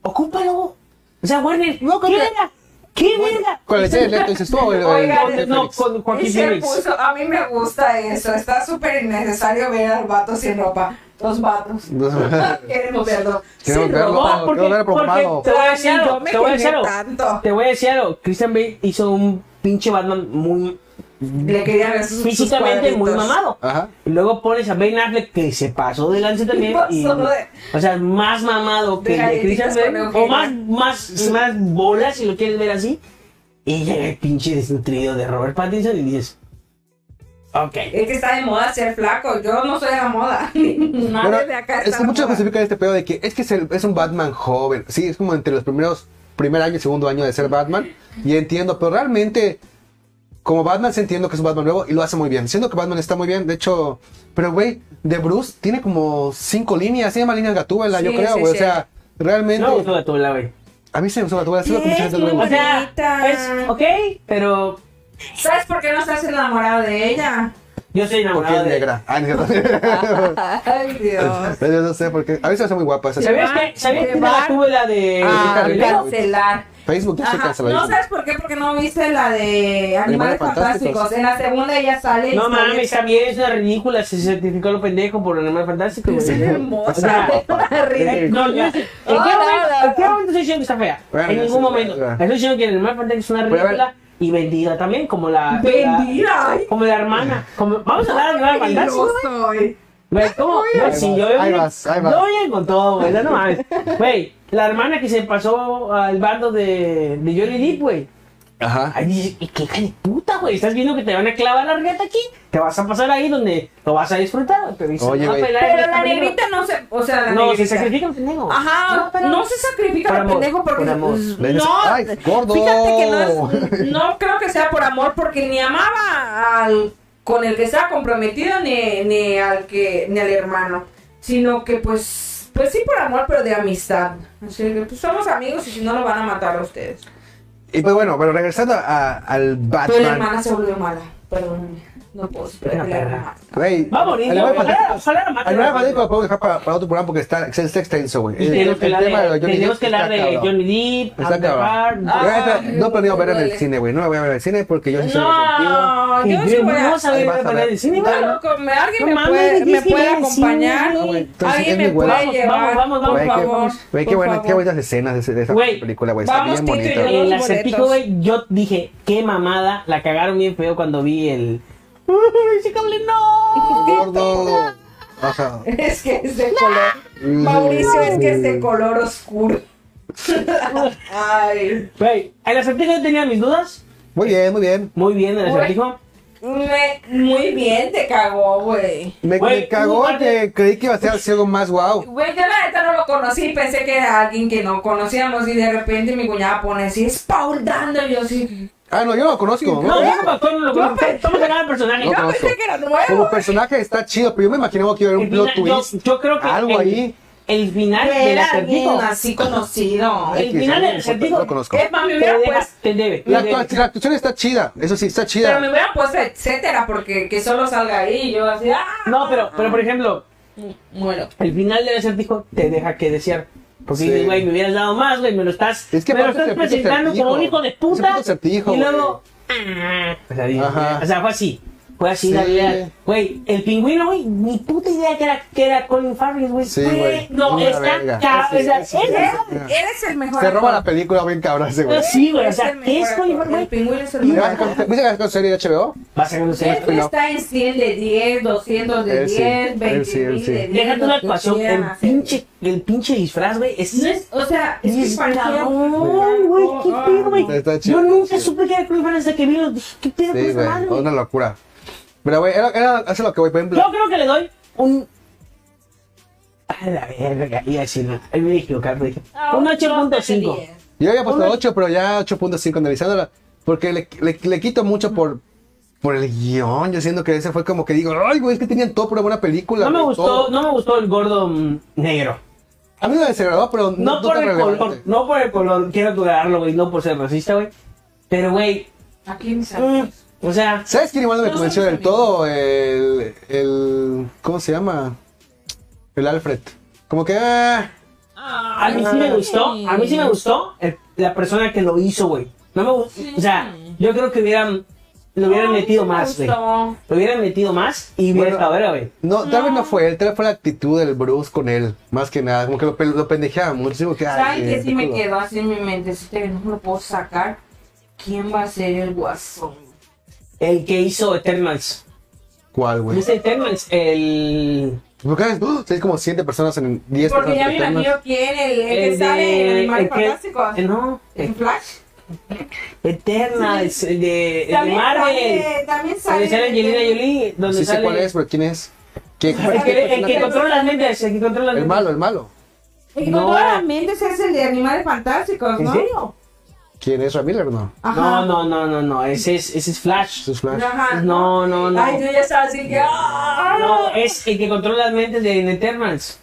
Speaker 3: Ocúpalo. O sea, Warner,
Speaker 1: No,
Speaker 3: ¿qué
Speaker 1: creo que-
Speaker 3: verga? ¿Qué verga?
Speaker 1: ¿Cuál es el leto? Dices tú, o el- o el-
Speaker 2: Oigan,
Speaker 1: el
Speaker 3: No,
Speaker 1: Félix?
Speaker 3: con
Speaker 2: Y
Speaker 3: Joaquín
Speaker 2: se
Speaker 3: Phoenix.
Speaker 2: puso- a mí me gusta eso, está súper innecesario ver al vato sin ropa. Los vatos. Queremos
Speaker 1: Queremos
Speaker 2: verlo. sin
Speaker 1: verlo.
Speaker 2: ropa.
Speaker 3: No, porque,
Speaker 1: Quiero ver preocupado.
Speaker 3: porque te voy a decir
Speaker 2: Ay, no,
Speaker 3: algo,
Speaker 2: me
Speaker 3: te voy a decir
Speaker 2: quejé
Speaker 3: algo.
Speaker 2: tanto.
Speaker 3: Te voy a decir algo. Christian Bale hizo un pinche Batman muy
Speaker 2: Le quería ver sus- sus
Speaker 3: físicamente muy
Speaker 2: cuadritos.
Speaker 3: mamado.
Speaker 1: Ajá.
Speaker 2: Ah,
Speaker 3: Y luego pones a Ben Affleck que se pasó de lance también.
Speaker 2: Pasó
Speaker 3: y-
Speaker 2: de-
Speaker 3: o sea, más mamado
Speaker 2: De
Speaker 3: que el de Christian
Speaker 2: galletitas
Speaker 3: Bale.
Speaker 2: con
Speaker 3: O
Speaker 2: Eugenia.
Speaker 3: más, más, más bolas, si lo quieres ver así. Y llega el pinche desnutrido de Robert Pattinson y dices. Ok.
Speaker 2: Es que está de moda ser flaco. Yo no soy de la moda. Nadie
Speaker 1: Bueno,
Speaker 2: de acá
Speaker 1: es
Speaker 2: está
Speaker 1: que
Speaker 2: de
Speaker 1: muchos
Speaker 2: moda.
Speaker 1: justifican este pedo de que es que es, el- es un Batman joven. Sí, es como entre los primeros, primer año y segundo año de ser Batman. Y entiendo, pero realmente, como Batman, se entiendo que es un Batman nuevo y lo hace muy bien. Siento que Batman está muy bien, de hecho, pero güey, de Bruce tiene como cinco líneas, se llama líneas Gatúbela, yo
Speaker 2: Sí,
Speaker 1: creo,
Speaker 2: sí,
Speaker 1: güey.
Speaker 2: sí.
Speaker 1: O sea, realmente,
Speaker 3: No, no, tú la güey.
Speaker 1: a mí se me gustó Gatúbela, sí, lo que mucha gente
Speaker 2: Es
Speaker 1: lo
Speaker 2: muy
Speaker 1: ve.
Speaker 3: O sea,
Speaker 2: Bonita.
Speaker 3: es ok, pero
Speaker 2: ¿Sabes por qué no estás enamorado de ella?
Speaker 3: yo soy
Speaker 1: Porque
Speaker 3: enamorado
Speaker 1: es
Speaker 3: de
Speaker 1: negra. Ah, no es cierto.
Speaker 2: Ay,
Speaker 3: Ah,
Speaker 2: Dios.
Speaker 1: Yo no sé por qué. A mí se me hace muy guapa esa
Speaker 3: ¿Sabías que, ¿sabías que la tuve la de
Speaker 2: Ah,
Speaker 1: Ricardo,
Speaker 3: Leo?
Speaker 2: cancelar.
Speaker 1: Facebook ya se
Speaker 2: Ajá.
Speaker 1: cancela.
Speaker 2: No sabes por qué, porque no viste la de Animales
Speaker 1: Animales Fantásticos.
Speaker 2: Fantásticos. En la segunda ella sale.
Speaker 3: No
Speaker 2: y sale-
Speaker 3: mames, también es una ridícula. Se certificó lo pendejo por Animal Fantástico. güey.
Speaker 2: Es
Speaker 3: O sea,
Speaker 2: hermosa.
Speaker 3: eh,
Speaker 2: Ridícula.
Speaker 3: no, yo- ¿En qué
Speaker 2: No, no,
Speaker 3: momento-
Speaker 2: no,
Speaker 3: en qué
Speaker 2: no.
Speaker 3: momento estoy diciendo que está fea?
Speaker 1: Bueno,
Speaker 3: En
Speaker 1: ya
Speaker 3: ningún
Speaker 1: sé,
Speaker 3: momento.
Speaker 1: ya.
Speaker 3: Estoy diciendo que Animal Fantástico es una
Speaker 1: Pero a ver.
Speaker 3: ridícula y vendida también, como la.
Speaker 2: Vendida, ay.
Speaker 3: la- Como la hermana. Como- Vamos a hablar de Animal Fantástico.
Speaker 2: Yo soy.
Speaker 3: Güey, ¿cómo? Güey,
Speaker 1: vas,
Speaker 3: sí, yo voy a-
Speaker 1: ahí vas, ahí vas.
Speaker 3: Yo voy a ir con todo, güey, no mames. Güey, la hermana que se pasó al bando de, de Johnny Depp, güey.
Speaker 1: Ajá.
Speaker 3: Ahí dices, "Y qué hija de puta, güey. Estás viendo que te van a clavar la regata aquí. Te vas a pasar ahí donde lo vas a disfrutar. güey, Pero dices,
Speaker 1: Oye,
Speaker 3: "No,
Speaker 1: güey.
Speaker 3: pelada,
Speaker 2: Pero
Speaker 3: está
Speaker 2: la
Speaker 3: bien".
Speaker 2: negrita no se. O sea, la
Speaker 3: No, se
Speaker 2: negrita.
Speaker 3: sacrifica el pendejo.
Speaker 2: Ajá,
Speaker 3: pero-
Speaker 2: no se sacrifica
Speaker 3: Por
Speaker 2: el
Speaker 3: amor,
Speaker 2: pendejo porque pues,
Speaker 3: por amor.
Speaker 1: Le dices,
Speaker 2: no,
Speaker 1: "Ay, gordo".
Speaker 2: fíjate que no, es- no creo que sea por amor porque ni amaba al con el que estaba comprometido ni, ni al que ni al hermano, sino que pues pues sí por amor pero de amistad, así que pues somos amigos y si no lo van a matar a ustedes.
Speaker 1: Y pues bueno, pero regresando a- al
Speaker 2: Pero la
Speaker 1: Batman.
Speaker 2: hermana se volvió mala, perdón, no puedo esperar que la hermana.
Speaker 1: Güey,
Speaker 3: Va a morir,
Speaker 1: al
Speaker 3: ¿no?
Speaker 1: nuevo
Speaker 3: Ojalá-
Speaker 1: Fantástico-
Speaker 3: ojalá la mate,
Speaker 1: al nuevo
Speaker 3: ¿no?
Speaker 1: Fantástico lo podemos dejar para, para otro programa porque está, es está extenso, güey. El-
Speaker 3: Tenemos que
Speaker 1: el
Speaker 3: hablar
Speaker 1: tema
Speaker 3: de,
Speaker 1: de Johnny Depp
Speaker 3: tenemos que hablar
Speaker 1: está
Speaker 3: de
Speaker 1: cabrón.
Speaker 3: Johnny Depp,
Speaker 1: Está
Speaker 3: Amber Heard,
Speaker 1: cabrón.
Speaker 3: no.
Speaker 1: Yo ya
Speaker 2: Ay,
Speaker 1: No planeo ver en el
Speaker 2: duele.
Speaker 1: cine, güey. No me voy a ver en el cine porque yo sí soy resentido.
Speaker 2: No, Ah, yo sí voy a
Speaker 3: Vamos a ver
Speaker 1: Vas a
Speaker 3: la pelea
Speaker 1: ver.
Speaker 3: de cine,
Speaker 2: Ay,
Speaker 3: ¿no?
Speaker 2: loco, me- alguien
Speaker 3: No
Speaker 2: me
Speaker 3: mames,
Speaker 2: puede, me
Speaker 3: dijiste
Speaker 2: puede
Speaker 3: que sí,
Speaker 2: acompañar.
Speaker 3: güey.
Speaker 1: Entonces,
Speaker 2: Alguien
Speaker 1: ¿quién
Speaker 2: me
Speaker 1: me huele?
Speaker 2: puede llevar.
Speaker 3: Vamos, vamos,
Speaker 2: por
Speaker 1: Güey, qué-
Speaker 2: favor.
Speaker 1: Güey, qué
Speaker 2: por
Speaker 1: buena- qué
Speaker 2: favor.
Speaker 1: buenas escenas de ese- de esa
Speaker 3: Güey,
Speaker 1: película, güey. Está
Speaker 2: vamos,
Speaker 1: bien
Speaker 2: Tito y
Speaker 1: bonita.
Speaker 2: yo.
Speaker 1: güey.
Speaker 3: En la
Speaker 2: Los
Speaker 3: Serpico,
Speaker 2: boletos.
Speaker 3: güey, yo dije, qué mamada, la cagaron bien feo cuando vi el... "Uy, ¡Ese cable no!
Speaker 1: Gordo. Ajá.
Speaker 2: Es que es de color. Mauricio, es que es de color oscuro. Ay.
Speaker 3: Güey, el acertijo yo tenía mis dudas.
Speaker 1: Muy bien, muy bien.
Speaker 3: Muy bien el
Speaker 2: Güey.
Speaker 3: acertijo.
Speaker 2: Me- muy bien, te cagó, güey.
Speaker 1: Me,
Speaker 3: Güey,
Speaker 1: me cagó
Speaker 3: hubo
Speaker 1: que creí que iba a ser algo más guau.
Speaker 2: Güey, yo la neta no lo conocí, pensé que era alguien que no conocíamos y de repente mi cuñada pone así, es Paul Dano, y yo así.
Speaker 1: Ah, no, yo no lo conozco.
Speaker 3: No, yo como actor no lo
Speaker 2: Yo
Speaker 3: conozco.
Speaker 2: pe-
Speaker 3: Estamos sacando el
Speaker 1: No
Speaker 3: personaje.
Speaker 2: Yo
Speaker 1: conozco.
Speaker 2: pensé que era nuevo.
Speaker 1: Como personaje está chido, pero yo me imaginaba que iba a haber un
Speaker 3: El
Speaker 1: plot
Speaker 3: final-
Speaker 1: twist.
Speaker 3: yo, yo creo que
Speaker 1: Algo
Speaker 3: el,
Speaker 1: ahí.
Speaker 3: el final del
Speaker 2: Era alguien
Speaker 3: acertijo.
Speaker 2: así conocido.
Speaker 3: El
Speaker 1: que
Speaker 3: final
Speaker 1: sí,
Speaker 3: del
Speaker 1: no
Speaker 3: acertijo.
Speaker 1: lo conozco.
Speaker 3: Es más, me hubiera
Speaker 2: Te deja-
Speaker 3: puesto- te debe.
Speaker 1: La,
Speaker 3: te
Speaker 1: actua-
Speaker 3: debe.
Speaker 1: la actuación está chida, eso sí, está
Speaker 2: Pero me
Speaker 1: chida.
Speaker 2: hubieran puesto etcétera porque que solo salga ahí y yo así, ah,
Speaker 3: No, pero, pero por ejemplo,
Speaker 2: muero.
Speaker 3: el final del acertijo te deja que desear. Porque
Speaker 1: Sí.
Speaker 3: dices, güey, me hubieras dado más, güey, me lo estás,
Speaker 1: Es que
Speaker 3: me lo
Speaker 1: aparte se
Speaker 3: estás
Speaker 1: puso
Speaker 3: presentando
Speaker 1: acertijo.
Speaker 3: como un hijo de
Speaker 1: Se
Speaker 3: puta.
Speaker 1: puso acertijo,
Speaker 3: y luego, ah, o sea, digo,
Speaker 1: Ajá.
Speaker 3: o sea, fue así. Fue así
Speaker 1: Sí.
Speaker 3: la vida. Güey, el pingüino, güey, ni puta idea que era, que era Colin Farrell, güey.
Speaker 1: Sí, güey.
Speaker 3: No,
Speaker 1: Una
Speaker 3: está
Speaker 1: verga.
Speaker 3: ca- o sea,
Speaker 1: Sí, sí, sí.
Speaker 3: era-
Speaker 2: Eres el mejor.
Speaker 1: Se roba la película bien cabrón ese güey.
Speaker 3: Sí, güey, o
Speaker 2: Eres
Speaker 3: sea,
Speaker 2: el
Speaker 3: ¿qué
Speaker 2: mejor
Speaker 3: es Colin
Speaker 2: actor.
Speaker 3: Farrell,
Speaker 2: El
Speaker 3: güey?
Speaker 2: pingüino es el
Speaker 1: ¿Viste
Speaker 2: mejor. actor.
Speaker 1: que con serie de HBO?
Speaker 3: Vas a conocer.
Speaker 2: Él está en 100 de 10, 200 de
Speaker 1: Él sí,
Speaker 2: 10,
Speaker 1: él
Speaker 2: 20
Speaker 1: sí, él sí. ah,
Speaker 2: de 10.
Speaker 3: Déjate
Speaker 2: lo
Speaker 3: una
Speaker 2: que
Speaker 3: actuación, el
Speaker 2: quieran hacer.
Speaker 3: pinche, el pinche disfraz, güey, es...
Speaker 2: No es, o sea, es que
Speaker 3: Es
Speaker 2: parecía-
Speaker 3: cabrón, güey, qué pedo, güey.
Speaker 1: Está
Speaker 3: Yo
Speaker 1: chido.
Speaker 3: nunca supe que era Cruz Vara hasta que vi los. dije, ¿Qué pedo con
Speaker 1: Sí,
Speaker 3: esa
Speaker 1: güey,
Speaker 3: madre? güey?
Speaker 1: una locura. Pero güey, era, era, eso es lo que voy, por ejemplo.
Speaker 3: Yo creo que le doy un. A la verga, iba a decirlo. Ahí me equivoqué, dije.
Speaker 2: Ah,
Speaker 3: Un
Speaker 2: un
Speaker 3: 8.5.
Speaker 2: 10.
Speaker 1: Yo había puesto
Speaker 3: Una-
Speaker 1: 8, pero ya 8.5 analizándola. Porque le, le, le quito mucho por, por el guión. Yo siento que ese fue como que digo, ay, güey, es que tenían todo por una buena película.
Speaker 3: No me
Speaker 1: güey,
Speaker 3: gustó,
Speaker 1: todo".
Speaker 3: no me gustó el gordo mm, negro.
Speaker 1: A mí me desagradó, pero
Speaker 3: No,
Speaker 1: no,
Speaker 3: por
Speaker 1: tan
Speaker 3: el color,
Speaker 1: relevante.
Speaker 3: no por el color, quiero aclararlo, güey, no por ser racista, güey. Pero, güey,
Speaker 2: Aquí mis
Speaker 3: mm,
Speaker 2: amigos.
Speaker 3: o sea,
Speaker 1: ¿Sabes quién igual no me
Speaker 2: No
Speaker 1: convenció
Speaker 2: somos
Speaker 1: del todo? El, el. ¿Cómo se llama? El Alfred. Como que. ah,
Speaker 3: a mí sí me gustó, a mí sí me gustó el- la persona que lo hizo, güey. No me gustó, o sea, yo creo que hubieran, lo hubieran
Speaker 2: Ay,
Speaker 3: metido
Speaker 2: sí me
Speaker 3: más, güey.
Speaker 2: gustó.
Speaker 3: Lo hubieran metido más y hubiera
Speaker 1: Bueno.
Speaker 3: estado verga, güey.
Speaker 1: No, tal vez no fue él, tal vez fue la actitud del Bruce con él, más que nada, como que lo, pe- lo pendejeaba muchísimo. Que, ay, eh,
Speaker 2: ¿Saben que sí me
Speaker 1: culo.
Speaker 2: quedó así en mi mente? Si te- no me lo puedo sacar, ¿quién va a ser el guasón?
Speaker 3: El que hizo Eternals.
Speaker 1: ¿Cuál, güey?
Speaker 3: ¿Viste Eternals? El.
Speaker 1: Porque ¡oh! seis como siete personas en 10
Speaker 2: Porque ya
Speaker 1: personas.
Speaker 2: me
Speaker 1: en
Speaker 2: imagino quién, el, el que sale en
Speaker 3: de-
Speaker 2: Animales
Speaker 3: el que-
Speaker 2: Fantásticos.
Speaker 3: eh, no,
Speaker 2: ¿En
Speaker 3: eh,
Speaker 2: Flash?
Speaker 3: Eternals, el de, el de
Speaker 2: También
Speaker 3: Marvel.
Speaker 2: sale- también
Speaker 3: Donde sale Angelina Jolie.
Speaker 1: no
Speaker 3: Donde
Speaker 1: sí sé
Speaker 3: sale.
Speaker 1: cuál es, pero quién es. ¿Qué, cuál-
Speaker 3: El
Speaker 1: qué
Speaker 3: que, el que
Speaker 1: personaje?
Speaker 3: controla las mentes. El que controla las
Speaker 1: El malo, el malo.
Speaker 2: Y con
Speaker 3: No.
Speaker 2: todas las mentes es el de Animales Fantásticos,
Speaker 3: ¿En
Speaker 2: ¿no?
Speaker 3: serio?
Speaker 1: ¿Quién es Ramiller? No.
Speaker 2: Ajá.
Speaker 3: No, no, no, no, no. Ese es, ese es Flash.
Speaker 1: Sus Flash.
Speaker 2: Ajá.
Speaker 3: No, no, no.
Speaker 2: Ay, yo ya estaba así que. ¡ah!
Speaker 3: No, eh, es el que controla las mentes de en Eternals.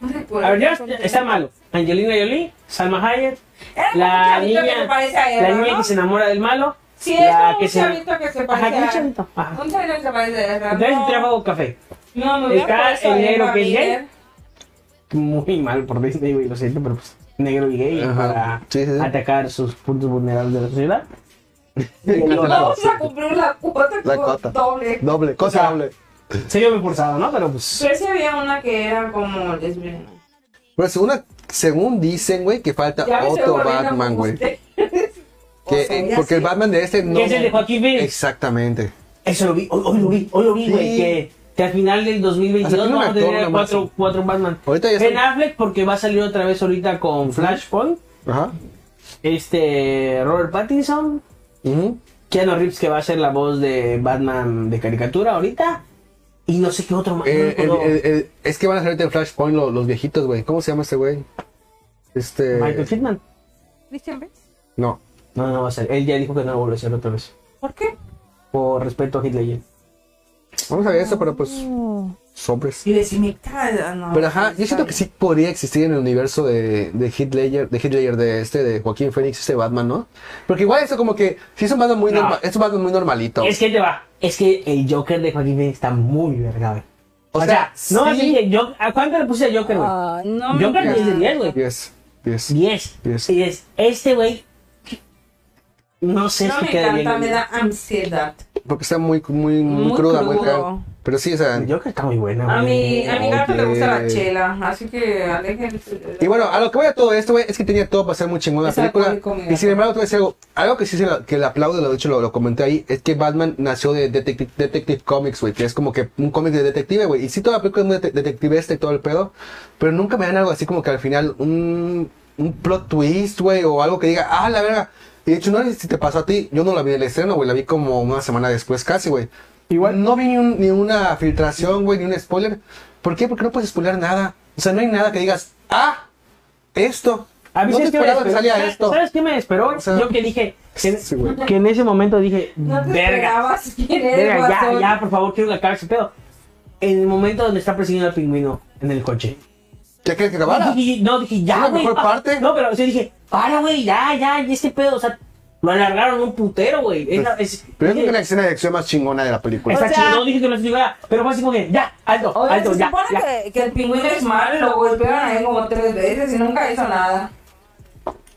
Speaker 2: No recuerdo.
Speaker 3: A ver, ya está malo. Angelina Jolie, Salma Hayek,
Speaker 2: Era como un
Speaker 3: la
Speaker 2: chavito que
Speaker 3: niña,
Speaker 2: se parece a
Speaker 3: la
Speaker 2: Eva,
Speaker 3: niña
Speaker 2: ¿no?
Speaker 3: que se enamora del malo.
Speaker 2: Sí, es
Speaker 3: la
Speaker 2: como un chavito que se parece
Speaker 3: Ajá,
Speaker 2: a-
Speaker 3: un chavito. Ajá.
Speaker 2: Un chavito que se parece a Ezra,
Speaker 3: Entonces
Speaker 2: no.
Speaker 3: trabajo café.
Speaker 2: No, me
Speaker 3: Está
Speaker 2: hubiera puesto
Speaker 3: el
Speaker 2: a
Speaker 3: negro
Speaker 2: Eva
Speaker 3: que es gay.
Speaker 2: Miller.
Speaker 3: Muy mal por Disney, güey, lo siento, pero pues negro y gay
Speaker 1: Ajá.
Speaker 3: para
Speaker 1: Sí, sí, sí.
Speaker 3: atacar sus puntos vulnerables de la sociedad.
Speaker 1: Cancelado.
Speaker 2: Vamos a cumplir la cuota
Speaker 1: La
Speaker 2: con
Speaker 1: cuota.
Speaker 2: doble.
Speaker 1: Doble, cosa
Speaker 3: O sea,
Speaker 1: doble.
Speaker 3: Se yo me forzado, ¿no? Pero pues.
Speaker 2: Pero sí había una que era como lesbiana.
Speaker 1: Pero según, según dicen, güey, que falta
Speaker 2: Ya me estoy
Speaker 1: otro
Speaker 2: volviendo
Speaker 1: Batman,
Speaker 2: como
Speaker 1: güey.
Speaker 2: usted.
Speaker 1: Que-
Speaker 2: O sea, ya
Speaker 1: Porque el
Speaker 2: sí.
Speaker 1: Batman de este no.
Speaker 3: Que es el de Joaquín Phoenix.
Speaker 1: Exactamente.
Speaker 3: Eso lo vi, hoy, hoy lo vi, hoy lo vi,
Speaker 1: Sí.
Speaker 3: güey. Que, que al final del
Speaker 1: Hasta
Speaker 3: 2022
Speaker 1: tiene un
Speaker 3: vamos a
Speaker 1: actor
Speaker 3: tener
Speaker 1: nomás.
Speaker 3: cuatro, cuatro Batman.
Speaker 1: Ahorita ya
Speaker 3: Ben
Speaker 1: son-
Speaker 3: Affleck, porque va a salir otra vez ahorita con Flashpoint.
Speaker 1: Ajá.
Speaker 3: Este. Robert Pattinson.
Speaker 1: Ujú.
Speaker 3: Keanu Reeves que va a ser la voz de Batman de caricatura ahorita. Y no sé qué otro más. no
Speaker 1: Eh, el-
Speaker 3: recuerdo.
Speaker 1: el- el- es que van a salir en Flashpoint lo- los viejitos, güey. ¿Cómo se llama ese güey? Este.
Speaker 3: Michael Pittman.
Speaker 2: Christian Bale.
Speaker 1: No.
Speaker 3: No, no va a ser. Él ya dijo que no lo vuelve a hacer otra vez.
Speaker 2: ¿Por qué?
Speaker 3: Por respeto a Hitler.
Speaker 1: Vamos a ver eso, pero pues. Sobres.
Speaker 2: Y decir, me caga, no.
Speaker 1: Pero ajá, yo siento que sí podría existir en el universo de, de Heath Ledger, de Heath Ledger, de este, de Joaquín Phoenix, este Batman, ¿no? Porque igual eso como que, sí es un Batman muy,
Speaker 3: No.
Speaker 1: norma- es un Batman muy normalito.
Speaker 3: Es que ahí te va. Es que el Joker de Joaquín Phoenix está muy verga, güey.
Speaker 1: O
Speaker 3: O,
Speaker 1: sea,
Speaker 3: sea, no,
Speaker 1: sí.
Speaker 3: así que yo- ¿a cuánto le puse a Joker, güey?
Speaker 2: Ah, no.
Speaker 3: Joker
Speaker 2: me
Speaker 3: es de
Speaker 2: caga.
Speaker 3: 10, güey.
Speaker 1: Yes, yes.
Speaker 3: 10.
Speaker 1: Diez.
Speaker 3: 10. Este, güey. No sé
Speaker 2: No
Speaker 3: si
Speaker 2: me
Speaker 3: queda bien.
Speaker 2: encanta, me da ansiedad.
Speaker 1: Porque está muy, muy, muy,
Speaker 2: Muy
Speaker 1: cruda, muy
Speaker 2: crudo.
Speaker 1: real. Pero sí, o sea.
Speaker 3: El Joker está muy buena, güey.
Speaker 2: A mi, a mi gato le gusta la
Speaker 1: Oye.
Speaker 2: chela, así que aléjense.
Speaker 1: Y bueno, a lo que voy a todo esto, güey, es que tenía todo para ser muy chingón la
Speaker 2: Es
Speaker 1: película.
Speaker 2: alcohólico, mira.
Speaker 1: Y sin embargo, te voy a decir algo, algo que sí se la- que le aplaudo, lo- de hecho lo, lo comenté ahí, es que Batman nació de Detective, Detective Comics, güey, que es como que un cómic de detective, güey. Y sí, toda la película es muy dete- detectivesta y todo el pedo, pero nunca me dan algo así como que al final un, un plot twist, güey, o algo que diga, ah, la verga. Y de hecho, no sé si te pasó a ti, yo no la vi en el estreno, güey, la vi como una semana después casi, güey. Igual. No vi ni, un- ni una filtración, güey, ni un spoiler. ¿Por qué? Porque no puedes spoiler nada. O sea, no hay nada que digas, ah, esto.
Speaker 3: A mí
Speaker 1: no
Speaker 3: sí
Speaker 1: te
Speaker 3: es que me
Speaker 1: esperaba que
Speaker 3: desesperó.
Speaker 1: salía
Speaker 3: ¿Sabes-
Speaker 1: esto.
Speaker 3: ¿Sabes qué me desesperó?
Speaker 1: O sea-
Speaker 3: yo que dije, que,
Speaker 1: Sí, güey.
Speaker 3: que en ese momento dije,
Speaker 2: No te
Speaker 3: verga,
Speaker 2: esperabas quién eres,
Speaker 3: verga, ya,
Speaker 2: guasón.
Speaker 3: ya, por favor, quiero que acabe ese pedo. En el momento donde está persiguiendo al pingüino en el coche.
Speaker 1: ¿Ya quieres que grabara?
Speaker 3: Dije, no, dije,
Speaker 1: Es
Speaker 3: ya,
Speaker 1: la
Speaker 3: güey.
Speaker 1: mejor
Speaker 3: ah,
Speaker 1: parte.
Speaker 3: No, pero sí dije, para, güey, ya, ya, y este pedo, o sea, lo alargaron un putero, güey. Es la- es-
Speaker 1: Pues, Pero es
Speaker 3: dije,
Speaker 1: que la escena de acción más chingona de la película.
Speaker 3: Pues Está
Speaker 2: O sea-
Speaker 3: chido, no dije que lo estuviera, pero fue así como que, ya, alto,
Speaker 2: Oigan,
Speaker 3: alto,
Speaker 2: se
Speaker 3: ya.
Speaker 2: supone
Speaker 3: ya.
Speaker 2: Que, que el pingüino es malo, lo golpearon ahí como tres veces y nunca hizo nada.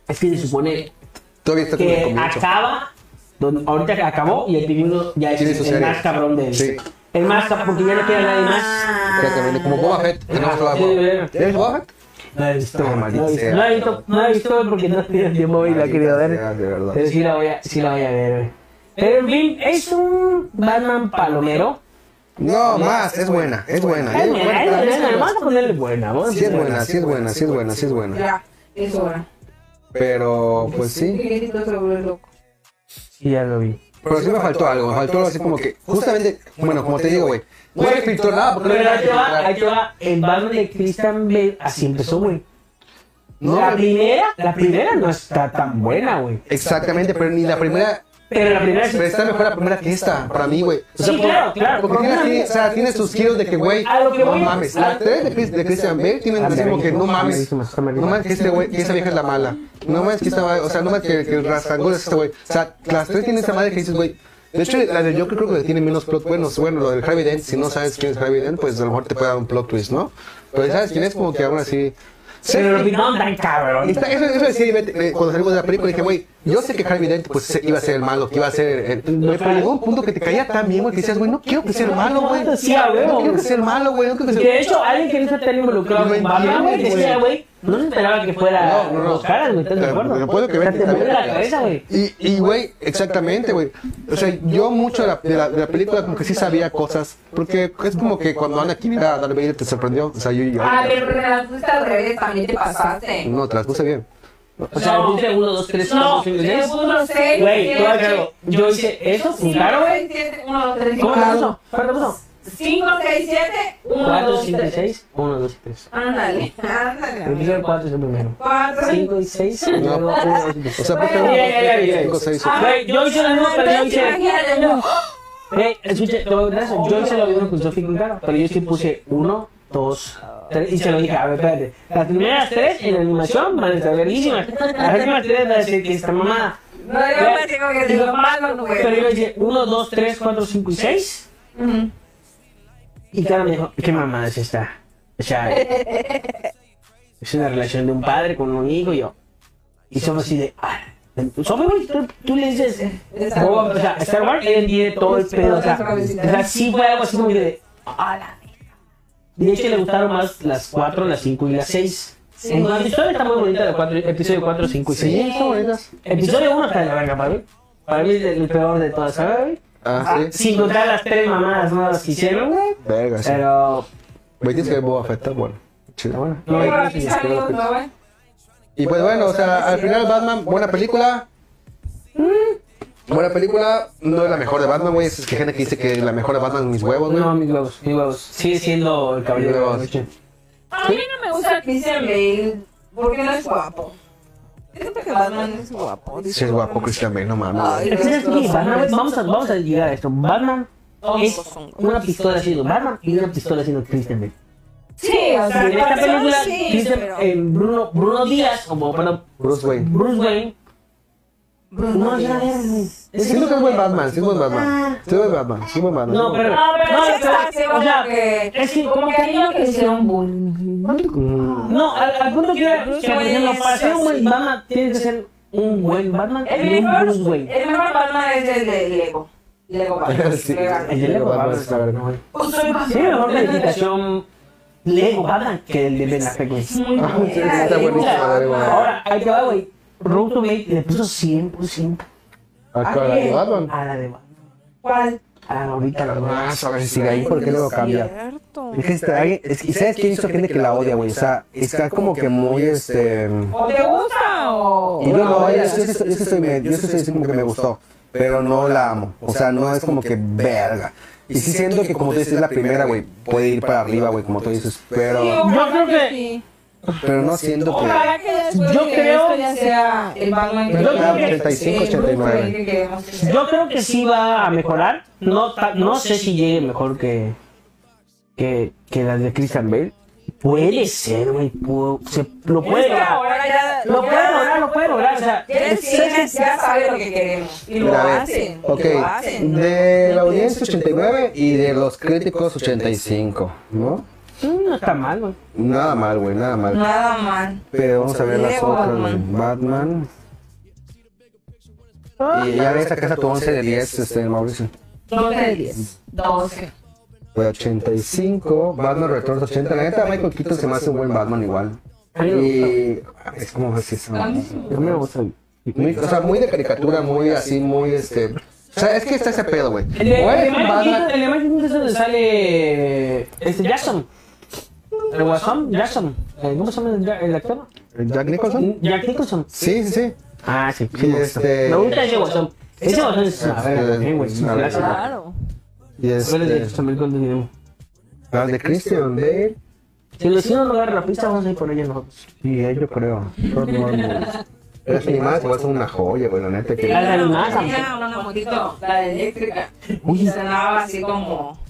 Speaker 3: Es que se supone
Speaker 1: Todavía está como
Speaker 3: Eh, que
Speaker 1: comienzo.
Speaker 3: acaba, donde, ahorita que acabó y el pingüino ya es
Speaker 1: Tiene su
Speaker 3: el
Speaker 1: serie.
Speaker 3: más cabrón de él.
Speaker 1: Sí.
Speaker 3: El más cabrón, porque ya no queda nadie
Speaker 2: Ah.
Speaker 3: más.
Speaker 1: Exactamente, como Boba Fett. Tenemos a Boba
Speaker 3: Sí,
Speaker 1: Fett.
Speaker 3: sí.
Speaker 1: ¿Eres Boba Fett?
Speaker 3: No he visto,
Speaker 1: Ah,
Speaker 3: no
Speaker 1: maldita
Speaker 3: he visto,
Speaker 1: sea.
Speaker 3: no he visto, no he visto porque no tenía tiempo y la he querido
Speaker 1: Ya,
Speaker 3: ver.
Speaker 1: de verdad.
Speaker 3: Pero sí la voy a, sí la voy a ver, güey. Pero en fin, es un Batman palomero.
Speaker 1: No, más, es buena, es buena. Es
Speaker 3: Es buena,
Speaker 1: buena,
Speaker 3: es buena,
Speaker 1: es buena.
Speaker 3: vamos a ponerle buena, vamos a
Speaker 1: Sí es
Speaker 3: ponerle
Speaker 1: buena, sí es buena, sí es buena, sí es buena.
Speaker 2: Ya, es hora.
Speaker 1: Pero, pues sí.
Speaker 2: Grito sobre loco.
Speaker 3: Sí, ya lo vi.
Speaker 1: Pero sí me faltó algo, me faltó algo así como que, justamente, bueno, como te digo, güey, no hay escritor nada, porque no hay
Speaker 3: Pero
Speaker 1: nada
Speaker 3: ahí
Speaker 1: que
Speaker 3: te va, ahí
Speaker 1: filtrar.
Speaker 3: te va, el Batman de Christian Bale, así empezó, güey.
Speaker 1: No,
Speaker 3: la
Speaker 1: güey.
Speaker 3: primera, la primera no está tan buena, güey.
Speaker 1: Exactamente, pero ni la primera,
Speaker 3: Pero la primera
Speaker 1: pero
Speaker 3: sí.
Speaker 1: esta mejor la primera que esta, para mí, güey. O sea,
Speaker 3: Sí, claro, claro.
Speaker 1: porque tiene, así- o sea, tiene sus kilos de que, güey,
Speaker 3: A lo que
Speaker 1: no
Speaker 3: voy-
Speaker 1: mames,
Speaker 3: a-
Speaker 1: las tres de, Chris- de Christian Bale tienen así como que, no mames, no mames que este güey, que esa vieja es la mala, no mames que esta, va- o sea, no mames que, que el rasangón es este güey, o sea, las tres tienen esa madre que dices, güey, de hecho, la del Joker creo que tiene menos plot buenos. Bueno, lo del Harvey Dent, si no sabes quién es Harvey Dent, pues a lo mejor te puede dar un plot twist, ¿no? Pero si sabes quién es, como que aún así...
Speaker 3: Pero lo pintaron tan
Speaker 1: Y
Speaker 3: cabrón.
Speaker 1: está- eso, eso decía Ivette, eh, cuando salimos de la película, dije, güey, yo sé que Harvey Dent pues, se- iba a ser el malo, que iba a ser... el- me- pero llegó un punto que te caía tan bien, güey, que decías, güey, no quiero que sea el malo, güey.
Speaker 3: Sí, a huevo.
Speaker 1: No quiero que sea el malo, güey, no quiero que
Speaker 3: Y
Speaker 1: sea...
Speaker 3: de hecho, alguien que no está tan involucrado con Batman, güey, decía, güey, no se esperaba que fuera
Speaker 1: No, no, no.
Speaker 3: los caras, güey, ¿estás de acuerdo?
Speaker 1: Pero puedo que
Speaker 3: O sea,
Speaker 1: vete,
Speaker 3: te
Speaker 1: está
Speaker 3: mueve
Speaker 1: bien.
Speaker 3: la cabeza, güey.
Speaker 1: Y, y, güey, exactamente, güey. O sea, yo mucho de la, de, la, de la película como que sí sabía cosas, porque es como que cuando Anakin era Darth Vader te sorprendió. O sea, yo... yo-
Speaker 2: Ah, pero porque me la pusiste al revés, también te pasaste.
Speaker 1: no, te las puse bien.
Speaker 3: O sea, puse 1, 2, 3, 4, 5, 6.
Speaker 2: Pues uno, seis,
Speaker 3: Güey,
Speaker 2: siete,
Speaker 3: tú claro. Yo hice eso, claro, güey.
Speaker 2: seis, siete, uno, dos, tres,
Speaker 3: ¿Cómo te
Speaker 2: cuatro.
Speaker 3: puso? ¿Cuánto puso?
Speaker 2: Cinco, seis, siete, uno,
Speaker 3: 4,
Speaker 2: dos,
Speaker 3: 5 y
Speaker 2: tres.
Speaker 3: 6. 1, 2 y 3.
Speaker 2: Ándale, ándale.
Speaker 3: Empiezo
Speaker 2: amigo.
Speaker 3: el 4 es el primero.
Speaker 2: Cuatro.
Speaker 3: 5 y 6.
Speaker 1: No.
Speaker 3: 1, 2 y
Speaker 1: O sea,
Speaker 3: 3.
Speaker 1: puse
Speaker 2: Bueno,
Speaker 1: uno,
Speaker 2: ya,
Speaker 3: ya, ya, ya.
Speaker 1: cinco, seis,
Speaker 2: Ah,
Speaker 3: Güey, yo hice la misma, pero yo hice-
Speaker 2: imagínate, yo-
Speaker 3: Hey, escuche, te voy a contar eso. Yo hice lo mismo con Sofi y con Caro, pero yo sí puse 1, 2, 3. Y se lo dije, a ver, espérate. Las primeras 3 en animación van a estar verguísimas. Las últimas 3 van a decir que esta mamada.
Speaker 2: No, yo me digo que es lo malo, güey.
Speaker 3: Pero yo dije 1, 2, 3, 4, 5 y 6.
Speaker 2: Ujú.
Speaker 3: Y Caro me dijo, ¿qué mamada es esta? O sea, es una relación de un padre con un hijo y yo. Y somos así de, ah, Sofi, güey, tú, tú le dices,
Speaker 2: Star
Speaker 3: "Oh,
Speaker 2: Wars".
Speaker 3: o sea, Star Wars, él entiende todo el pedo, o sea,
Speaker 2: Suavecita.
Speaker 3: o sea, sí fue algo así como de, a la verga". De hecho, le gustaron más las 4, las 5 y las 6. En cuanto a historia está muy bonita, la cuatro- episodio 4, 5 y
Speaker 1: Sí,
Speaker 3: 6.
Speaker 1: están bonitas.
Speaker 3: Episodio 1 está de la verga para mí. Para mí es el peor de todas, ¿sabes? güey?
Speaker 1: Ah, sí.
Speaker 3: Sin contar las tres mamadas nuevas que hicieron, güey.
Speaker 1: Verga, Ah, sí.
Speaker 3: Pero
Speaker 1: Güey, Pues tienes que ver Boba Fett, está bueno. Chido. pues
Speaker 3: bueno,
Speaker 2: Yo
Speaker 3: no,
Speaker 2: por
Speaker 3: no,
Speaker 2: aquí salimos, ¿no, güey?
Speaker 1: Y pues bueno, o sea, al final Batman, buena película. Buena película, no es la mejor de Batman, güey. Es que gente que dice que la mejor de Batman mis huevos, güey.
Speaker 3: No, mis huevos, mis huevos. Sigue siendo el caballero de la
Speaker 1: Huevos.
Speaker 3: noche.
Speaker 2: A mí no me gusta Christian Bale porque no es guapo. Siento que Batman es guapo.
Speaker 1: Si es guapo Christian Bale, no mames.
Speaker 2: Ay.
Speaker 3: Es que, ¿sabes qué? Batman- vamos, a, vamos a llegar a esto. Batman es una pistola siendo Batman y una pistola siendo Christian Bale.
Speaker 2: Sí, o sea,
Speaker 3: En esta
Speaker 2: corazón
Speaker 3: película,
Speaker 2: sí,
Speaker 3: Christian-
Speaker 2: pero-
Speaker 3: eh, Bruno, Bruno Díaz, como bueno,
Speaker 1: Bruce Wayne.
Speaker 3: Bruce Wayne,
Speaker 2: Bruno
Speaker 3: no llega a
Speaker 2: Díaz.
Speaker 3: ver.
Speaker 1: Siento que es buen Batman, sí es buen Batman. Sí es buen Batman, sí es buen Batman.
Speaker 3: No, pero.
Speaker 2: No, pero sí
Speaker 3: pero-
Speaker 2: está así
Speaker 3: o
Speaker 2: como
Speaker 3: sea,
Speaker 2: que-
Speaker 3: Es que,
Speaker 2: Como que ahí lo que hicieron
Speaker 1: Mm.
Speaker 3: No, al, al punto que era.
Speaker 2: Bruce
Speaker 3: que, por
Speaker 2: Wayne
Speaker 3: ejemplo,
Speaker 2: es
Speaker 3: para ser un buen
Speaker 2: así.
Speaker 3: Batman, tiene que ser un buen Batman
Speaker 2: El
Speaker 3: y un
Speaker 2: mejor,
Speaker 3: Bruce Wayne.
Speaker 2: el mejor Batman es el de Lego. Lego Batman.
Speaker 1: Sí.
Speaker 2: le gana.
Speaker 3: El de Lego Batman es la verga, güey.
Speaker 2: Pues soy Batman.
Speaker 3: Sí, mejor calificación Lego Batman que el de Ben Affleck, güey.
Speaker 2: Muy
Speaker 1: Ah,
Speaker 2: buena.
Speaker 1: sí, está buenísimo, la Lego Batman.
Speaker 3: Ahora, ahí te va, güey. Road to Make le puso 100%
Speaker 1: ¿A cuál? ¿A la de Batman?
Speaker 3: a la de Batman.
Speaker 2: ¿Cuál?
Speaker 3: A la ahorita, la verdad.
Speaker 1: Ah, a ver si sigue ahí, porque luego cambia.
Speaker 2: Cierto.
Speaker 1: Es que está, alguien- es, y sabes que hizo gente que la odia, güey. O sea, está como que muy este.
Speaker 2: ¿O te gusta o.?
Speaker 1: Y yo no, yo, yo, yo, yo, soy, medio- yo sí estoy diciendo como que me gustó, pero no la amo. O sea, no es como que verga. Y sí siento que como tú dices, es la primera, güey, puede ir para arriba, güey, como tú dices, pero,
Speaker 3: Yo creo que-
Speaker 2: sí.
Speaker 1: pero no siento que...
Speaker 2: Ojalá que después
Speaker 3: Yo
Speaker 2: de
Speaker 3: creo-
Speaker 2: esto ya sea el Batman que
Speaker 1: Yo
Speaker 2: queremos.
Speaker 1: creo que- 85,
Speaker 2: Sí, el Bruce
Speaker 1: 89.
Speaker 2: Wayne que queremos que sea.
Speaker 3: Yo creo que sí va a mejorar. No, ta- no sé si llegue mejor que, que, que la de Christian Bale. Puede ser, güey. pu- se- Lo puede
Speaker 2: Es que
Speaker 3: lograr.
Speaker 2: ahora ya.
Speaker 3: Lo puede lograr, lo puede lograr. O sea,
Speaker 2: Ya el
Speaker 3: es-
Speaker 2: cine ya sabe lo que queremos. Y lo
Speaker 1: Mira, a ver,
Speaker 2: hacen.
Speaker 1: ok,
Speaker 2: Lo hacen.
Speaker 1: de la audiencia 89 y de los críticos 85, ¿no?
Speaker 3: no está mal, güey.
Speaker 1: Nada mal, güey, nada mal.
Speaker 2: Nada mal.
Speaker 1: Pero vamos a ver las
Speaker 2: Lego
Speaker 1: otras, güey.
Speaker 2: Batman.
Speaker 1: Batman. Y ya ves acá está tu 11 de 10, este, Mauricio.
Speaker 2: 12 de 10. 12.
Speaker 1: Fue 85, Batman Returns 80. La neta, Michael Keaton se me hace un buen Batman igual.
Speaker 3: A mí me
Speaker 1: Y es como así, es
Speaker 3: gusta. A mí me gusta.
Speaker 1: muy, o sea, muy de caricatura, muy así, muy este. O sea, es que está ese pedo, güey.
Speaker 3: El de
Speaker 1: O eres
Speaker 3: el de
Speaker 1: un
Speaker 3: Michael Keaton-
Speaker 1: Batman-
Speaker 3: el de Michael Keaton es donde sale este Jackson. El Guasón, Jackson. Eh, ¿Cómo se llama el, el actor?
Speaker 1: Jack Nicholson.
Speaker 3: Jack Nicholson.
Speaker 1: Sí, sí, sí.
Speaker 3: Ah, sí. sí
Speaker 1: Y
Speaker 3: me gusta.
Speaker 1: este-
Speaker 3: Me gusta ese Guasón. Ese Guasón es una
Speaker 1: Ah,
Speaker 3: verga,
Speaker 1: sí,
Speaker 3: eh, güey. Es un
Speaker 1: una verga.
Speaker 3: clásico.
Speaker 2: Claro.
Speaker 1: Y este. Las de Christian Bale.
Speaker 3: Si los hicieron lograr la pista, vamos a ir por ella nosotros.
Speaker 1: Y eh, yo creo. Son normales. Las animadas igual son una joya, güey, la neta. Que...
Speaker 3: Las animadas
Speaker 2: Tenía una motito, la de eléctrica. Y sonaba así como.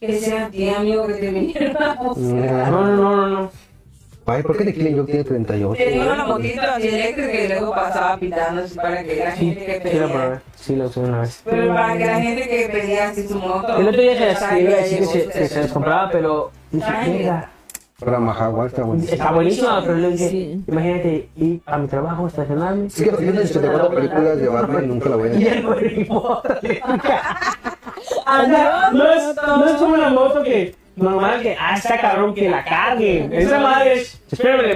Speaker 2: Que sea a ti, amigo, que te viniera.
Speaker 3: No, no, no, no, no.
Speaker 1: Ay, ¿por qué The Killing Joke tiene 38?
Speaker 2: Tenía una motito así eléctrica y luego pasaba pitando así para que la
Speaker 3: Sí,
Speaker 2: gente que
Speaker 3: sí la
Speaker 2: pedía.
Speaker 3: probé. Sí la usé una vez.
Speaker 2: Pero para que la gente que pedía así su moto.
Speaker 3: El otro día se las
Speaker 2: sabía
Speaker 3: iba a decir que
Speaker 2: llegó
Speaker 3: se, que se las compraba, pero dije,
Speaker 2: Ay.
Speaker 3: "Mierda,
Speaker 1: Para Mahawal está bueno.
Speaker 3: Pues está buenísima, pero le dije, imagínate ir a mi trabajo, estacionarme.
Speaker 1: Es que yo de 84 películas de Batman nunca la voy a
Speaker 3: Y
Speaker 1: ver.
Speaker 3: el cuerpo de- O sea, Ah, no es, no es como la moto que normal que, ah, está cabrón que la cargue. Esa madre es, espérame, le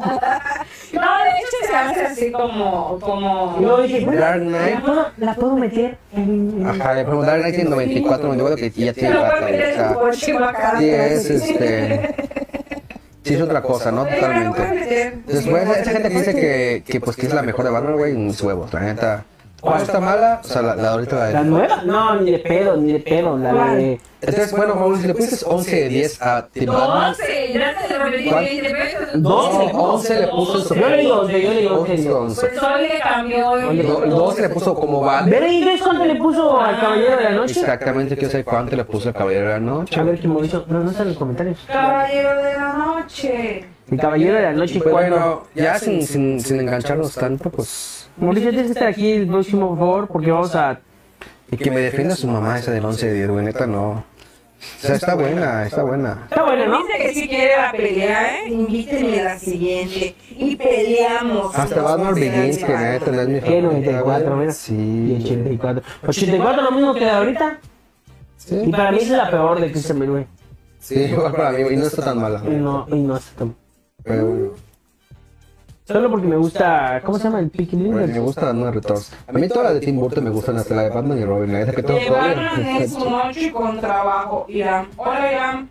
Speaker 2: No, de hecho se hace así como.
Speaker 3: Y
Speaker 2: como...
Speaker 3: luego dije, bueno,
Speaker 1: Dark Knight.
Speaker 3: la puedo, la puedo meter en, Ah, en-
Speaker 1: Ajá, le pregunto Dark Knight tiene 94, 94, que ya
Speaker 2: Se
Speaker 1: tiene
Speaker 2: lo puede
Speaker 1: plata, güey,
Speaker 2: meter
Speaker 1: o
Speaker 2: en su
Speaker 1: sea,
Speaker 2: coche bacán.
Speaker 1: Sí, es este. Sí, es otra cosa, ¿no?
Speaker 2: Pero lo puede
Speaker 1: Totalmente.
Speaker 2: meter.
Speaker 1: Después, esa gente que dice que, que, pues, que es la mejor de Batman, güey, mis huevos, la neta. ¿Cuál está mala? O sea, la, la ahorita la de.
Speaker 3: ¿La nueva? No, ni de pedo, ni de pedo. La de.
Speaker 1: Entonces, bueno, Mauricio,
Speaker 3: pues,
Speaker 1: le pusiste 11 de 10 a The Batman.
Speaker 2: 12, ya te lo repetí
Speaker 1: ¿Cuál?
Speaker 2: 20 veces.
Speaker 1: No,
Speaker 3: 12.
Speaker 1: 11 le puso en su
Speaker 3: Yo le digo 11, yo le digo 11.
Speaker 1: 11.
Speaker 2: Pues Sol le cambió el.
Speaker 1: Do- 12 le puso como vale.
Speaker 3: ¿Pero y ves cuánto le puso al caballero de la noche?
Speaker 1: Exactamente, quiero saber cuánto le puso el caballero de la noche.
Speaker 3: A ver, que Mauricio. No, no está en los comentarios.
Speaker 2: Caballero de la noche.
Speaker 3: El caballero de la noche,
Speaker 1: Pues
Speaker 3: ¿cuándo?
Speaker 1: bueno, ya sin, sin, sin engancharnos tanto, pues.
Speaker 3: Mauricio, tienes que estar aquí el próximo, por favor, porque vamos a.
Speaker 1: Y que me defienda su mamá esa del 11 de 10, güey, neta, no. O sea, está buena, está buena.
Speaker 3: Está bueno, ¿no?
Speaker 2: Dice que si quiere la pelea, ¿eh? invítenme a la siguiente. Y peleamos.
Speaker 1: Hasta Batman Begins, que neta, no es mi
Speaker 3: ¿Qué?
Speaker 1: favorita,
Speaker 3: 94,
Speaker 1: güey.
Speaker 3: ¿verdad? Y
Speaker 1: Sí.
Speaker 3: 84. 84 lo mismo que de ahorita. Y
Speaker 1: Sí,
Speaker 3: para mí esa es la peor de Christian Bale, güey.
Speaker 1: sí, igual para mí, güey, no está tan mala.
Speaker 3: Y no, y no está tan-
Speaker 1: Pero bueno,
Speaker 3: Solo porque me gusta. ¿Cómo se llama el Peaky
Speaker 1: bueno, me
Speaker 3: Blinders?
Speaker 1: gusta Batman Returns. A mí todas las de Tim Burton me gustan, hasta la de Batman y Robin, la neta que todo
Speaker 2: Llevarnos
Speaker 1: todo
Speaker 2: en su
Speaker 1: bien.
Speaker 2: noche con trabajo, Irán. Hola, Irán.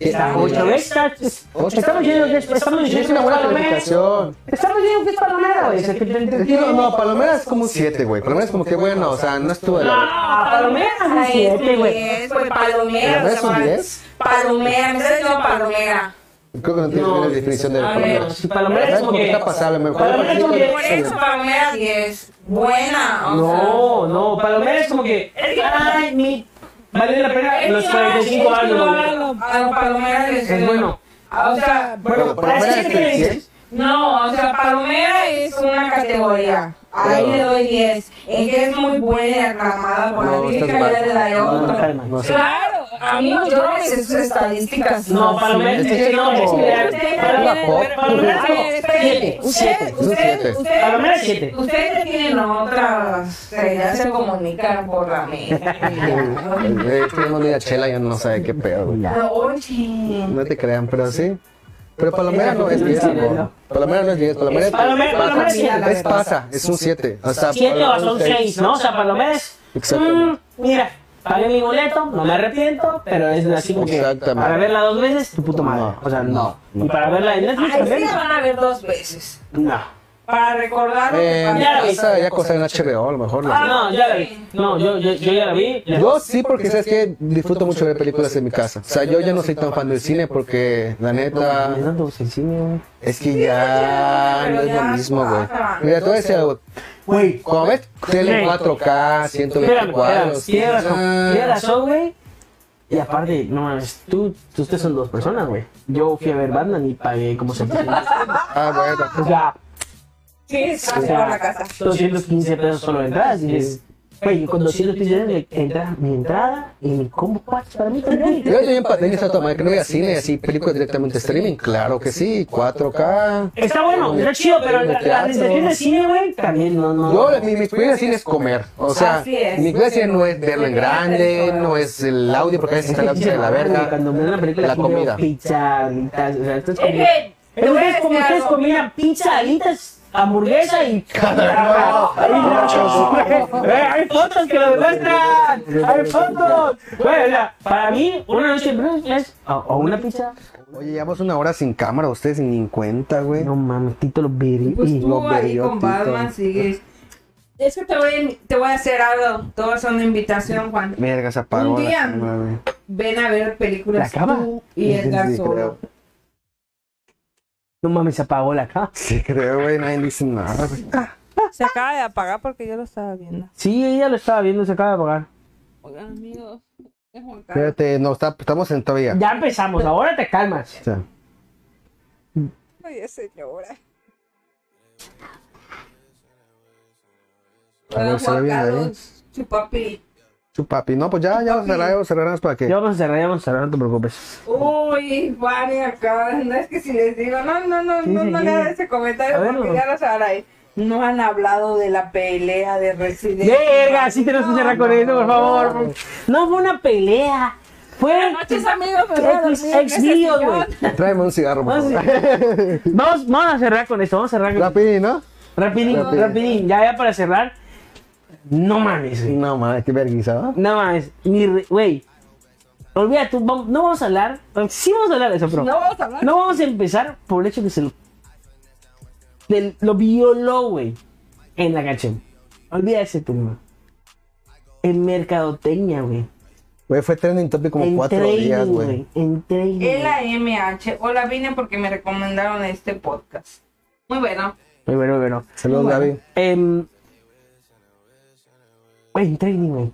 Speaker 8: Está ocho veces.
Speaker 1: Ocho.
Speaker 8: Estamos diciendo que es, estamos diciendo
Speaker 1: Es
Speaker 8: que es
Speaker 1: una buena
Speaker 8: palomera.
Speaker 1: calificación.
Speaker 8: Estamos diciendo que es palomera, güey. Se- te- te- te-
Speaker 1: Es que No, no, Palomera es como un 7, güey. Palomera es como que bueno, o sea, no estuvo de la.
Speaker 8: Ah, palomera es un
Speaker 2: Ay, es
Speaker 8: siete,
Speaker 2: un
Speaker 8: güey.
Speaker 2: 10, güey, palomera.
Speaker 1: ¿Palomera es un
Speaker 2: chaval.
Speaker 1: 10?
Speaker 2: Palomera, me está diciendo palomera.
Speaker 1: Creo que no tienes bien la definición de
Speaker 3: a
Speaker 1: Palomera.
Speaker 3: ver, si palomera es
Speaker 1: ¿Sabes
Speaker 3: como
Speaker 1: por qué
Speaker 3: que...
Speaker 1: está pasable? Mejor.
Speaker 3: Palomera es como que-
Speaker 2: Por eso, palomera 10. Buena. o
Speaker 3: No, no, palomera es como que... Ay, mi... Vale la pena
Speaker 2: sea.
Speaker 3: los 45 años, güey.
Speaker 2: A los palomera les-
Speaker 3: Es bueno.
Speaker 2: Ah, O sea,
Speaker 1: Bueno, Palomera es del 100.
Speaker 2: no, o sea, palomera es una categoría. Ahí le doy 10. En que es muy buena y aclamada por
Speaker 1: No,
Speaker 2: la
Speaker 1: estás
Speaker 2: crítica,
Speaker 1: mal.
Speaker 2: ya le daré
Speaker 3: No, no,
Speaker 2: otro.
Speaker 3: calma.
Speaker 1: No sé.
Speaker 2: Claro, amigos, yo no me sé sus estadísticas.
Speaker 3: No, palomera es
Speaker 1: Sí,
Speaker 3: que no, es que...
Speaker 1: Palomera-
Speaker 3: Palomera es como
Speaker 2: Ustedes,
Speaker 3: siete,
Speaker 2: ustedes,
Speaker 1: un siete.
Speaker 2: ustedes, ustedes-
Speaker 3: Palomera es siete.
Speaker 2: ustedes tienen otras, eh, ya se comunican por la mesa.
Speaker 1: El güey que no diga chela ya no sabe qué pedo, güey.
Speaker 2: No, oye.
Speaker 1: No te crean, pero sí. Pero Palomera no es 10, amor. Palomera no es 10, Palomera es
Speaker 3: Palomera- Palomera es siete.
Speaker 1: Es pasa, es un 7. O sea,
Speaker 3: 7 o
Speaker 1: Palomera
Speaker 3: son
Speaker 1: es un
Speaker 3: 6, ¿no? O sea, Palomera es.
Speaker 1: Exacto.
Speaker 3: mm, mira, pagué mi boleto, no me arrepiento, pero es así como que.
Speaker 1: Exactamente.
Speaker 3: Para verla dos veces, tu puto madre.
Speaker 1: No,
Speaker 3: o sea, no.
Speaker 1: no,
Speaker 3: Y para verla en Netflix
Speaker 2: Ahí sí
Speaker 3: también.
Speaker 2: la van a ver dos veces.
Speaker 3: No.
Speaker 2: Para recordar lo que
Speaker 1: Eh,
Speaker 2: pasó.
Speaker 3: Ya la vi.
Speaker 1: esa ya cosa en HBO, a lo mejor. la-
Speaker 3: No, ya la vi. No, yo, yo, yo ya la vi. Ya-
Speaker 1: Yo sí, porque sabes que disfruto mucho ver películas en mi casa. O sea, yo ya no soy tan fan del cine porque, la neta,
Speaker 3: Me dan dulce encima, güey.
Speaker 1: es que ya no es lo mismo, güey. Mira, tú decías, güey.
Speaker 3: Güey.
Speaker 1: Cuando ves tele en 4K,
Speaker 3: Espérame,
Speaker 1: 120
Speaker 3: espérame.
Speaker 1: cuadros.
Speaker 3: Tienes razón.
Speaker 1: ah,
Speaker 3: Tienes razón, güey. Y aparte, no mames, tú, tú, ustedes son dos personas, güey. Yo fui a ver Batman y pagué como 700.
Speaker 1: Ah, bueno.
Speaker 3: O sea,
Speaker 2: Sí, se va a
Speaker 3: O
Speaker 2: hacer
Speaker 3: sea,
Speaker 2: la casa.
Speaker 3: 215 pesos solo de entradas. Y dices, güey, con 200 pesos de entrada, mi entrada y mi combo patch para mí también.
Speaker 1: Yo yo empaté en esa toma que no veía cine y así películas directamente streaming. Claro que sí, 4K.
Speaker 3: Está bueno, está chido, pero la, la sensación de cine, güey, también no, no.
Speaker 1: Yo, mi, mi experiencia cine es comer. O sea,
Speaker 2: Así es.
Speaker 1: mi experiencia no es verlo en grande, no es el audio, porque a veces está el audio de la verga.
Speaker 3: Cuando me dan la película,
Speaker 1: La
Speaker 3: sí veo
Speaker 1: comida.
Speaker 3: Pizza, alitas, o sea, esto es
Speaker 2: Es
Speaker 3: comida.
Speaker 2: que, te voy a
Speaker 3: Ustedes, como
Speaker 2: decir
Speaker 3: ustedes
Speaker 2: algo.
Speaker 3: comían pizza, alitas, hamburguesa y.
Speaker 1: Cada
Speaker 3: Ay, no, güey, hay fotos que lo demuestran. Hay fotos. Güey, o sea, para mí, una noche de blues es o- o una pizza.
Speaker 1: Oye, llevamos una hora sin cámara, ustedes ni en cuenta, güey.
Speaker 3: No mames, Tito los viri.
Speaker 2: Pues
Speaker 1: lo
Speaker 2: tú ahí
Speaker 1: veo,
Speaker 2: con
Speaker 1: Tito.
Speaker 2: Batman sigues. Es que te voy, te voy a hacer algo. Todos son una invitación, Juan.
Speaker 1: Verga, se apagó.
Speaker 2: Un
Speaker 1: la
Speaker 2: día.
Speaker 1: cámara, güey.
Speaker 2: Ven a ver películas
Speaker 3: ¿La cama?
Speaker 2: tú y
Speaker 1: Sí,
Speaker 2: Edgar
Speaker 1: sí,
Speaker 2: solo.
Speaker 1: creo.
Speaker 3: No mames, se apagó la cara.
Speaker 1: Sí, creo, güey, nadie dice nada. güey.
Speaker 2: Ah. Se acaba de apagar porque yo lo estaba viendo.
Speaker 3: Sí, ella lo estaba viendo, se acaba de apagar.
Speaker 2: Oigan, amigos. es Juan Carlos.
Speaker 1: Espérate, no, está- estamos en todavía.
Speaker 3: Ya empezamos, ahora te calmas.
Speaker 1: O sea,
Speaker 2: Oye, señora.
Speaker 1: A ver,
Speaker 2: Hola,
Speaker 1: se ve
Speaker 2: Juan
Speaker 1: bien ahí.
Speaker 2: Carlos, su papi.
Speaker 1: su papi. No, pues ya, ya cerramos, cerramos para que.
Speaker 3: Ya vamos a cerrar, ya vamos a cerrar, no te preocupes.
Speaker 2: Uy, Vani acá, no es que si les digo, no, no, no,
Speaker 3: Sí,
Speaker 2: no,
Speaker 3: sí,
Speaker 2: no
Speaker 3: sí.
Speaker 2: le hagan ese
Speaker 3: A
Speaker 2: comentario
Speaker 3: ver,
Speaker 2: porque
Speaker 3: no.
Speaker 2: ya lo sabrá. No han hablado de la pelea de Resident
Speaker 3: Verga, sí tenemos que
Speaker 2: No,
Speaker 3: cerrar con
Speaker 2: no,
Speaker 3: eso, por
Speaker 2: no.
Speaker 3: favor. No fue una pelea. Fue.
Speaker 2: Buenas noches, amigos, me voy a dormir en
Speaker 3: Ex-
Speaker 2: ese
Speaker 3: exmíos,
Speaker 2: sillón.
Speaker 3: güey.
Speaker 1: Tráeme un cigarro, por
Speaker 3: Vamos,
Speaker 1: favor.
Speaker 3: vamos, vamos a cerrar con esto, vamos a cerrar con
Speaker 1: Rapidín, ¿no?
Speaker 3: Rapidín,
Speaker 1: Rapidín.
Speaker 3: rapidín, ya, ya para cerrar. No mames, güey.
Speaker 1: No, madre, qué vergüenza.
Speaker 3: No mames, ni re- güey. Olvídate, vam- no vamos a hablar. Sí vamos a hablar de eso, pero.
Speaker 2: No vamos a hablar.
Speaker 3: No vamos a empezar por el hecho que se lo. del- lo violó, güey. En la canción. Olvida ese tema. En mercadotecnia, güey.
Speaker 1: Güey, fue trending topic como
Speaker 3: en
Speaker 1: cuatro
Speaker 3: trading,
Speaker 1: días, güey.
Speaker 3: En trading.
Speaker 2: Es la MH. Hola, vine porque me recomendaron este podcast. Muy bueno.
Speaker 3: Muy bueno, muy bueno.
Speaker 1: Saludos, Gaby.
Speaker 3: Em, güey, en trading, güey.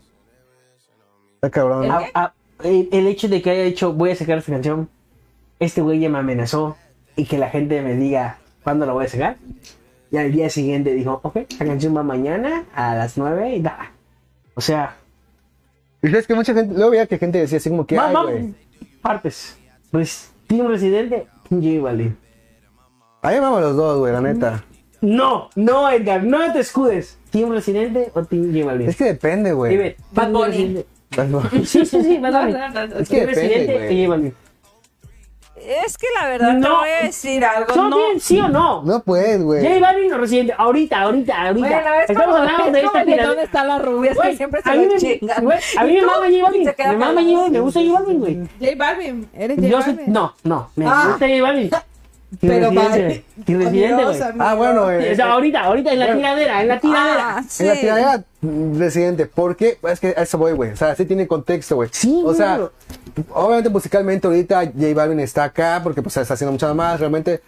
Speaker 1: Está cabrón.
Speaker 3: A- a- el, el hecho de que haya dicho, voy a sacar esta canción, este güey ya me amenazó y que la gente me diga cuándo la voy a sacar. Y al día siguiente dijo, ok, la canción va mañana a las 9 y da. O sea,
Speaker 1: Y sabes que mucha gente, luego veía que gente decía así como que, ay,
Speaker 3: vamos,
Speaker 1: güey.
Speaker 3: partes. Pues, Team Residente, J Balvin.
Speaker 1: Ahí vamos los dos, güey, la neta.
Speaker 3: No, no, Edgar, no te escudes. Team Residente o Team J Balvin.
Speaker 1: Es que depende, güey.
Speaker 3: Dime,
Speaker 2: Bad
Speaker 3: Team
Speaker 2: Bunny.
Speaker 3: Residente.
Speaker 1: Las-
Speaker 3: Sí, sí, sí, Bad Bunny.
Speaker 2: No, no, no, no.
Speaker 1: Es que
Speaker 3: Team
Speaker 1: depende,
Speaker 3: Residente o
Speaker 1: güey.
Speaker 3: J Balvin.
Speaker 9: Es que la verdad te
Speaker 3: No.
Speaker 9: voy a decir algo.
Speaker 3: ¿Son
Speaker 9: No,
Speaker 3: bien, sí o no?
Speaker 1: No puedes, güey.
Speaker 3: J Balvin o Residente, ahorita, ahorita, ahorita.
Speaker 2: Bueno, es
Speaker 3: Estamos
Speaker 2: como-
Speaker 3: hablando
Speaker 2: es
Speaker 3: de
Speaker 2: como
Speaker 3: esta
Speaker 2: el de ¿Dónde
Speaker 3: final.
Speaker 2: están las rubias?
Speaker 3: Güey,
Speaker 2: que siempre
Speaker 3: a
Speaker 2: se
Speaker 3: mí
Speaker 2: lo
Speaker 3: me-
Speaker 2: chingan.
Speaker 3: güey, a mí
Speaker 2: Y
Speaker 3: me
Speaker 2: tú,
Speaker 3: mama J Balvin.
Speaker 2: se queda
Speaker 3: Me mama
Speaker 2: callado.
Speaker 3: J Balvin, me gusta J Balvin, güey.
Speaker 9: J Balvin, eres J
Speaker 3: Yo soy,
Speaker 9: Balvin.
Speaker 3: no, no, me
Speaker 2: Ah.
Speaker 3: gusta J Balvin. Y
Speaker 2: Pero
Speaker 3: Residente,
Speaker 2: bye.
Speaker 3: güey. Y Residente,
Speaker 2: Adiós,
Speaker 3: güey.
Speaker 2: amigo.
Speaker 1: Ah, bueno, güey.
Speaker 3: O sea, ahorita, ahorita en la tiradera, en la tiradera.
Speaker 9: Ah, sí.
Speaker 1: En la tiradera, mm, residente. ¿Por qué? Es que a eso voy, güey. O sea, sí tiene contexto, güey.
Speaker 3: Sí,
Speaker 1: O sea,
Speaker 3: güey.
Speaker 1: obviamente musicalmente ahorita J Balvin está acá porque pues está haciendo muchas más, realmente.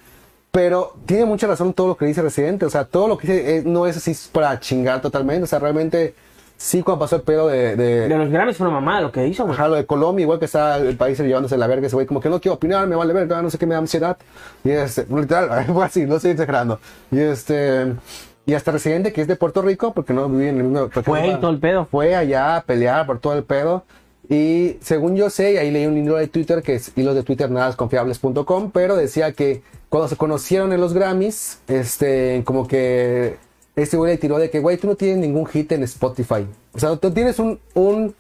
Speaker 1: Pero tiene mucha razón todo lo que dice Residente. O sea, todo lo que dice eh, no es así para chingar totalmente. O sea, realmente sí cuando pasó el pedo de... de-
Speaker 3: De los Grammys fue una mamada lo que hizo, güey.
Speaker 1: Ajá, lo de Colombia, igual que está el país llevándose la verga ese güey, como que no quiero opinar, me vale verga, no sé qué me da ansiedad. Y este, literal, algo así, no estoy exagerando. Y este, y hasta Residente, que es de Puerto Rico, porque no vive en el mismo. pues, porque
Speaker 3: Fue
Speaker 1: no-
Speaker 3: y todo el pedo.
Speaker 1: Fue allá a pelear por todo el pedo. Y según yo sé, y ahí leí un hilo de Twitter, que es hilos de Twitter nadasconfiables.com, pero decía que cuando se conocieron en los Grammys, este, como que este güey le tiró de que, güey, tú no tienes ningún hit en Spotify. O sea, tú tienes un, un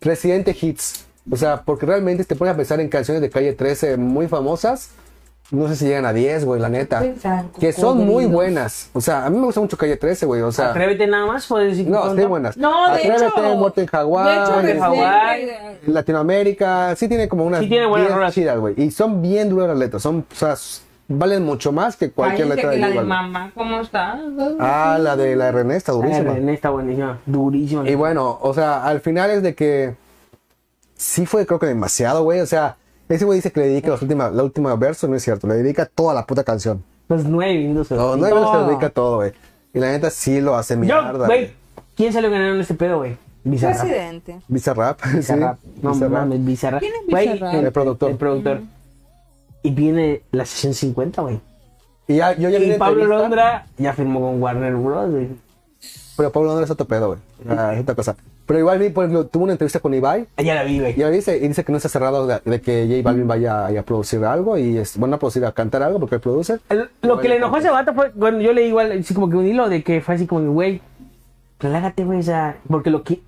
Speaker 1: Residente Hits. O sea, porque realmente te pones a pensar en canciones de calle 13 muy famosas. No sé si llegan a 10, güey, la neta. Que son muy buenas. O sea, a mí me gusta mucho calle 13, güey. O sea,
Speaker 3: Atrévete nada más, puedes decir.
Speaker 1: Ah. no,
Speaker 3: contra-
Speaker 1: sí, buenas.
Speaker 2: No, de
Speaker 1: Atrévete,
Speaker 2: hecho-
Speaker 1: Muerte en
Speaker 2: De hecho,
Speaker 1: Hawái,
Speaker 2: Residente-
Speaker 3: Hawái.
Speaker 1: Latinoamérica, sí tiene como unas
Speaker 3: Sí tiene buenas
Speaker 1: 10
Speaker 3: rolas.
Speaker 1: chidas, güey. Y son bien duras las letras, son, o sea, s- valen mucho más que cualquier
Speaker 2: Ay, dice
Speaker 1: letra de
Speaker 2: que la de
Speaker 1: J Balvin.
Speaker 2: mamá, ¿cómo está?
Speaker 1: Ah, la de la René está
Speaker 3: Ah,
Speaker 1: durísima.
Speaker 3: René está buenísima. Durísima.
Speaker 1: Y bueno, o sea, al final es de que sí fue creo que demasiado, güey. O sea, ese güey dice que le dedica los última, la última verso, no es cierto, le dedica toda la puta canción.
Speaker 3: Los nueve minutos.
Speaker 1: No, no hay veces que le dedica todo, güey. Y la neta sí lo hace mierda.
Speaker 3: Yo,
Speaker 1: güey.
Speaker 3: güey, ¿quién salió ganando en este pedo, güey? Bizarrap.
Speaker 9: Presidente.
Speaker 1: Bizarrap, sí.
Speaker 3: Bizarrap. No
Speaker 1: Bizarrap.
Speaker 3: mames, Bizarrap.
Speaker 9: ¿Quién es
Speaker 3: Güey,
Speaker 9: Bizarrap?
Speaker 1: El productor.
Speaker 3: El productor. Y viene la sesión 50, güey.
Speaker 1: Y ya, yo ya vi
Speaker 3: Y
Speaker 1: la
Speaker 3: Pablo
Speaker 1: entrevista,
Speaker 3: Londra ya firmó con Warner Bros. güey.
Speaker 1: Pero Pablo Londra es otro pedo, güey. Ah, es otra cosa. Pero igual vi, por ejemplo, tuvo una entrevista con Ibai
Speaker 3: Ah, Ya la vi, güey.
Speaker 1: Y ahora dice, y dice que no está cerrado de, de que J Balvin vaya a, a producir algo y es, bueno, a producir, a cantar algo porque él produce.
Speaker 3: El- Lo que le enojó a ese vato fue, bueno, yo leí igual, así como que un hilo de que fue así como, que, güey, relájate, güey, o sea, porque lo que,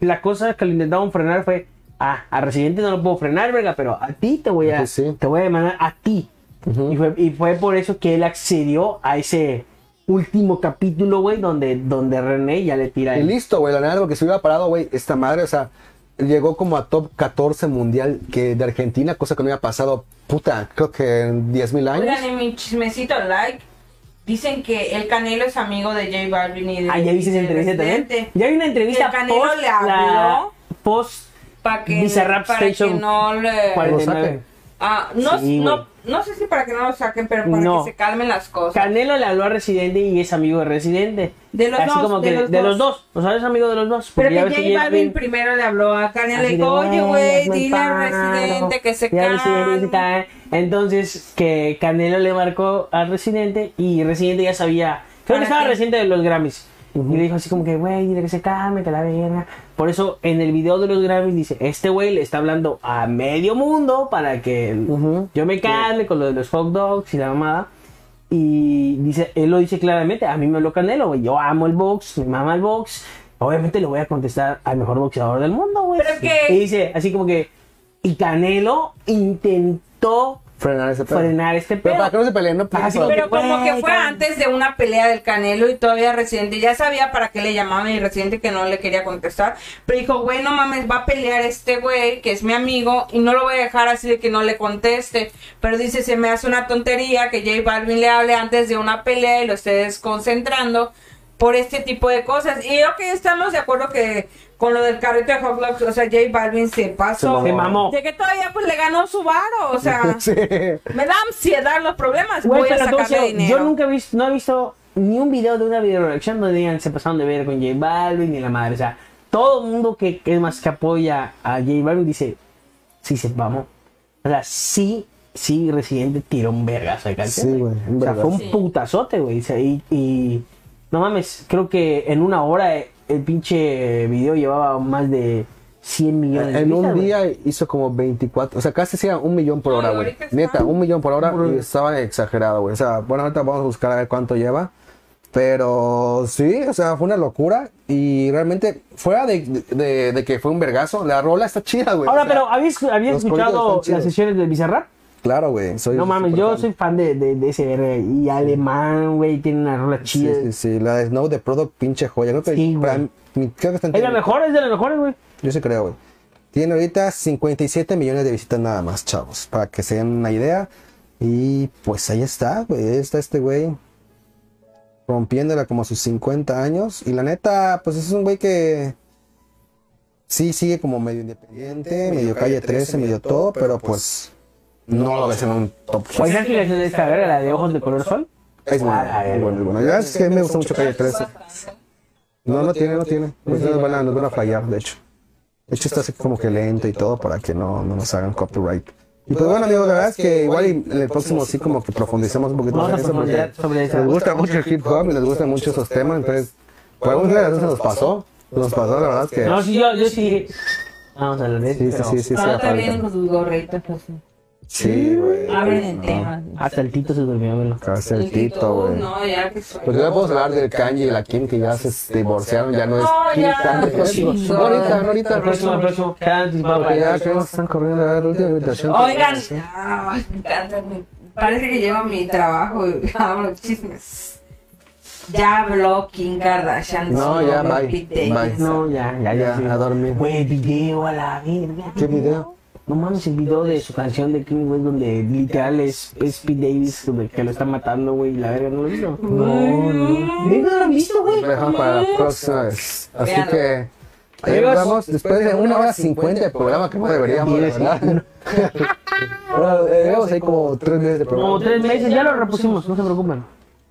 Speaker 3: la cosa que lo intentaron frenar fue, ah, a Residente no lo puedo frenar, verga, pero a ti te voy a,
Speaker 1: Pues sí.
Speaker 3: te voy a demandar a ti. y, fue, y fue por eso que él accedió a ese último capítulo, güey, donde, donde René ya le tira
Speaker 1: Y
Speaker 3: el...
Speaker 1: listo, güey, la nada, porque se hubiera parado, güey, esta madre, o sea, llegó como a top 14 mundial que de Argentina, cosa que no había pasado, puta, creo que en 10.000 años.
Speaker 2: Oigan, en mi chismecito like, dicen que el Canelo es amigo de J Balvin y de.
Speaker 3: Ah, ya viste esa
Speaker 2: y de
Speaker 3: entrevista también.
Speaker 2: Residente.
Speaker 3: Ya hay una entrevista
Speaker 2: El Canelo
Speaker 3: post,
Speaker 2: le habló.
Speaker 3: la- post
Speaker 2: Para que,
Speaker 3: Bizarrap
Speaker 2: para que
Speaker 3: Station
Speaker 2: no le.
Speaker 1: Cuarenta.
Speaker 3: 49.
Speaker 2: Ah, no,
Speaker 3: Sí, güey.
Speaker 2: no, no sé si para que no lo saquen, pero para
Speaker 3: No.
Speaker 2: que se calmen las cosas.
Speaker 3: Canelo le habló a Residente y es amigo de Residente.
Speaker 2: De los
Speaker 3: Así
Speaker 2: dos,
Speaker 3: como
Speaker 2: de
Speaker 3: que
Speaker 2: los
Speaker 3: de
Speaker 2: dos.
Speaker 3: los dos. O sea, es amigo de los dos.
Speaker 2: Pero
Speaker 3: porque ya
Speaker 2: que
Speaker 3: ves
Speaker 2: J
Speaker 3: que J
Speaker 2: Balvin
Speaker 3: Balvin-
Speaker 2: primero le habló a Canelo
Speaker 3: así
Speaker 2: y
Speaker 3: de,
Speaker 2: dijo, oye,
Speaker 3: "Bueno,
Speaker 2: güey,
Speaker 3: hazme el
Speaker 2: dile al
Speaker 3: paro".
Speaker 2: residente que se
Speaker 3: Y al Residente
Speaker 2: calme.
Speaker 3: está- Entonces, que Canelo le marcó al Residente y Residente ya sabía. Creo
Speaker 2: ¿Para
Speaker 3: que estaba
Speaker 2: qué?
Speaker 3: Residente de los Grammys. Y le dijo así como que, güey, dile que se calme, que la verga. Por eso, en el video de los Grammys dice, este güey le está hablando a medio mundo para que
Speaker 1: Ujú.
Speaker 3: yo me calme con lo de los hot dogs y la mamada. Y dice, él lo dice claramente, a mí me lo Canelo, güey. Yo amo el box, me mama el box. Obviamente le voy a contestar al mejor boxeador del mundo, güey.
Speaker 2: Pero que-
Speaker 3: Y dice, así como que... Y Canelo intentó
Speaker 1: Frenar ese pedo.
Speaker 3: frenar este
Speaker 1: Pero
Speaker 3: pedo.
Speaker 1: para que no se peleen, no
Speaker 3: Ah, sí,
Speaker 1: Para-
Speaker 2: Pero como
Speaker 3: Güey,
Speaker 2: que fue
Speaker 3: cabrón.
Speaker 2: antes de una pelea del Canelo y todavía Residente ya sabía para qué le llamaban y Residente que no le quería contestar. Pero dijo, güey, no mames, va a pelear este güey que es mi amigo y no lo voy a dejar así de que no le conteste. Pero dice, se me hace una tontería que J Balvin le hable antes de una pelea y lo esté desconcentrando por este tipo de cosas. Y creo que estamos de acuerdo que con lo del carrito de Hot Dogs, o sea, J Balvin se pasó.
Speaker 3: Se mamó.
Speaker 2: De que todavía pues le ganó su varo, o sea,
Speaker 1: Sí.
Speaker 2: me da ansiedad los problemas,
Speaker 3: Güey,
Speaker 2: voy a
Speaker 3: pero te voy a
Speaker 2: sacarle
Speaker 3: decir,
Speaker 2: dinero.
Speaker 3: Yo nunca he visto, no he visto ni un video de una video reacción donde digan se pasaron de ver con J Balvin ni la madre. O sea, todo el mundo que, que es más que apoya a J Balvin dice, sí, se vamos. O sea, sí, sí, Residente tiró un vergazo de canción.
Speaker 1: Sí, güey, un
Speaker 3: O sea, fue un
Speaker 1: vergazo.
Speaker 3: putazote, güey. O sea, y, y no mames, creo que en una hora eh, el pinche video llevaba más de 100 millones de
Speaker 1: En un
Speaker 3: vistas, güey.
Speaker 1: día hizo como 24, o sea, casi hacía un millón por
Speaker 2: No,
Speaker 1: hora,
Speaker 2: y
Speaker 1: güey.
Speaker 2: ahorita está-
Speaker 1: Neta, un millón por hora y estaba exagerado, güey. O sea, bueno, ahorita vamos a buscar a ver cuánto lleva. Pero sí, o sea, fue una locura y realmente, fuera de, de- de que fue un vergazo, la rola está chida, güey.
Speaker 3: Ahora,
Speaker 1: O sea,
Speaker 3: pero ¿habías, habías
Speaker 1: los corridos
Speaker 3: escuchado
Speaker 1: están chidos.
Speaker 3: las sesiones de Bizarrap?
Speaker 1: Claro, güey. soy-
Speaker 3: No mames,
Speaker 1: súper
Speaker 3: yo
Speaker 1: fan.
Speaker 3: soy fan de, de, de ese verga. Y alemán, güey, tiene una rola
Speaker 1: Sí,
Speaker 3: chida.
Speaker 1: sí, sí. La de Snow de Product, pinche joya. Creo que,
Speaker 3: Sí, güey.
Speaker 1: para mí- creo que está
Speaker 3: Es
Speaker 1: entre-
Speaker 3: la mejor, es de las mejores, güey.
Speaker 1: Yo sí creo, güey. Tiene ahorita 57 millones de visitas nada más, chavos. Para que se den una idea. Y pues ahí está, güey. Ahí está este güey. Rompiéndola como a sus 50 años. Y la neta, pues es un güey que. Sí, sigue como medio independiente, medio calle 13, medio todo, pero pues. No lo ves en un top.
Speaker 3: Oye, ¿sabes qué canción es esta verga? La de Ojos de Color Sol.
Speaker 1: Es bueno, es bueno, es Ah, bueno. La verdad es que a mí me gusta mucho calle 13. No, no tiene, no tiene. Pues nos van a, nos van a fallar, de hecho. De hecho, está así como que lento y todo para que no, no nos hagan copyright. Y pues bueno, amigos, la verdad es que igual y en el próximo sí como que profundicemos un poquito
Speaker 3: Vamos
Speaker 1: más
Speaker 3: a
Speaker 1: en eso porque
Speaker 3: profundizar sobre esa.
Speaker 1: les gusta mucho el hip hop y les gustan mucho esos temas, entonces, pues, por alguna razón se nos pasó. Se Nos pasó, la verdad es
Speaker 3: No,
Speaker 1: que...
Speaker 3: sí, yo, yo sí dije. Vamos a hablar de
Speaker 1: Sí, sí,
Speaker 3: eso.
Speaker 1: sí, sí, sí,
Speaker 2: No te
Speaker 1: falta.
Speaker 2: vienen Ah, con sus gorritos así.
Speaker 1: Sí, güey.
Speaker 2: Abren el
Speaker 1: No,
Speaker 2: tema.
Speaker 3: Hasta el Tito se durmió, güey.
Speaker 1: casi el Tito, güey.
Speaker 2: No, ya que soy.
Speaker 1: Pues ya podemos hablar del Kanye y la Kim que ya se divorciaron, ya no es
Speaker 2: No,
Speaker 1: Kim
Speaker 2: Oh, ya.
Speaker 1: Kanye.
Speaker 2: Sí.
Speaker 1: No, ahorita, no,
Speaker 3: El
Speaker 1: ahorita.
Speaker 3: próximo, el próximo. Quedan anticipados
Speaker 1: Porque
Speaker 3: para
Speaker 1: ya
Speaker 3: allá.
Speaker 1: creo que están corriendo a la última invitación.
Speaker 2: Oigan, ah, me encanta, me- parece que llevo mi trabajo y abro chismes. Ya habló Kim Kardashian.
Speaker 1: No,
Speaker 2: su
Speaker 1: ya,
Speaker 2: novio
Speaker 1: bye,
Speaker 2: Pete Davidson.
Speaker 3: No, ya, ya, ya.
Speaker 1: Ya,
Speaker 3: sí.
Speaker 1: a dormir.
Speaker 3: Güey, el video a la verga.
Speaker 1: ¿Qué video?
Speaker 3: No mames, el video de su canción de Kim, güey, donde literal es, es Pete Davis donde- que lo está matando, güey, y la verga, ¿no lo visto? No, no. ¿Nunca lo han visto, güey?
Speaker 1: Lo dejan para la próxima vez. Así
Speaker 2: Vean.
Speaker 1: que. Ahí
Speaker 3: Amigos.
Speaker 1: vamos, después de una hora cincuenta de programa que no deberíamos, la ¿verdad? Bueno, eh, llevamos ahí como tres meses de
Speaker 3: Como
Speaker 1: programa.
Speaker 3: tres meses, ya lo repusimos, no se preocupen.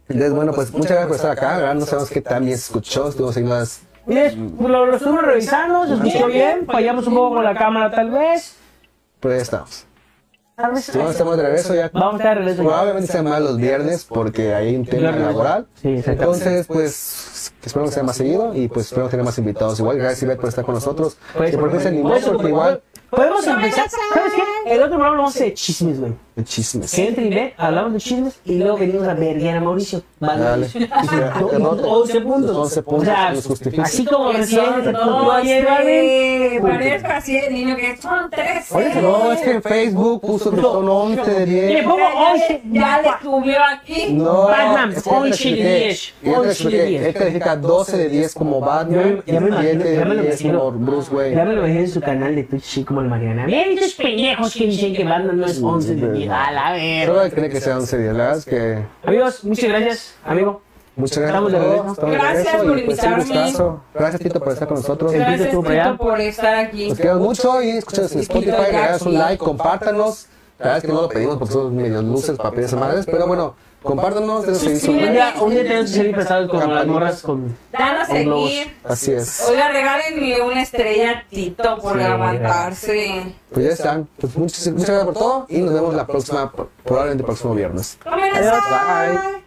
Speaker 1: Entonces, bueno, pues muchas gracias por estar acá, la ¿verdad? No sabemos qué tan bien se escuchó, estuvimos ahí más.
Speaker 3: Mire, pues, lo, lo estuvimos revisando, se escuchó bien, fallamos un poco con la cámara tal vez.
Speaker 1: Pero ya estamos.
Speaker 3: Tal vez
Speaker 1: Si no estamos de regreso ya.
Speaker 3: vamos a estar de regreso ya.
Speaker 1: Probablemente sea más los viernes porque hay un tema laboral.
Speaker 3: Sí, exactamente.
Speaker 1: Entonces, pues, espero que sea más seguido y pues espero tener más invitados. Igual, gracias Ivette por estar con nosotros. Que por fin se animó,
Speaker 3: Pues,
Speaker 1: porque igual
Speaker 3: Podemos empezar, ¿sabes qué? El otro programa lo vamos a hacer de chismes, güey.
Speaker 1: chismes.
Speaker 3: Que entre y ve, hablamos de chismes y luego venimos a verguiar a Mauricio. Vale.
Speaker 1: Dale.
Speaker 3: Do-
Speaker 1: Te roto.
Speaker 3: 11 puntos.
Speaker 1: Los 11 puntos,
Speaker 3: O sea,
Speaker 1: los justifico.
Speaker 3: así como recién se puntuó
Speaker 2: No,
Speaker 3: ayer, ¿vale?
Speaker 2: sí, parezco así el niño que son tres.
Speaker 1: Oye, no, es que en Facebook puso que son 11 de
Speaker 3: Le
Speaker 1: 10.
Speaker 3: pongo 11.
Speaker 2: Ya le subió aquí.
Speaker 1: No,
Speaker 3: Batman,
Speaker 1: es que ya te
Speaker 3: 11 de
Speaker 1: expliqué.
Speaker 3: 10,
Speaker 1: Ya te
Speaker 3: 11 de
Speaker 1: expliqué.
Speaker 3: 10.
Speaker 1: Él califica 12 de 10 como Batman
Speaker 3: Ya me- ya me
Speaker 1: y 7
Speaker 3: imagino, ya me
Speaker 1: de
Speaker 3: lo
Speaker 1: 10 como
Speaker 3: imagino.
Speaker 1: Bruce Wayne.
Speaker 3: Ya me lo dejé en su canal de Twitch, así como el Mariana. Miren estos pendejos que dicen que Batman no es 11 de 10. A la
Speaker 1: Solo él
Speaker 3: verga.
Speaker 1: cree que sea 11 de 10. La verdad es que
Speaker 3: Amigos, muchas gracias, amigo.
Speaker 1: muchas gracias.
Speaker 3: Estamos de
Speaker 1: a todos,
Speaker 3: regreso.
Speaker 1: estamos de
Speaker 2: Gracias
Speaker 1: regreso
Speaker 2: por
Speaker 1: y, pues, un
Speaker 2: invitarme.
Speaker 1: gustazo. Gracias, Tito, por estar con nosotros.
Speaker 2: Gracias,
Speaker 3: tú, Brian.
Speaker 2: Tito, por estar aquí.
Speaker 1: Nos queremos mucho y escúchenos en Spotify, regalas un like, compártanos. La verdad es que no lo pedimos porque somos medios luces para pedir esas madres, pero bueno, compártanos, denos seguir su
Speaker 3: Un
Speaker 1: like.
Speaker 3: día, un día tenemos que salir pesados como las morras con.
Speaker 2: Danos
Speaker 3: Con globos.
Speaker 2: seguir.
Speaker 1: Así es.
Speaker 2: Oiga, regálenme una estrella a Tito por
Speaker 3: Sí,
Speaker 2: aguantarse.
Speaker 1: Pues ya están. Pues muchas, muchas gracias por todo y nos vemos la próxima, probablemente el próximo viernes.
Speaker 2: Comen esa.
Speaker 1: Bye.